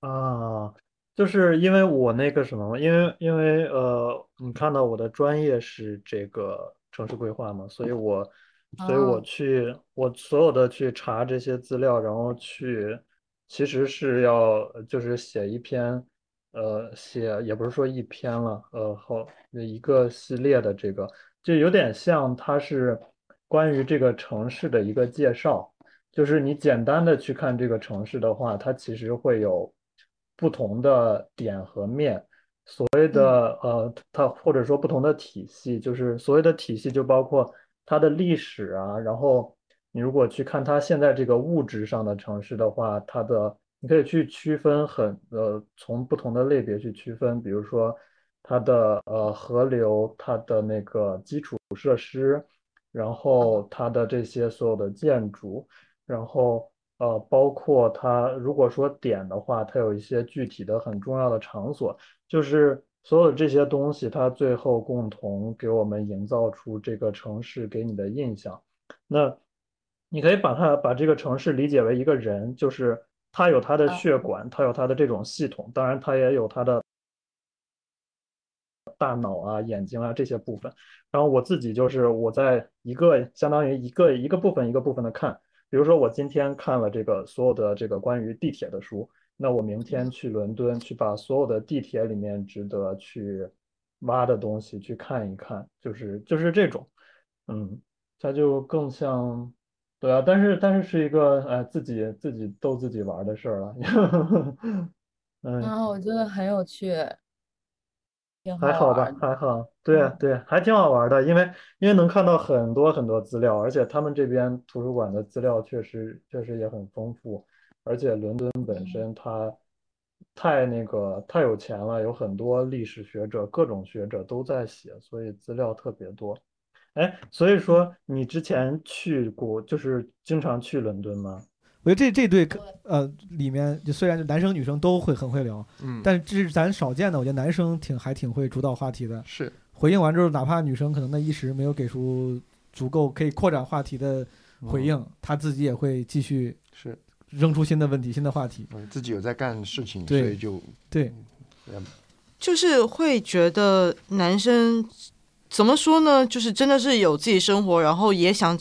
M: 啊，就是因为我那个什么嘛，因为因为呃，你看到我的专业是这个城市规划嘛，所以我所以我
L: 啊
M: 去我所有的去查这些资料，然后去其实是要就是写一篇，呃，写也不是说一篇了，呃，后一个系列的这个，就有点像它是关于这个城市的一个介绍。就是你简单的去看这个城市的话，它其实会有不同的点和面，所谓的呃，它或者说不同的体系，就是所谓的体系就包括它的历史啊，然后你如果去看它现在这个物质上的城市的话，它的你可以去区分很呃，从不同的类别去区分，比如说它的呃河流，它的那个基础设施，然后它的这些所有的建筑。然后呃，包括它如果说点的话，它有一些具体的很重要的场所，就是所有这些东西，它最后共同给我们营造出这个城市给你的印象。 那你可以把它把这个城市理解为一个人，就是他有他的血管，他有他的这种系统，当然他也有他的大脑啊、眼睛啊这些部分。然后我自己就是我在一个相当于一个一个部分一个部分的看，比如说我今天看了这个所有的这个关于地铁的书，那我明天去伦敦去把所有的地铁里面值得去挖的东西去看一看，就是就是这种，嗯，它就更像。对啊，但是但是是一个呃自己自己逗自己玩儿的事儿了， 嗯，
L: 啊，我觉得很有趣，挺
M: 还
L: 好
M: 好
L: 玩
M: 吧，
L: 儿的。
M: 还好，对啊对，还挺好玩的，因为因为能看到很多很多资料，而且他们这边图书馆的资料确实确实也很丰富，而且伦敦本身它太那个太有钱了，有很多历史学者、各种学者都在写，所以资料特别多。哎，所以说你之前去过，就是经常去伦敦吗？
E: 我觉得这这对可呃里面就虽然就男生女生都会很会聊，
M: 嗯
E: 但是这是咱少见的，我觉得男生挺还挺会主导话题的。
A: 是
E: 回应完之后，哪怕女生可能那一时没有给出足够可以扩展话题的回应，他自己也会继续
A: 嗯是嗯
E: 扔出新的问题、新的话题。
A: 自己有在干事情，所
E: 对
A: 以就
E: 对
C: 就是会觉得男生怎么说呢？就是真的是有自己生活，然后也想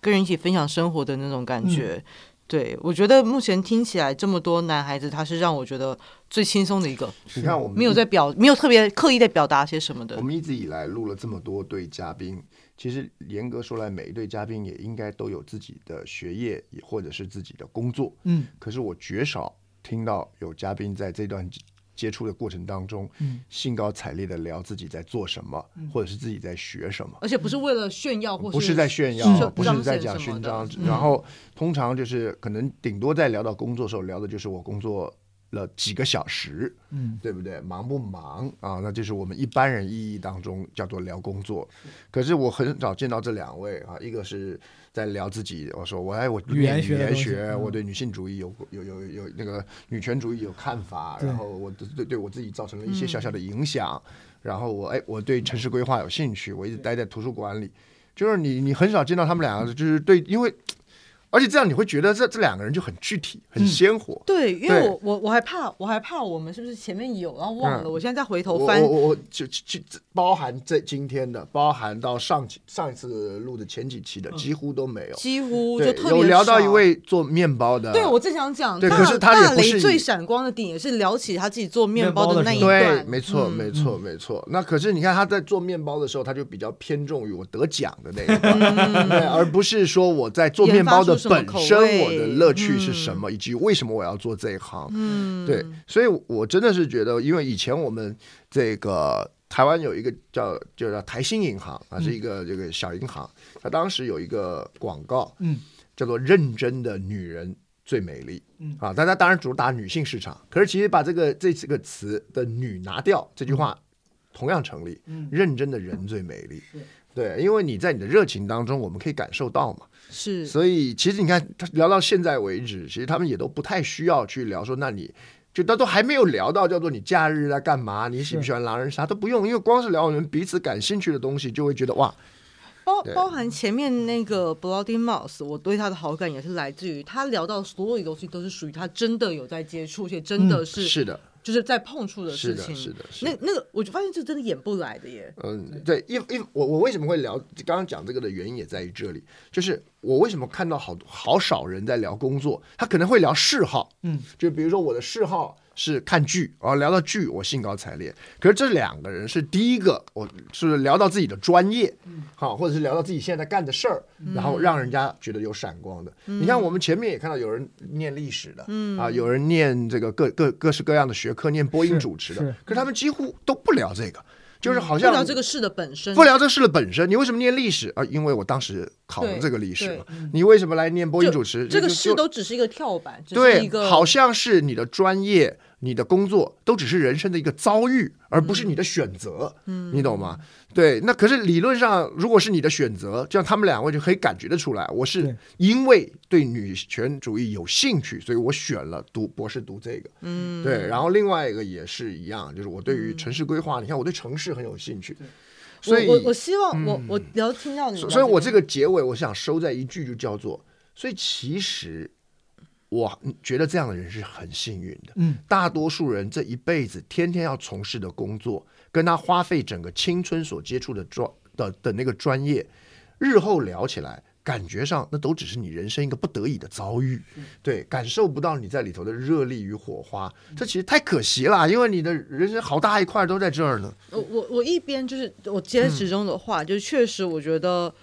C: 跟人一起分享生活的那种感觉。
A: 嗯
C: 对我觉得目前听起来这么多男孩子，他是让我觉得最轻松的一个。
A: 你看我们
C: 没有在表，没有特别刻意在表达些什么的
A: 我。们一直以来录了这么多对嘉宾，其实严格说来，每一对嘉宾也应该都有自己的学业，也或者是自己的工作。
E: 嗯，
A: 可是我绝少听到有嘉宾在这段接接触的过程当中，
E: 嗯
A: 兴高采烈的聊自己在做什么，
C: 嗯
A: 或者是自己在学什么。
C: 而且不是为了炫耀，或
A: 不是在炫
C: 是
A: 耀，哦啊不是
C: 彰
A: 在
C: 显
A: 讲
C: 什么
A: 勋
C: 的
A: 章，
C: 嗯
A: 然后通常就是可能顶多在聊到工作的时候聊的就是我工作了几个小时，
E: 嗯
A: 对不对？忙不忙啊？那就是我们一般人意义当中叫做聊工作。可是我很少见到这两位啊，一个是在聊自己，我说我哎我
E: 语言
A: 念
E: 学的
A: 言
E: 东西
A: 学，
E: 嗯
A: 我对女性主义有有有有那个女权主义有看法，
E: 对
A: 然后我对对对我自己造成了一些
E: 嗯
A: 小小的影响，然后我哎我对城市规划有兴趣，我一直待在图书馆里。就是你你很少见到他们两个，就是对，因为而且这样你会觉得这这两个人就很具体、很鲜活。
C: 嗯对，因为我我我还怕，我还怕我们是不是前面有，然后忘了，
A: 嗯
C: 我现在再回
A: 我
C: 头翻
A: 我，我我就就就包含这今天的，包含到上期上一次录的前几期的，几乎都没有，
C: 嗯几乎就
A: 对
C: 特别
A: 有聊到
C: 少
A: 一位做面包的，
C: 对，我正想讲，
A: 对
C: 大
A: 可是他也
C: 大
A: 不是
C: 雷
A: 以
C: 最闪光的点也是聊起他自己做面包那一
A: 对，
C: 段，
A: 没错，
C: 嗯
A: 没错，没错。那可是你看他在做面包的时候，他就比较偏重于我得奖的那一段，
C: 嗯
A: 对，而不是说我在做面包的本
C: 研发出什
A: 身
C: 么口味
A: 我的乐趣是什么，以及为什么我要做这一行。
C: 嗯
A: 对，所以我真的是觉得，因为以前我们这个。台湾有一个叫就叫台新银行啊，是一个这个小银行。它当时有一个广告，
E: 嗯，
A: 叫做“认真的女人最美丽”。
E: 嗯
A: 啊，但它当然主打女性市场，可是其实把这个这四个词的“女”拿掉，这句话同样成立。
E: 嗯
A: 认真的人最美丽。 对，因为你在你的热情当中，我们可以感受到嘛。
O: 是
A: 所以其实你看，他聊到现在为止，其实他们也都不太需要去聊说，那你就他都还没有聊到叫做你假日啊干嘛，你喜不喜欢狼人杀都不用，因为光是聊我们彼此感兴趣的东西，就会觉得哇，
C: 包
A: 对
C: 包含前面那个 Bloody Mouse，我对他的好感也是来自于他聊到所有的东西都是属于他真的有在接触，而且真的是、
A: 嗯是的，
C: 就是在碰触的事
A: 是的
C: 情。
A: 是的是
C: 那那个我就发现这真的演不来的耶。
A: 嗯，对，因因我我为什么会聊刚刚讲这个的原因也在于这里，就是我为什么看到好好少人在聊工作，他可能会聊嗜好，
E: 嗯，
A: 就比如说我的嗜好是看剧，啊，聊到剧我兴高采烈，可是这两个人是第一个，我是聊到自己的专业，好、或者是聊到自己现在干的事儿，然后让人家觉得有闪光的。你看我们前面也看到有人念历史的，
B: 嗯
A: 啊，有人念这个各各各式各样的学科，念播音主持的，
B: 是
A: 可是他们几乎都不聊这个。就是好
C: 嗯不
A: 像
C: 聊这个事的本身，
A: 不聊这事的本身，你为什么念历史啊？因为我当时考了
C: 对
A: 这个历史
C: 对嗯
A: 嘛。你为什么来念播音主持？
C: 这个
A: 就
C: 事
A: 就
C: 都只是一个跳板，只是一
A: 对
C: 个，
A: 好像是你的专业、你的工作都只是人生的一个遭遇，而不是你的选择。
C: 嗯
A: 你懂吗？对，那可是理论上，如果是你的选择，这样他们两位就可以感觉得出来，我是因为对女权主义有兴趣，所以我选了读博士读这个。
C: 嗯
A: 对，然后另外一个也是一样，就是我对于城市规划，你看我对城市很有兴趣，所以嗯
C: 我我我希望我、我聊听到你
A: 所
C: 们聊个，
A: 所以，我这个结尾我想收在一句，就叫做：所以其实我觉得这样的人是很幸运的。
E: 嗯，
A: 大多数人这一辈子天天要从事的工作，跟他花费整个青春所接触的专的的那个专业，日后聊起来。感觉上，那都只是你人生一个不得已的遭遇，对，感受不到你在里头的热力与火花，这其实太可惜了，因为你的人生好大一块都在这儿呢。
C: 我我我一边就是我接始终的话，就是确实我觉得，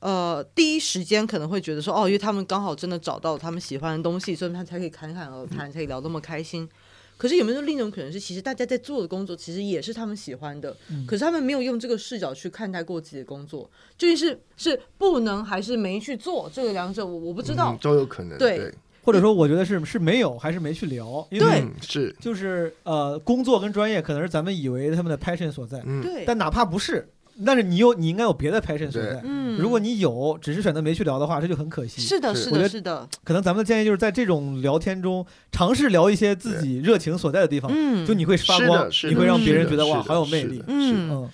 C: 呃，第一时间可能会觉得说，哦，因为他们刚好真的找到他们喜欢的东西，所以他们才可以侃侃而谈，才可以聊那么开心。可是有没有另一种可能是，其实大家在做的工作其实也是他们喜欢的，
O: 嗯
C: 可是他们没有用这个视角去看待过自己的工作，究竟是是不能还是没去做，这个两者我我不知道。
A: 嗯都有可能
C: 对
A: 对
E: 或者说我觉得是是没有还是没去聊，因为
A: 嗯是
E: 就是呃工作跟专业可能是咱们以为他们的 passion 所在，
A: 嗯
C: 对
E: 但哪怕不是。但是你有，你应该有别的 passion 所在
C: 对。嗯
E: 如果你有，只是选择没去聊的话，这就很可惜。
C: 是的，是
E: 我觉
C: 的，
E: 得
C: 是的，
E: 可能咱们的建议就是在这种聊天中，尝试聊一些自己热情所在的地方，
C: 嗯
E: 就你会发
A: 是的
E: 光，
A: 是
E: 你
A: 的
E: 会让
A: 是
E: 别人
A: 的
E: 觉得
A: 是
E: 哇，
A: 的
E: 好有魅
A: 是的
E: 力。
C: 嗯
E: 嗯，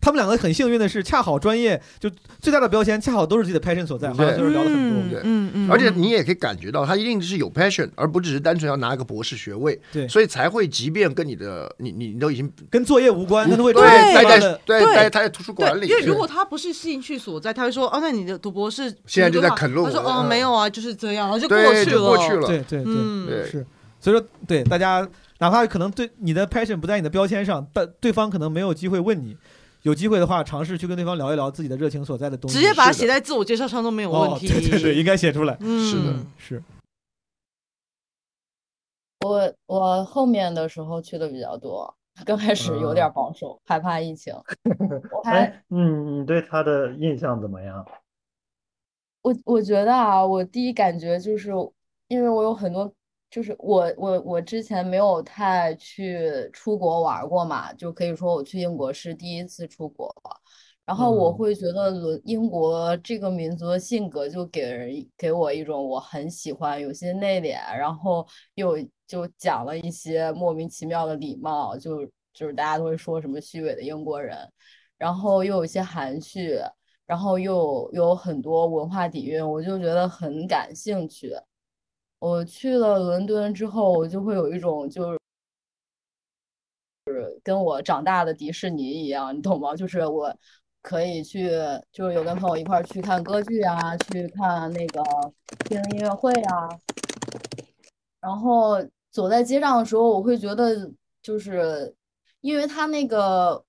E: 他们两个很幸运的是，恰好专业就最大的标签，恰好都是自己的 passion 所在，好像就是聊了很多。
A: 对，
C: 嗯嗯
A: 而且你也可以感觉到，他一定是有 passion，而不只是单纯要拿一个博士学位，
E: 对
A: 所以才会，即便跟你的你你你都已经
E: 跟作业无关，
A: 他
E: 都会
A: 对
E: 专
A: 待
E: 门
A: 在
E: 地
A: 对
C: 对
A: 待待在图书馆
C: 对，
A: 里，
C: 因为如
A: 对
C: 果他不是兴趣所在，他会说：“哦，那你的读博士
A: 现在就在啃论
C: 他说：“
A: 文
C: 哦，
A: 嗯
C: 没有啊，就是这样，然后就过
A: 对
C: 去
A: 就
C: 了。”
A: 过去了
E: 对对
C: 嗯
E: 对，是。所以说，对大家，哪怕可能对你的 passion 不在你的标签上，但对方可能没有机会问你。有机会的话，尝试去跟对方聊一聊自己的热情所在的东西。
C: 直接把它写在自我介绍上都没有问题。
E: 哦、对对对，应该写出来。
C: 嗯是的，
E: 是。
L: 我我后面的时候去的比较多，刚开始有点
M: 嗯
L: 保守，害怕疫 情。我还
M: 哎，你你对他的印象怎么样？
L: 我我觉得啊，我第一感觉就是，因为我有很多，就是我我我之前没有太去出国玩儿过嘛，就可以说我去英国是第一次出国，然后我
P: 嗯
L: 会觉得伦英国这个民族的性格就给人给我一种我很喜欢，有些内敛，然后又就讲了一些莫名其妙的礼貌，就就是大家都会说什么虚伪的英国人，然后又有一些含蓄，然后又有很多文化底蕴，我就觉得很感兴趣。我去了伦敦之后，我就会有一种就是。就是跟我长大的迪士尼一样，你懂吗？就是我可以去，就是有跟朋友一块儿去看歌剧啊，去看那个听音乐会啊。然后走在街上的时候，我会觉得，就是因为它那个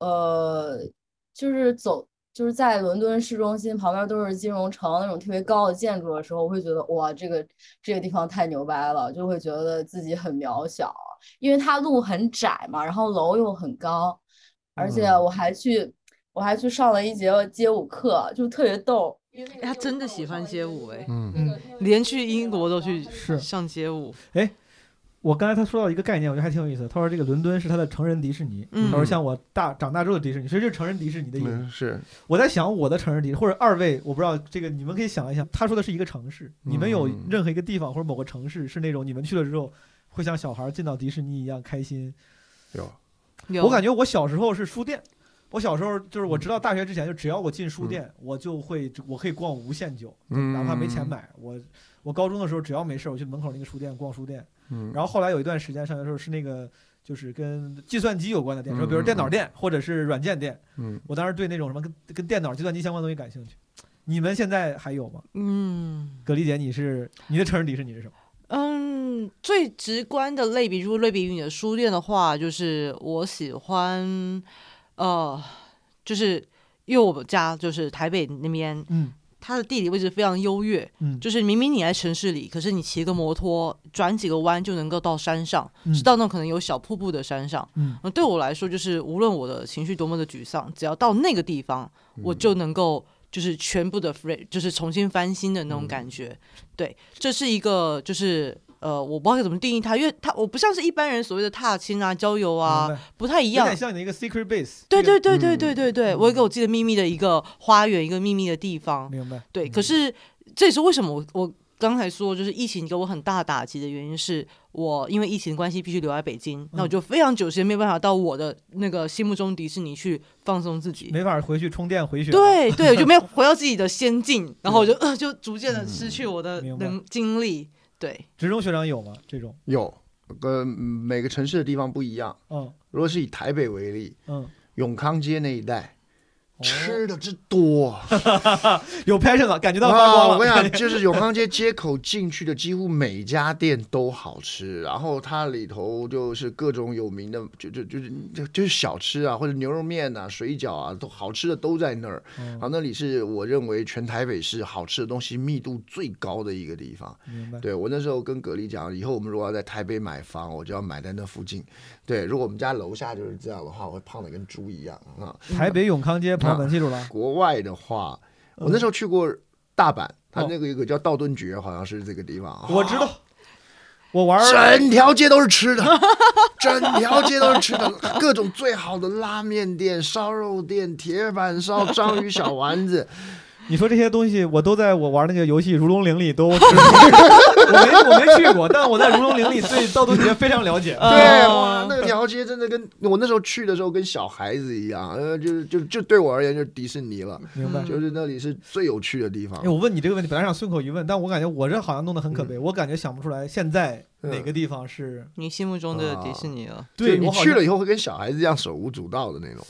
L: 呃，就是走就是在伦敦市中心旁边都是金融城那种特别高的建筑的时候，我会觉得哇，这个这个地方太牛掰了，就会觉得自己很渺小，因为它路很窄嘛，然后楼又很高，而且
C: 嗯
L: 我还去我还去上了一节街舞课，就特别逗。
C: 哎他真的喜欢街舞哎，
A: 嗯
C: 连去英国都去
E: 是
C: 上街舞。
E: 哎，我刚才他说到一个概念，我觉得还挺有意思的。他说这个伦敦是他的成人迪士尼，
A: 嗯
E: 他说像我大长大之后的迪士尼，其实就是成人迪士尼的意思。
A: 嗯是
E: 我在想我的成人迪士尼，或者二位，我不知道这个你们可以想一想，他说的是一个城市，你们有
A: 嗯
E: 任何一个地方或者某个城市是那种你们去了之后会像小孩进到迪士尼一样开心？
A: 有，
C: 有
E: 我感觉我小时候是书店。我小时候就是
A: 嗯
E: 我知道大学之前，就只要我进书店，我就会我可以逛无限久，就
A: 嗯
E: 哪怕没钱买。我我高中的时候只要没事儿，我去门口那个书店逛书店。
A: 嗯
E: 然后后来有一段时间上学的时候是那个就是跟计算机有关的店，
A: 嗯
E: 就比如
A: 嗯
E: 电脑
A: 嗯
E: 店或者是软件店。
A: 嗯
E: 我当时对那种什么跟跟电脑、计算机相关的东西感兴趣。你们现在还有吗？
C: 嗯。
E: 葛丽姐，你是你的成人迪士尼是什么？
C: 嗯，最直观的类比，如果类比于你的书店的话，就是我喜欢，呃，就是因为我们家就是台北那边，
E: 嗯，
C: 它的地理位置非常优越，
E: 嗯
C: 就是明明你在城市里，可是你骑个摩托转几个弯就能够到山上，
E: 嗯
C: 是到那种可能有小瀑布的山上。
E: 嗯
C: 对我来说，就是无论我的情绪多么的沮丧，只要到那个地方，
E: 嗯
C: 我就能够就是全部的 free，就是重新翻新的那种感觉。
E: 嗯
C: 对，这是一个就是呃，我不知道该怎么定义它，因为它我不像是一般人所谓的踏青啊、郊游啊，不太一
E: 有
C: 样
E: 点。像你的一个 secret base。
C: 对对对
E: 嗯
C: 对
A: 嗯
C: 对对对，我有一个我自己的秘密的一个花园，一个秘密的地方。
E: 明白。嗯
C: 对，可是这也是为什么我我刚才说就是疫情给我很大打击的原因是。我因为疫情关系必须留在北京，那我
E: 嗯
C: 就非常久时间没有办法到我的那个心目中迪士尼去放松自己，
E: 没法回去充电回血。
C: 对对，我就没有回到自己的仙境，然后我就、呃、就逐渐的失去我的
E: 嗯白
C: 能精力。对，
E: 职中学长有吗？这种？
A: 有，呃，每个城市的地方不一样。
E: 嗯，
A: 如果是以台北为例，
E: 嗯，
A: 永康街那一带。吃的之多，
E: 有 passion 了，感觉到发光了
A: 啊我跟你
E: 感
A: 讲，
E: 觉
A: 就是 永康街街口进去的几乎每家店都好吃，然后它里头就是各种有名的，就就就是就就是小吃啊，或者牛肉面啊、水饺啊，都好吃的都在那儿。
E: 嗯
A: 然后那里是我认为全台北市好吃的东西密度最高的一个地方。
E: 明白。
A: 对我那时候跟葛丽讲，以后我们如果要在台北买房，我就要买在那附近。对，如果我们家楼下就是这样的话，我会胖的跟猪一样啊。
E: 台北永康街朋友们记住了嗯
A: 啊。国外的话，我那时候去过大阪，它
E: 哦
A: 那个有个叫道顿崛，好像是这个地方。哦
E: 我知道，我玩儿
A: 整条街都是吃的， 整条街都是吃的，各种最好的拉面店、烧肉店、铁板烧、章鱼小丸子。
E: 你说这些东西，我都在我玩那个游戏《如龙零》里都知道，我没我没去过，但我在《如龙零》里对道顿崛非常了解。哎
A: 对，哇，那条街真的跟我那时候去的时候跟小孩子一样，呃，就是就就对我而言就是迪士尼了，
E: 明白
A: 就是那里是最有趣的地方
E: 哎，。我问你这个问题，本来想顺口一问，但我感觉我这好像弄得很可悲，
A: 嗯
E: 我感觉想不出来现在哪个地方是
C: 你心目中的迪
E: 啊
C: 士尼了。哦
A: 就
E: 对
A: 你啊
E: 我好像
A: 去了以后会跟小孩子一样手舞足蹈的那种。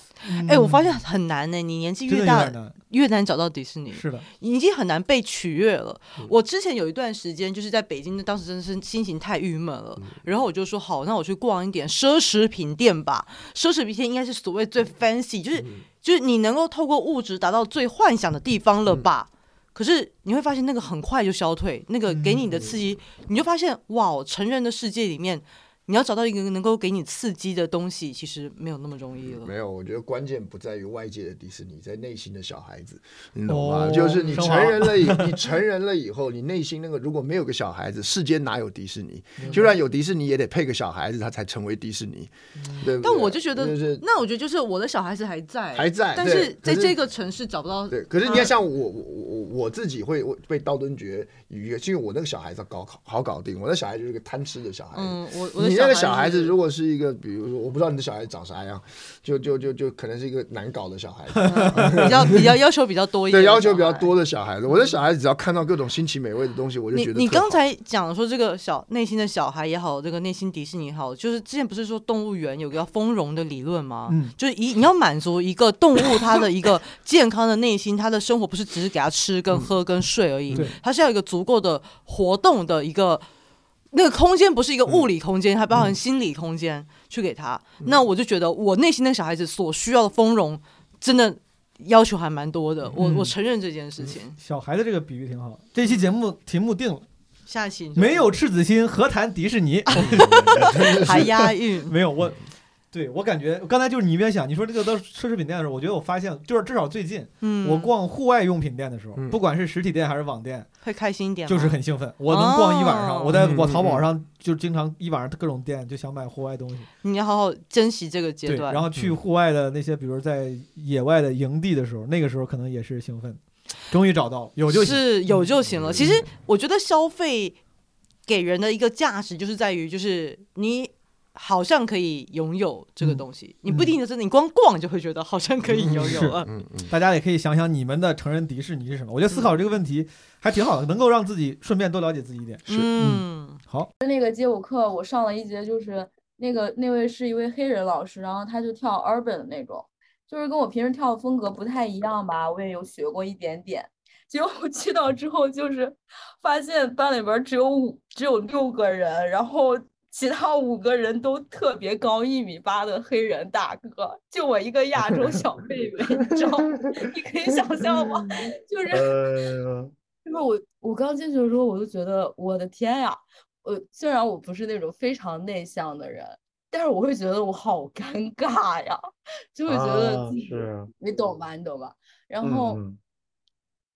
C: 哎、我
E: 嗯
C: 发现很难呢、你年纪
A: 真
C: 越
A: 的
C: 大
A: 有点难
C: 越难找到迪士尼，
E: 是的，
C: 你已经很难被取悦了。我之前有一段时间就是在北京，当时真的是心情太郁闷了，然后我就说好，那我去逛一点奢侈品店吧。奢侈品店应该是所谓最 fancy，就是、就是你能够透过物质达到最幻想的地方了吧。可是你会发现，那个很快就消退，那个给你的刺激，你就发现哇，哦成人的世界里面，你要找到一个能够给你刺激的东西，其实没有那么容易了。
A: 没有，我觉得关键不在于外界的迪士尼，在内心的小孩子，你懂吗？
E: 哦
A: 就是你
E: 升
A: 成
E: 华
A: 人了以， 你成人了以后，你内心那个如果没有个小孩子，世间哪有迪士尼
E: 明？白
A: 就算有迪士尼，也得配个小孩子，他才成为迪士尼，对不对？
C: 嗯但我就觉得，
A: 就是
C: 那我觉得就是我的小孩子还在，
A: 还在
C: 但
A: 对
C: 是在
A: 可是
C: 这个城市找不到。
A: 对，可是你看，像我我我我自己会我被道顿崛愉悦，是因为我那个小孩子搞好好搞定，我那小孩就是个贪吃的小孩子。
C: 嗯我我的
A: 你那个
C: 小
A: 小
C: 孩
A: 孩
C: 子
A: 子如果是一个，比如说我不知道你的小孩子长啥样，就就就就可能是一个难搞的小孩子，
C: 比较比较要求比较多一点
A: 对
C: 的
A: 要求比较多的小孩子。我的小孩子只要看到各种新奇美味的东西，我就
C: 你
A: 觉得
C: 你
A: 特好
C: 刚才讲说这个小内心的小孩也好，这个内心迪士尼也好，就是之前不是说动物园有个叫丰容的理论吗？
E: 嗯
C: 就是一你要满足一个动物它的一 个健康的内心，它的生活不是只是给它吃跟喝跟睡而已，
E: 嗯对
C: 它是要有一个足够的活动的一个那个空间不是一个物
E: 嗯
C: 理空间，它包含心理空间去给他。
A: 嗯
C: 那我就觉得我内心那个小孩子所需要的丰容，真的要求还蛮多的。我、
E: 嗯
C: 我承认这件事情。
E: 小孩子这个比喻挺好。这期节目题目定了，
C: 下一期你就
E: 没有赤子心，何谈迪士尼？
C: 还押韵。
E: 没有我，对我感觉，我刚才就是你一边想，你说这个到奢侈品店的时候，我觉得我发现，就是至少最近，
C: 嗯
E: 我逛户外用品店的时候，
C: 嗯
E: 不管是实体店还是网店，
C: 会开心一点吗，
E: 就是很兴奋，我能逛一晚上。我在
C: 哦
E: 我淘宝上就经常一晚上各种店就想买户外东西，
C: 你要好好珍惜这个阶
E: 对，
C: 段，嗯
E: 然后去户外的那些，比如在野外的营地的时候，那个时候可能也是兴奋，终于找到了，有就行嗯
C: 是有就行了。其实我觉得消费给人的一个价值，就是在于就是你好像可以拥有这个东
E: 嗯
C: 西，你不一定就是你光逛就会觉得好像 可以
A: 嗯
C: 啊拥有
E: 嗯是
C: 了。
E: 大家也可以想想你们的成人迪士尼是什么。我觉得思
C: 嗯
E: 考这个问题还挺好的，能够让自己顺便多了解自己一点。
L: 是
E: 嗯，好，
L: 那个街舞课，我上了一节，就是那个那位是一位黑人老师，然后他就跳 urban 的那种，就是跟我平时跳的风格不太一样吧，我也有学过一点点。结果我去到之后，就是发现班里边儿只有五只有六个人，然后其他五个人都特别高，一米八的黑人大哥，就我一个亚洲 小妹妹，你知道吗？ 你可以想象吗？就是。
F: 哎
L: 就是我我刚进去的时候，我就觉得我的天呀！我虽然我不是那种非常内向的人，但是我会觉得我好尴尬呀， 就会觉得
F: 啊
L: 自己
F: 是
L: 你懂吧？你懂吧？然
F: 嗯
L: 后，
F: 嗯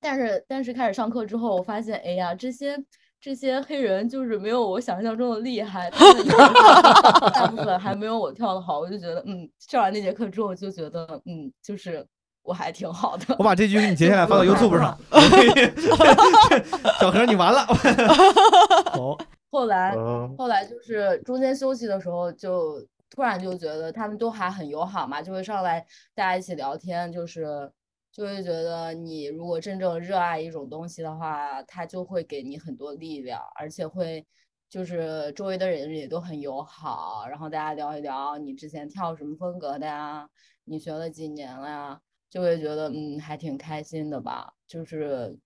L: 但是但是开始上课之后，我发现，哎呀，这些这些黑人就是没有我想象中的厉害，他们有的大部分还没有我跳的好。我就觉得，嗯，上完那节课之后，我就觉得，嗯，就是我还挺好的。
E: 我把这句给你截下来发 到 YouTube 上。小何，你完 了。好，
L: 后来
E: 哦
L: 后来就是中间休息的时候，就突然就觉得他们都还很友好嘛，就会上来大家一起聊天，就是就会觉得你如果真正热爱一种东西的话，它就会给你很多力量，而且会就是周围的人也都很友好，然后大家聊一聊你之前跳什么风格的呀，你学了几年了呀，就会觉得嗯还挺开心的吧，就是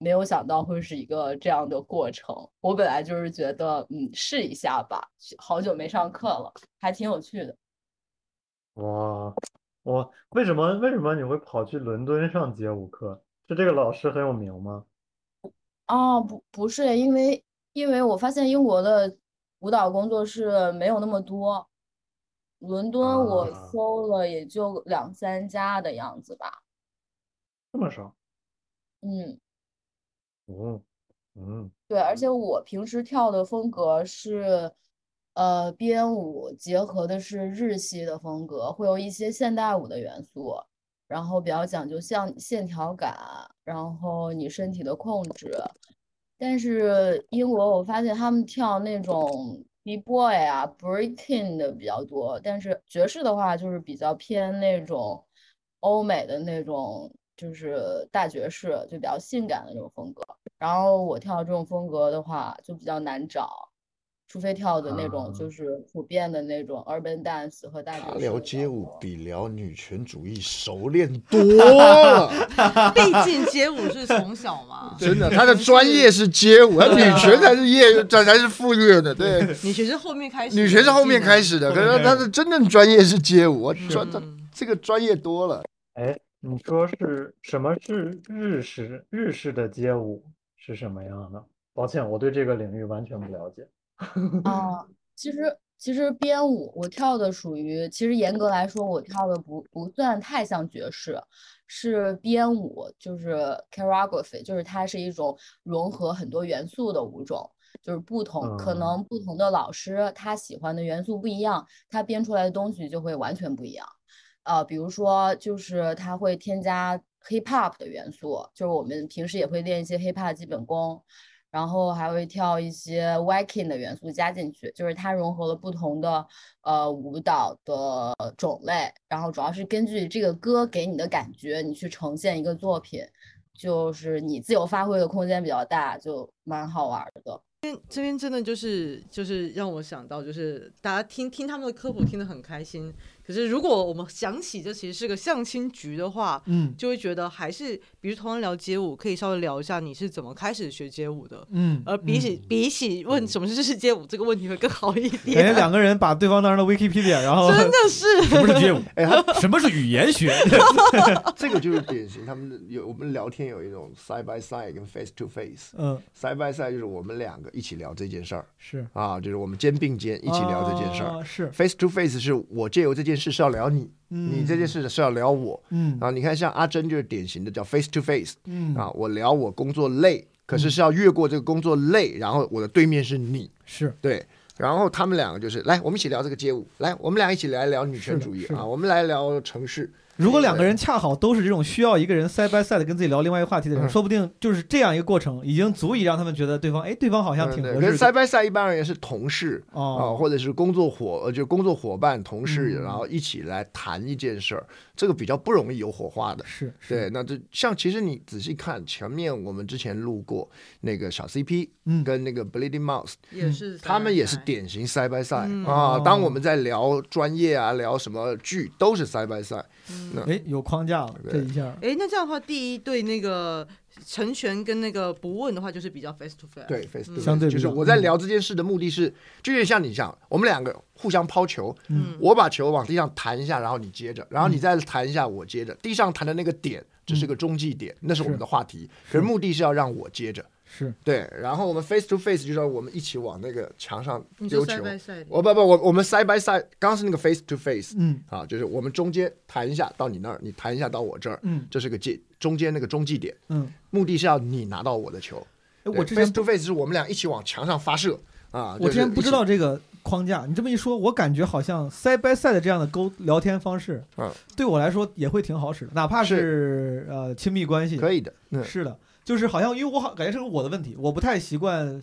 L: 没有想到会是一个这样的过程。我本来就是觉得，嗯，试一下吧，好久没上课了，还挺有趣的。
N: 哇，我为什么为什么你会跑去伦敦上街舞课？是这个老师很有名吗？
L: 哦，不，不是，因为因为我发现英国的舞蹈工作室没有那么多，伦敦我搜了也就两三家的样子吧。
N: 这么少？
L: 嗯，
N: 嗯嗯，
L: 对，而且我平时跳的风格是，呃，编舞结合的是日系的风格，会有一些现代舞的元素，然后比较讲究像线条感，然后你身体的控制。但是英国我发现他们跳那种 B-boy 啊、breaking 的比较多，但是爵士的话就是比较偏那种欧美的那种，就是大爵士，就比较性感的那种风格。然后我跳这种风格的话就比较难找，除非跳的那种就是普遍的那种 urban dance 和大爵士。
A: 聊街舞比聊女权主义熟练多了，
C: 毕竟街舞是从小嘛，
A: 真的，他的专业是街舞，他女权才是 业，才才是副业的，对。
C: 女学是后面开始，
A: 女学是后面 开始的，可是他的真正专业是街舞，专他这个专业多了。
N: 哎，你说是什么是日式日式的街舞是什么样的？抱歉，我对这个领域完全不了解。
L: 啊，其实其实编舞我跳的属于，其实严格来说，我跳的不不算太像爵士，是编舞，就是 choreography，就是它是一种融合很多元素的舞种，就是不同，可
N: 嗯
L: 能不同的老师他喜欢的元素不一样，他编出来的东西就会完全不一样。呃，比如说就是它会添加 hip hop 的元素，就是我们平时也会练一些 hip hop 基本功，然后还会跳一些 Viking 的元素加进去，就是它融合了不同的呃舞蹈的种类，然后主要是根据这个歌给你的感觉，你去呈现一个作品，就是你自由发挥的空间比较大，就蛮好玩儿的。
C: 这边这边真的就是就是让我想到，就是大家听听他们的科普听得很开心，可是如果我们想起这其实是个相亲局的话，
E: 嗯
C: 就会觉得还是，比如同样聊街舞，可以稍微聊一下你是怎么开始学街舞的，
E: 嗯
C: 而比起、比起问什么是世街舞这个问题会更好一点。
E: 感觉 两个人把对方当成了 Wikipedia，然后
C: 真的是
A: 什么是街舞
E: 哎， 什么是语言学？
A: 这个就是典型，他们有我们聊天有一种 side by side 跟 face to face，
E: 嗯
A: ，side by side 就是我们两个一起聊这件事儿，
E: 是
A: 啊，就是我们肩并肩一起聊这件事儿、
E: 啊是
A: face to face 是我借由这件事是要聊你，
E: 嗯
A: 你这件事是要聊我，
E: 嗯
A: 啊，你看像阿珍就是典型的叫 face to face，
E: 嗯
A: 啊，我聊我工作累，可是是要越过这个工作累，然后我的对面是你，
E: 是
A: 对。然后他们两个就是来，我们一起聊这个街舞，来，我们俩一起来聊女权主义
E: 是的是的
A: 啊，我们来聊城市，
E: 如果两个人恰好都是这种需要一个人 side by side 地跟自己聊另外一个话题的人，
A: 嗯
E: 说不定就是这样一个过程，已经足以让他们觉得对方，哎，对方好像
A: 嗯
E: 挺
A: 对
E: 合
A: 跟
E: 适
A: side
E: 的。
A: by side 一般而言是同事啊、
E: 哦
A: 或者是工作伙，呃就工作伙伴、同事，
E: 嗯
A: 然后一起来谈一件事儿，这个比较不容易有火花的。
E: 是，
A: 对。那这像其实你仔细看前面，我们之前录过那个小 CP，
E: 嗯，
A: 跟那个 Bleeding Mouse，
C: 也是 side by
A: 嗯他们也是典型 side by side、
C: 嗯
A: 啊
E: 哦。
A: 当我们在聊专业啊，聊什么剧，都是 side by side、那
E: 哎，有框架了，这一下。
C: 哎，那这样的话，第一对那个成全跟那个不问的话，就是比较 face to face，
A: 对，face
C: 嗯
A: to face，就是我在聊这件事的目的是，就有点像你这样，我们两个互相抛球，
E: 嗯
A: 我把球往地上弹一下，然后你接着，然后你再弹一下，我接着，地上弹的那个点，这是个中继点，那是我们的话题，可是目的是要让我接着。
E: 是
A: 对，然后我们 face to face 就是我们一起往那个墙上
C: 你
A: 丢
C: 说 side
A: 球
C: by side。
A: 我不不，我我们 side by side，刚刚是那个 face to face，
E: 嗯，
A: 啊，就是我们中间弹一下到你那儿，你弹一下到我这儿，
E: 嗯
A: 这是个界中间那个中继点，
E: 嗯，
A: 目的是要你拿到我的球。
E: 哎我
A: 对
E: 之前
A: face to face 是我们俩一起往墙上发射啊。
E: 我之前不知道
A: 这
E: 这个框架，你这么一说，我感觉好像 side by side 的这样的沟聊天方式，
A: 嗯，
E: 对我来说也会挺好使的，哪怕是呃亲密关系，
A: 可以的，嗯
E: 是的，就是好像因为我好感觉是我的问题，我不太习惯。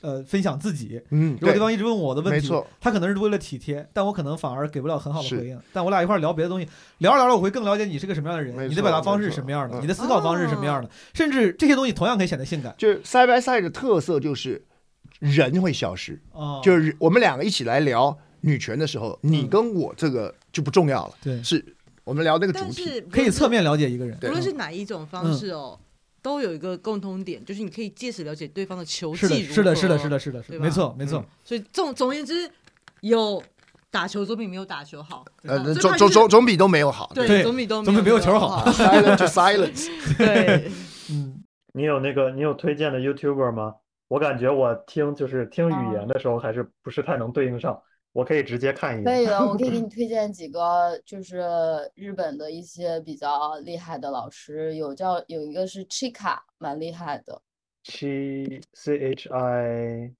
E: 呃，分享自己，
A: 嗯
E: 如果对
A: 对
E: 方一直问我的问题，
A: 没错
E: 他可能是为了体贴，但我可能反而给不了很好的
A: 是
E: 回应。但我俩一块儿聊别的东西，聊着聊着，我会更了解你是个什么样的人，
A: 错
E: 你的表达方式是什么样的，
A: 没错嗯哦
E: 你的思考方式是什么样的，甚至这些东西同样可以显得性感。
A: 就是 side by side 的特色就是人会消失，
E: 哦嗯
A: 就是我们两个一起来聊女权的时候，你跟我这个就不重要了，
E: 对，
A: 是我们聊那个主
C: 但
A: 体
C: 是，可以侧面
E: 了解一个人
A: 对
C: 无论是哪一种方式哦，
E: 嗯
C: 都有一个共通点，就是你可以借此了解对方的球技
E: 是的
C: 如何
E: 是的是的是的是的是的
C: 对吧
E: 没错没错嗯
C: 所以总总而言之，有打球总比没有打球好。
A: 呃，
C: 对吧
A: 总总总总比都没有好，
C: 对总比都没有总比没有球好
A: silent to silence，
C: 对，
H: 嗯
N: 你有那个你有推荐的 YouTuber 吗？我感觉我听就是听语言的时候还是不是太能对应上，我可以直接
A: 嗯
N: 看一眼。
L: 可以的，我 可 以给你推荐几个，就是日本的一些比较厉害的老师，有叫有一个是 Chika，蛮厉害的，
N: C C H I，嗯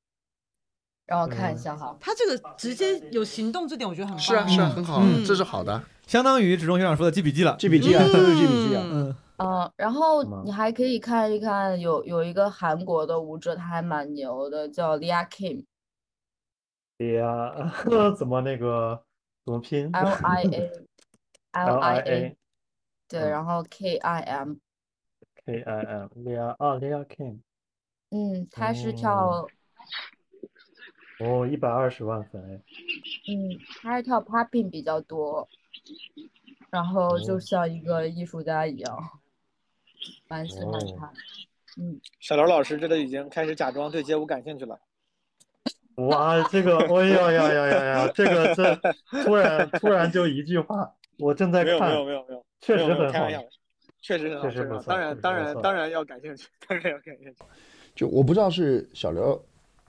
L: 让我看一下哈。
C: 他这个直接有行动这点，我觉得很棒。
A: 嗯是啊是啊，很好啊，
E: 嗯
A: 这是好的。
E: 相当于职中学长说的记笔记了，记
A: 笔记啊嗯都是记笔
E: 记啊。嗯，
L: 嗯，然后你还可以看一看有有一个韩国的舞者，他还蛮牛的，叫 Lia Kim，L
N: 呀， 怎么那个怎么拼
L: I A L I A，对，
N: 嗯
L: 然后 K I M，
N: K I M Lia 啊 Lia Kim，
L: 嗯，他是
N: 哦
L: 跳，
N: 哦，一百二十万粉哎，
L: 嗯，他是跳 popping 比较多，然后就
N: 哦
L: 像一个艺术家一样，蛮喜欢
H: 哦
L: 他，嗯。
H: 小刘老师这都已经开始假装对街舞感兴趣了。
N: 哇，这个，哎呀呀呀呀呀，这个这突然突然就一句话，我正在
H: 没有没
N: 看，
H: 有没有没有，
N: 确
H: 没有
N: 实
H: 没有
N: 很
H: 开玩
N: 好
H: 笑，确实很好，
N: 确实
H: 确
N: 不
H: 很好
N: 错
H: 当
N: 确
H: 然
N: 实
H: 当
N: 不
H: 然
N: 错
H: 当然要感兴趣， 当然要感 兴趣。
A: 就我不知道是小刘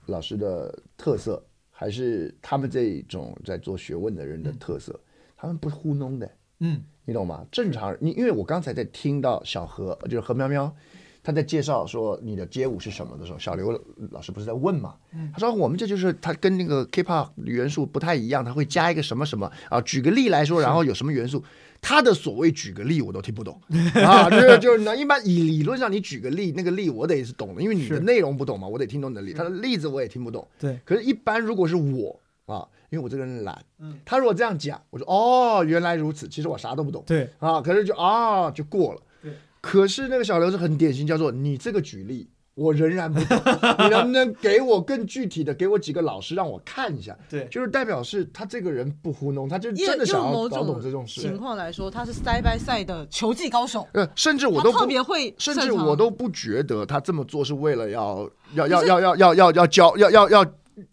A: 老师的特色，还是他们这种在做学问的人的特色，他们不糊弄的，
E: 嗯，
A: 你懂吗？正常人，你因为我刚才在听到小何，就是何喵喵，他在介绍说你的街舞是什么的时候，小刘老师不是在问嘛？他说我们这就是他跟那个 K-pop 元素不太一样，他会加一个什么什么啊？举个例来说，然后有什么元素？他的所谓举个例我都听不懂 啊，就是就是呢，一般以理论上你举个例，那个例我得是懂的，因为你的内容不懂嘛，我得听懂你的例，他的
C: 嗯
A: 例子我也听不懂。
E: 对，
A: 可是，一般如果是我啊，因为我这个人懒，
E: 嗯，
A: 他如果这样讲，我说哦，原来如此，其实我啥都不懂，
E: 对
A: 啊，可是就啊就过了。
E: 对，
A: 可是那个小刘是很典型，叫做你这个举例，我仍然不懂。 你能不能给我更具体的，给我几个老师让我看一下？
E: 对，
A: 就是代表是他这个人不糊弄，他就
C: 因
A: 真
C: 为
A: 的想
C: 用
A: 要
C: 某
A: 搞懂这种事。
C: 情况来说，他是 side by side 的球技高手。
A: 呃，甚至我都
C: 他特
A: 不
C: 别会
A: 甚
C: 擅
A: 至
C: 长
A: 我都不觉得他这么做是为了要要
C: 不
A: 要
C: 是
A: 要要要要要教要要要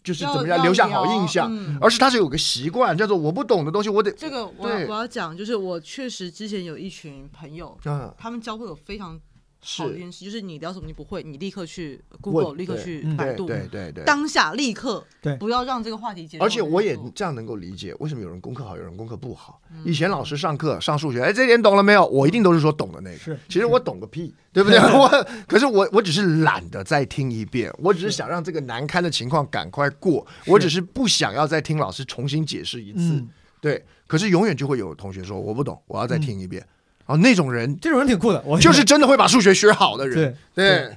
A: 就是
C: 要
A: 怎么样
C: 要
A: 留下
C: 聊
A: 好印象
C: 嗯，
A: 而是他是有个习惯，叫做我不懂的东西我得
C: 这个我
A: 对
C: 我要讲，就是我确实之前有一群朋友，
A: 嗯
C: 他们教会我非常好的
A: 是
C: 一件事，就是你聊什么你不会，你立刻去 Google，立刻
A: 对
C: 去
A: 嗯
C: 百
A: 对
C: 度，
A: 对对对
C: 当下立刻，
A: 对
C: 不要让这个话题结束。
A: 而且我也这样能够理解，为什么有人功课好，有人功课不好。
C: 嗯
A: 以前老师上课上数学，哎，这点懂了没有？我一定都是说懂的那个。
E: 是
A: 其实我懂个屁，对不对？ 我可是我我只是懒得再听一遍，我只是想让这个难堪的情况赶快过，我只是不想要再听老师重新解释一次。
E: 嗯
A: 对，可是永远就会有同学说我不懂，我要再听一遍。然后那种人，
E: 这种人挺酷的，我
A: 就是真的会把数学学好的人。
E: 对
A: 对
E: 对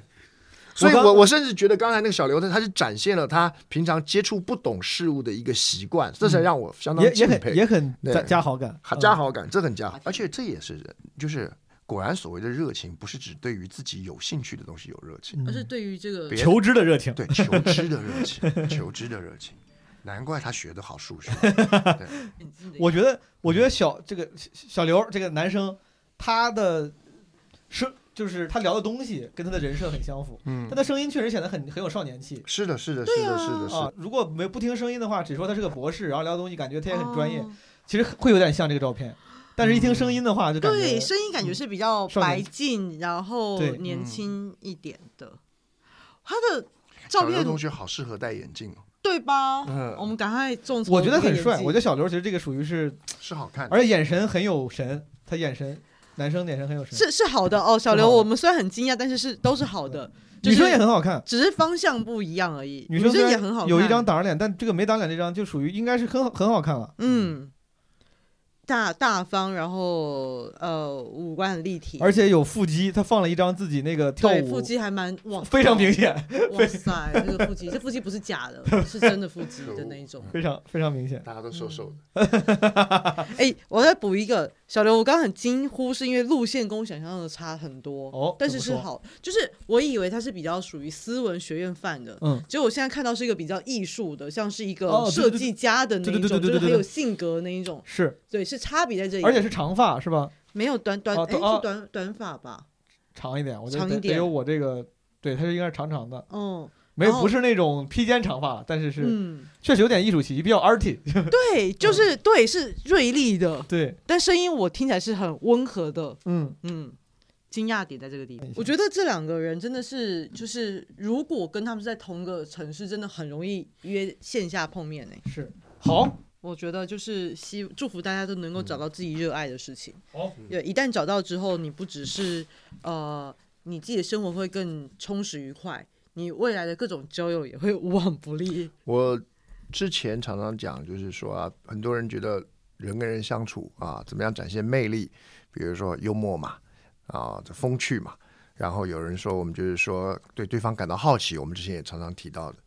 A: 所以
E: 我
A: 我，
E: 刚
A: 我甚至觉得刚才那个小刘，他他是展现了他平常接触不懂事物的一个习惯，这才让我相当
E: 也也
A: 敬
E: 很
A: 佩，
E: 也很
A: 对
E: 加加好感，
A: 好
E: 嗯
A: 加好感，这很加，而且这也是人就是果然所谓的热情，不是只对于自己有兴趣的东西有热情，
C: 而是对于这个
A: 别
E: 求知的热情，
A: 对求知的热 情，求知的热情，难怪他学的好数学。对
E: 我觉得，我觉得小这个小小刘这个男生，他的声就是他聊的东西跟他的人设很相符，
A: 嗯
E: 他的声音确实显得很很有少年气。
A: 是的，是的，是的，是的，是
E: 啊
A: 的，，
E: 如果没不听声音的话，只说他是个博士，然后聊的东西感觉他也很专
C: 哦
E: 业，其实会有点像这个照片，但是一听声音的话就感觉嗯
C: 对声音感觉是比较
E: 少年
C: 白净，然后
E: 对
C: 年
E: 嗯
C: 轻一点的。他的照
A: 小刘
C: 片
A: 同学好适合戴眼镜哦，
C: 对吧？
A: 嗯
C: 我们赶快众筹
E: 我觉得
C: 这个
E: 很
C: 眼
E: 帅。
C: 镜
E: 我觉得小刘其实这个属于是
A: 是好看的
E: 而且眼神很有神，他眼神男生眼神很有神，
C: 是是好的哦，小
E: 是
C: 刘，
E: 好的
C: 我们虽然很惊讶，但是是都是好的。
E: 女生也很好看，
C: 只是方向不一样而已。
E: 女
C: 女
E: 生虽
C: 也
E: 然
C: 很好看，
E: 有一张挡着脸，但这个没挡脸这张就属于应该是很好很好看了。
C: 嗯，大大方，然后呃五官很立体，
E: 而且有腹肌，他放了一张自己那个跳
C: 对
E: 舞，
C: 腹肌还蛮哇，
E: 非常明显
C: 哇塞，这个腹肌，这腹肌不是假的，是真的腹肌的那一种。
E: 非常非常明显。
A: 大家都瘦瘦的。
C: 哎，我再补一个，小刘，我刚刚很惊呼，是因为路线跟我想象的差很多，
E: 哦
C: 但
E: 怎
C: 是
E: 么
C: 是
E: 说
C: 好，就是我以为他是比较属于斯文学院范的，
E: 嗯
C: 结果我现在看到是一个比较艺术的，像是一
E: 哦
C: 个
E: 对
C: 设
E: 对对
C: 计家的那
E: 对
C: 一
E: 对对对
C: 种，就
E: 对对
C: 是很
E: 对
C: 有性格那一种，
E: 是，
C: 对，是差别在这里，
E: 而且是长发是吧？
C: 没有短短，
E: 哦
C: 哎、
E: 短哦
C: 是短短发吧？
E: 长一点，我觉得
C: 长一
E: 得得
C: 点
E: 有我这个，对，它是应该是长长的，
C: 嗯，
E: 没
C: 然后
E: 不是那种披肩长发，但是是、
C: 嗯
E: 确实有点艺术气，比较 arty。
C: 对，
E: 嗯
C: 就是、对，是锐利的，
E: 对，
C: 但声音我听起来是很温和的，
E: 嗯
C: 嗯，惊讶点在这个地方。我觉得这两个人真的是，就是如果跟他们是在同个城市，真的很容易约线下碰面呢、
E: 是好，
C: 我觉得就是希祝福大家都能够找到自己热爱的事情。
E: 好
C: 对，一旦找到之后，你不只是呃，你自己的生活会更充实愉快，你未来的各种交友也会无往不利。
A: 我之前常常讲，就是说啊，很多人觉得人跟人相处啊，怎么样展现魅力，比如说幽默嘛，啊，这风趣嘛。然后有人说，我们就是说对对方感到好奇，我们之前也常常提到的。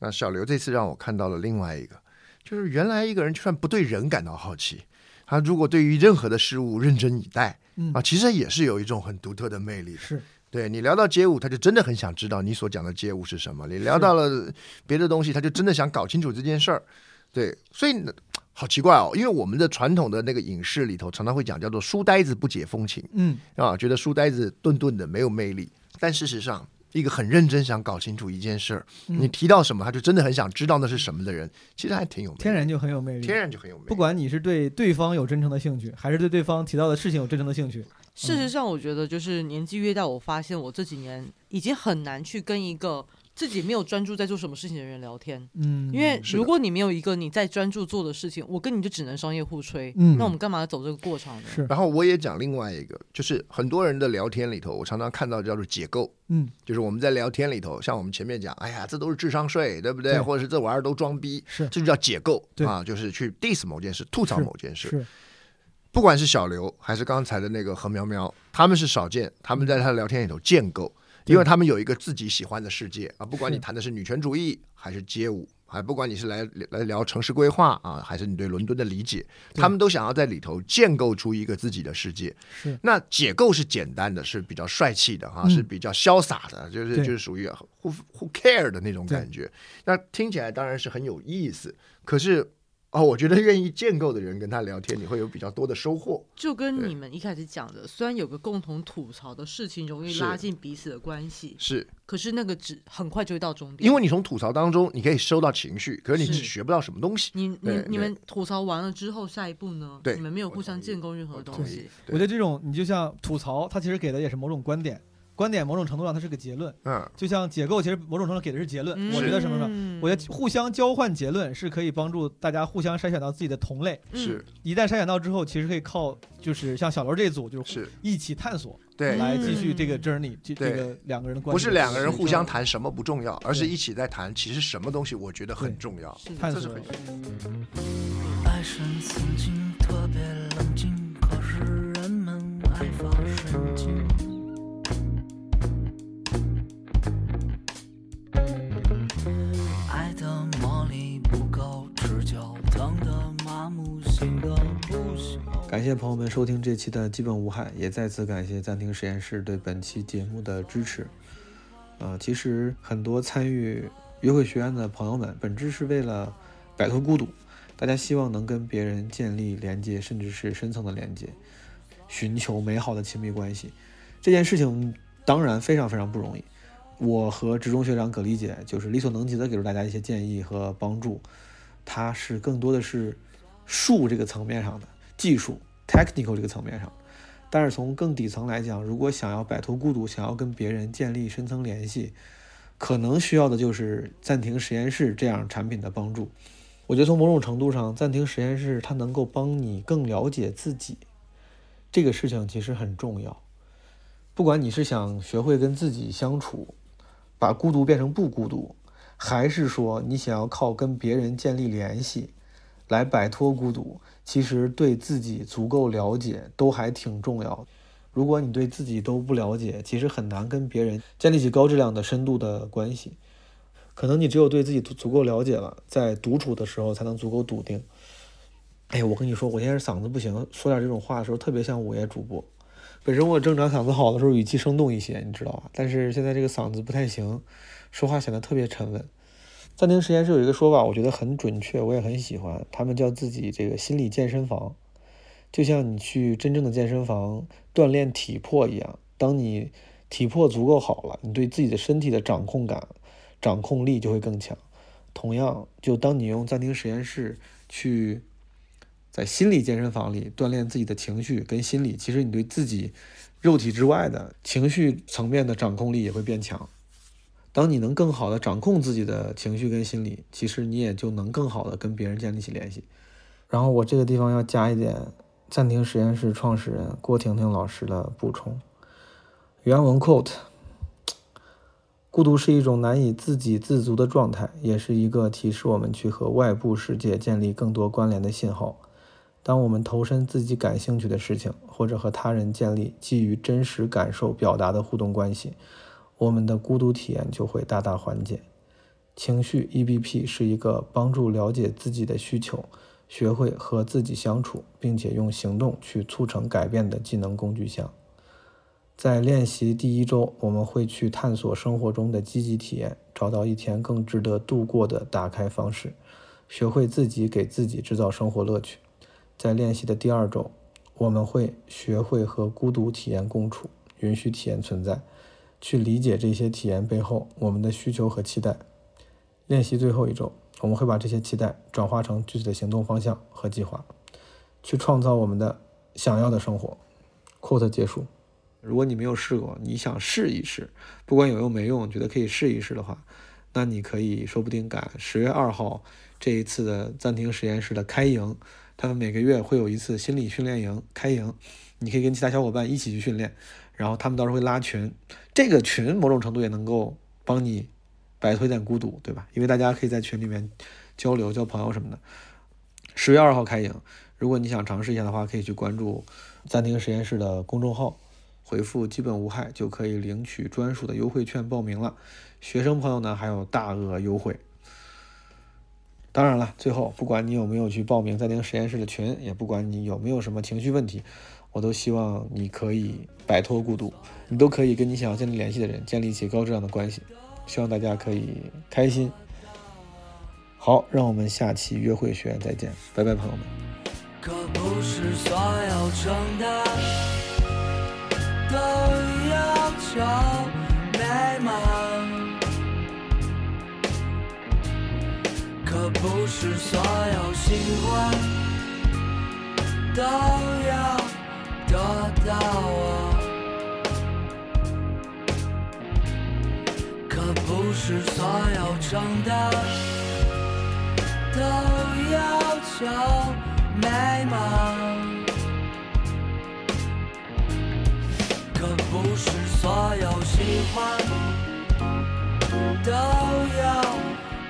A: 那小刘这次让我看到了另外一个，就是原来一个人就算不对人感到好奇，他如果对于任何的事物认真以待，
E: 嗯
A: 啊，其实也是有一种很独特的魅力的。
E: 是。
A: 对你聊到街舞，他就真的很想知道你所讲的街舞是什么；你聊到了别的东西，他就真的想搞清楚这件事儿。对，所以呢好奇怪哦，因为我们的传统的那个影视里头常常会讲叫做“书呆子不解风情”，
E: 嗯
A: 啊，觉得书呆子钝钝的没有魅力。但事实上，一个很认真想搞清楚一件事儿，
E: 嗯
A: 你提到什么，他就真的很想知道那是什么的人，其实还挺有魅力。
E: 天然就很有魅力，
A: 天然就很有魅力
E: 不管你是对对方有真诚的兴趣，还是对对方提到的事情有真诚的兴趣，
C: 事
E: 嗯
C: 实上，我觉得就是年纪越大，我发现我这几年已经很难去跟一个自己没有专注在做什么事情的人聊天。
E: 嗯
C: 因为
E: 是的
C: 如果你没有一个你在专注做的事情，我跟你就只能商业互吹。
A: 嗯
C: 那我们干嘛走这个过场呢？
A: 然后我也讲另外一个，就是很多人的聊天里头，我常常看到叫做解构，
E: 嗯，
A: 就是我们在聊天里头，像我们前面讲，哎呀，这都是智商税，对不对？
E: 对
A: 或者是这玩意儿都装逼，
E: 是，
A: 这就叫解构
E: 对
A: 啊，就是去 diss 某件事，吐槽
E: 是
A: 某件事。
E: 是
A: 不管是小刘还是刚才的那个何苗苗，他们是少见，他们在他的聊天里头建构，
E: 对
A: 因为他们有一个自己喜欢的世界啊，不管你
E: 是
A: 谈的是女权主义还是街舞还不管你是来来聊城市规划啊，还是你对伦敦的理解，他们都想要在里头建构出一个自己的世界。
M: 是
A: 那解构是简单的，是比较帅气的哈，
M: 嗯
A: 是比较潇洒的，就是
M: 对
A: 就是属于 who who care 的那种感觉。那听起来当然是很有意思，可是哦，我觉得愿意建构的人跟他聊天，你会有比较多的收获。
C: 就跟
A: 对
C: 你们一开始讲的，虽然有个共同吐槽的事情，容易
A: 是
C: 拉近彼此的关系，
A: 是，
C: 可是那个只很快就会到终点。
A: 因为你从吐槽当中你可以收到情绪，可是你
C: 是
A: 只学不到什么东西。
C: 你你
A: 对
C: 你们
A: 对
C: 吐槽完了之后，下一步呢？
A: 对
C: 你们没有互相建构任何东西。
M: 我觉得这种你就像吐槽，它其实给的也是某种观点，观点某种程度上它是个结论。
A: 嗯，
M: 就像解构，其实某种程度上给的是结论。
C: 嗯
M: 我觉得什么什么
C: 嗯，
M: 我觉得互相交换结论是可以帮助大家互相筛选到自己的同类。
C: 嗯
A: 是，
M: 一旦筛选到之后，其实可以靠就是像小楼这一组，就是一起探索，
A: 对
M: 来
A: 对
M: 继续这
C: 嗯
M: 个 journey，这
A: 对
M: 这个两个人的关系
A: 不是两个人互相
M: 的
A: 谈什么不重要，而是一起在谈其实什么东西我觉得很重要
M: 是的，
A: 这
M: 探
A: 是
M: 索
A: 很
J: 爱神曾经特别冷静，可是人们爱发神经。爱的魔力不够持久，疼得麻木，醒得不醒。
E: 嗯感谢朋友们收听这期的基本无害，也再次感谢暂停实验室对本期节目的支持。啊、其实很多参与约会学院的朋友们，本质是为了摆脱孤独，大家希望能跟别人建立连接，甚至是深层的连接，寻求美好的亲密关系。这件事情当然非常非常不容易。我和职中学长葛丽姐就是力所能及的给出大家一些建议和帮助，她是更多的是术这个层面上的技术 technical 这个层面上的。但是从更底层来讲，如果想要摆脱孤独，想要跟别人建立深层联系，可能需要的就是暂停实验室这样产品的帮助。我觉得从某种程度上，暂停实验室它能够帮你更了解自己，这个事情其实很重要。不管你是想学会跟自己相处，把孤独变成不孤独，还是说你想要靠跟别人建立联系来摆脱孤独，其实对自己足够了解都还挺重要的。如果你对自己都不了解，其实很难跟别人建立起高质量的、深度的关系。可能你只有对自己足足够了解了，在独处的时候才能足够笃定。哎，我跟你说，我现在嗓子不行，说点这种话的时候特别像午夜主播。本身我正常嗓子好的时候语气生动一些，你知道吧？但是现在这个嗓子不太行，说话显得特别沉稳。暂停实验室有一个说法，我觉得很准确，我也很喜欢。他们叫自己这个心理健身房，就像你去真正的健身房锻炼体魄一样。当你体魄足够好了，你对自己的身体的掌控感、掌控力就会更强。同样，就当你用暂停实验室去在心理健身房里锻炼自己的情绪跟心理，其实你对自己肉体之外的情绪层面的掌控力也会变强。当你能更好的掌控自己的情绪跟心理，其实你也就能更好的跟别人建立起联系。然后我这个地方要加一点暂停实验室创始人郭婷婷老师的补充，原文 quote：孤独是一种难以自给自足的状态，也是一个提示我们去和外部世界建立更多关联的信号。当我们投身自己感兴趣的事情，或者和他人建立基于真实感受表达的互动关系，我们的孤独体验就会大大缓解。情绪 EBP 是一个帮助了解自己的需求，学会和自己相处，并且用行动去促成改变的技能工具箱。在练习第一周，我们会去探索生活中的积极体验，找到一天更值得度过的打开方式，学会自己给自己制造生活乐趣。在练习的第二周，我们会学会和孤独体验共处，允许体验存在，去理解这些体验背后我们的需求和期待。练习最后一周，我们会把这些期待转化成具体的行动方向和计划，去创造我们的想要的生活。quote 结束。如果你没有试过，你想试一试，不管有用没用，觉得可以试一试的话，那你可以说不定赶十月二号这一次的暂停实验室的开营，他们每个月会有一次心理训练营开营，你可以跟其他小伙伴一起去训练，然后他们到时候会拉群，这个群某种程度也能够帮你摆脱一点孤独，对吧？因为大家可以在群里面交流、交朋友什么的。十月二号开营，如果你想尝试一下的话，可以去关注暂停实验室的公众号，回复“基本无害”就可以领取专属的优惠券报名了。学生朋友呢还有大额优惠。当然了，最后不管你有没有去报名在那个实验室的群，也不管你有没有什么情绪问题，我都希望你可以摆脱孤独，你都可以跟你想要建立联系的人建立起高质量的关系。希望大家可以开心。好，让我们下期约会学院再见，拜拜，朋友们。
J: 可不是所有承担都要求美满，可不是所有喜欢都要得到啊，可不是所有承担都要求。美满，可不是所有喜欢都要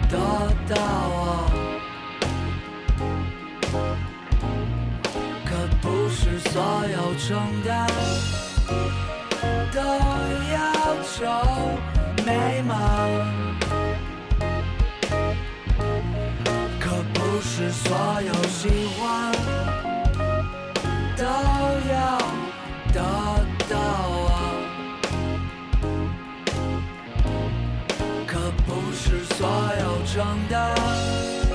J: 得到啊，可不是所有承担都要求美满。不是所有喜欢都要得到啊，可不是所有承担。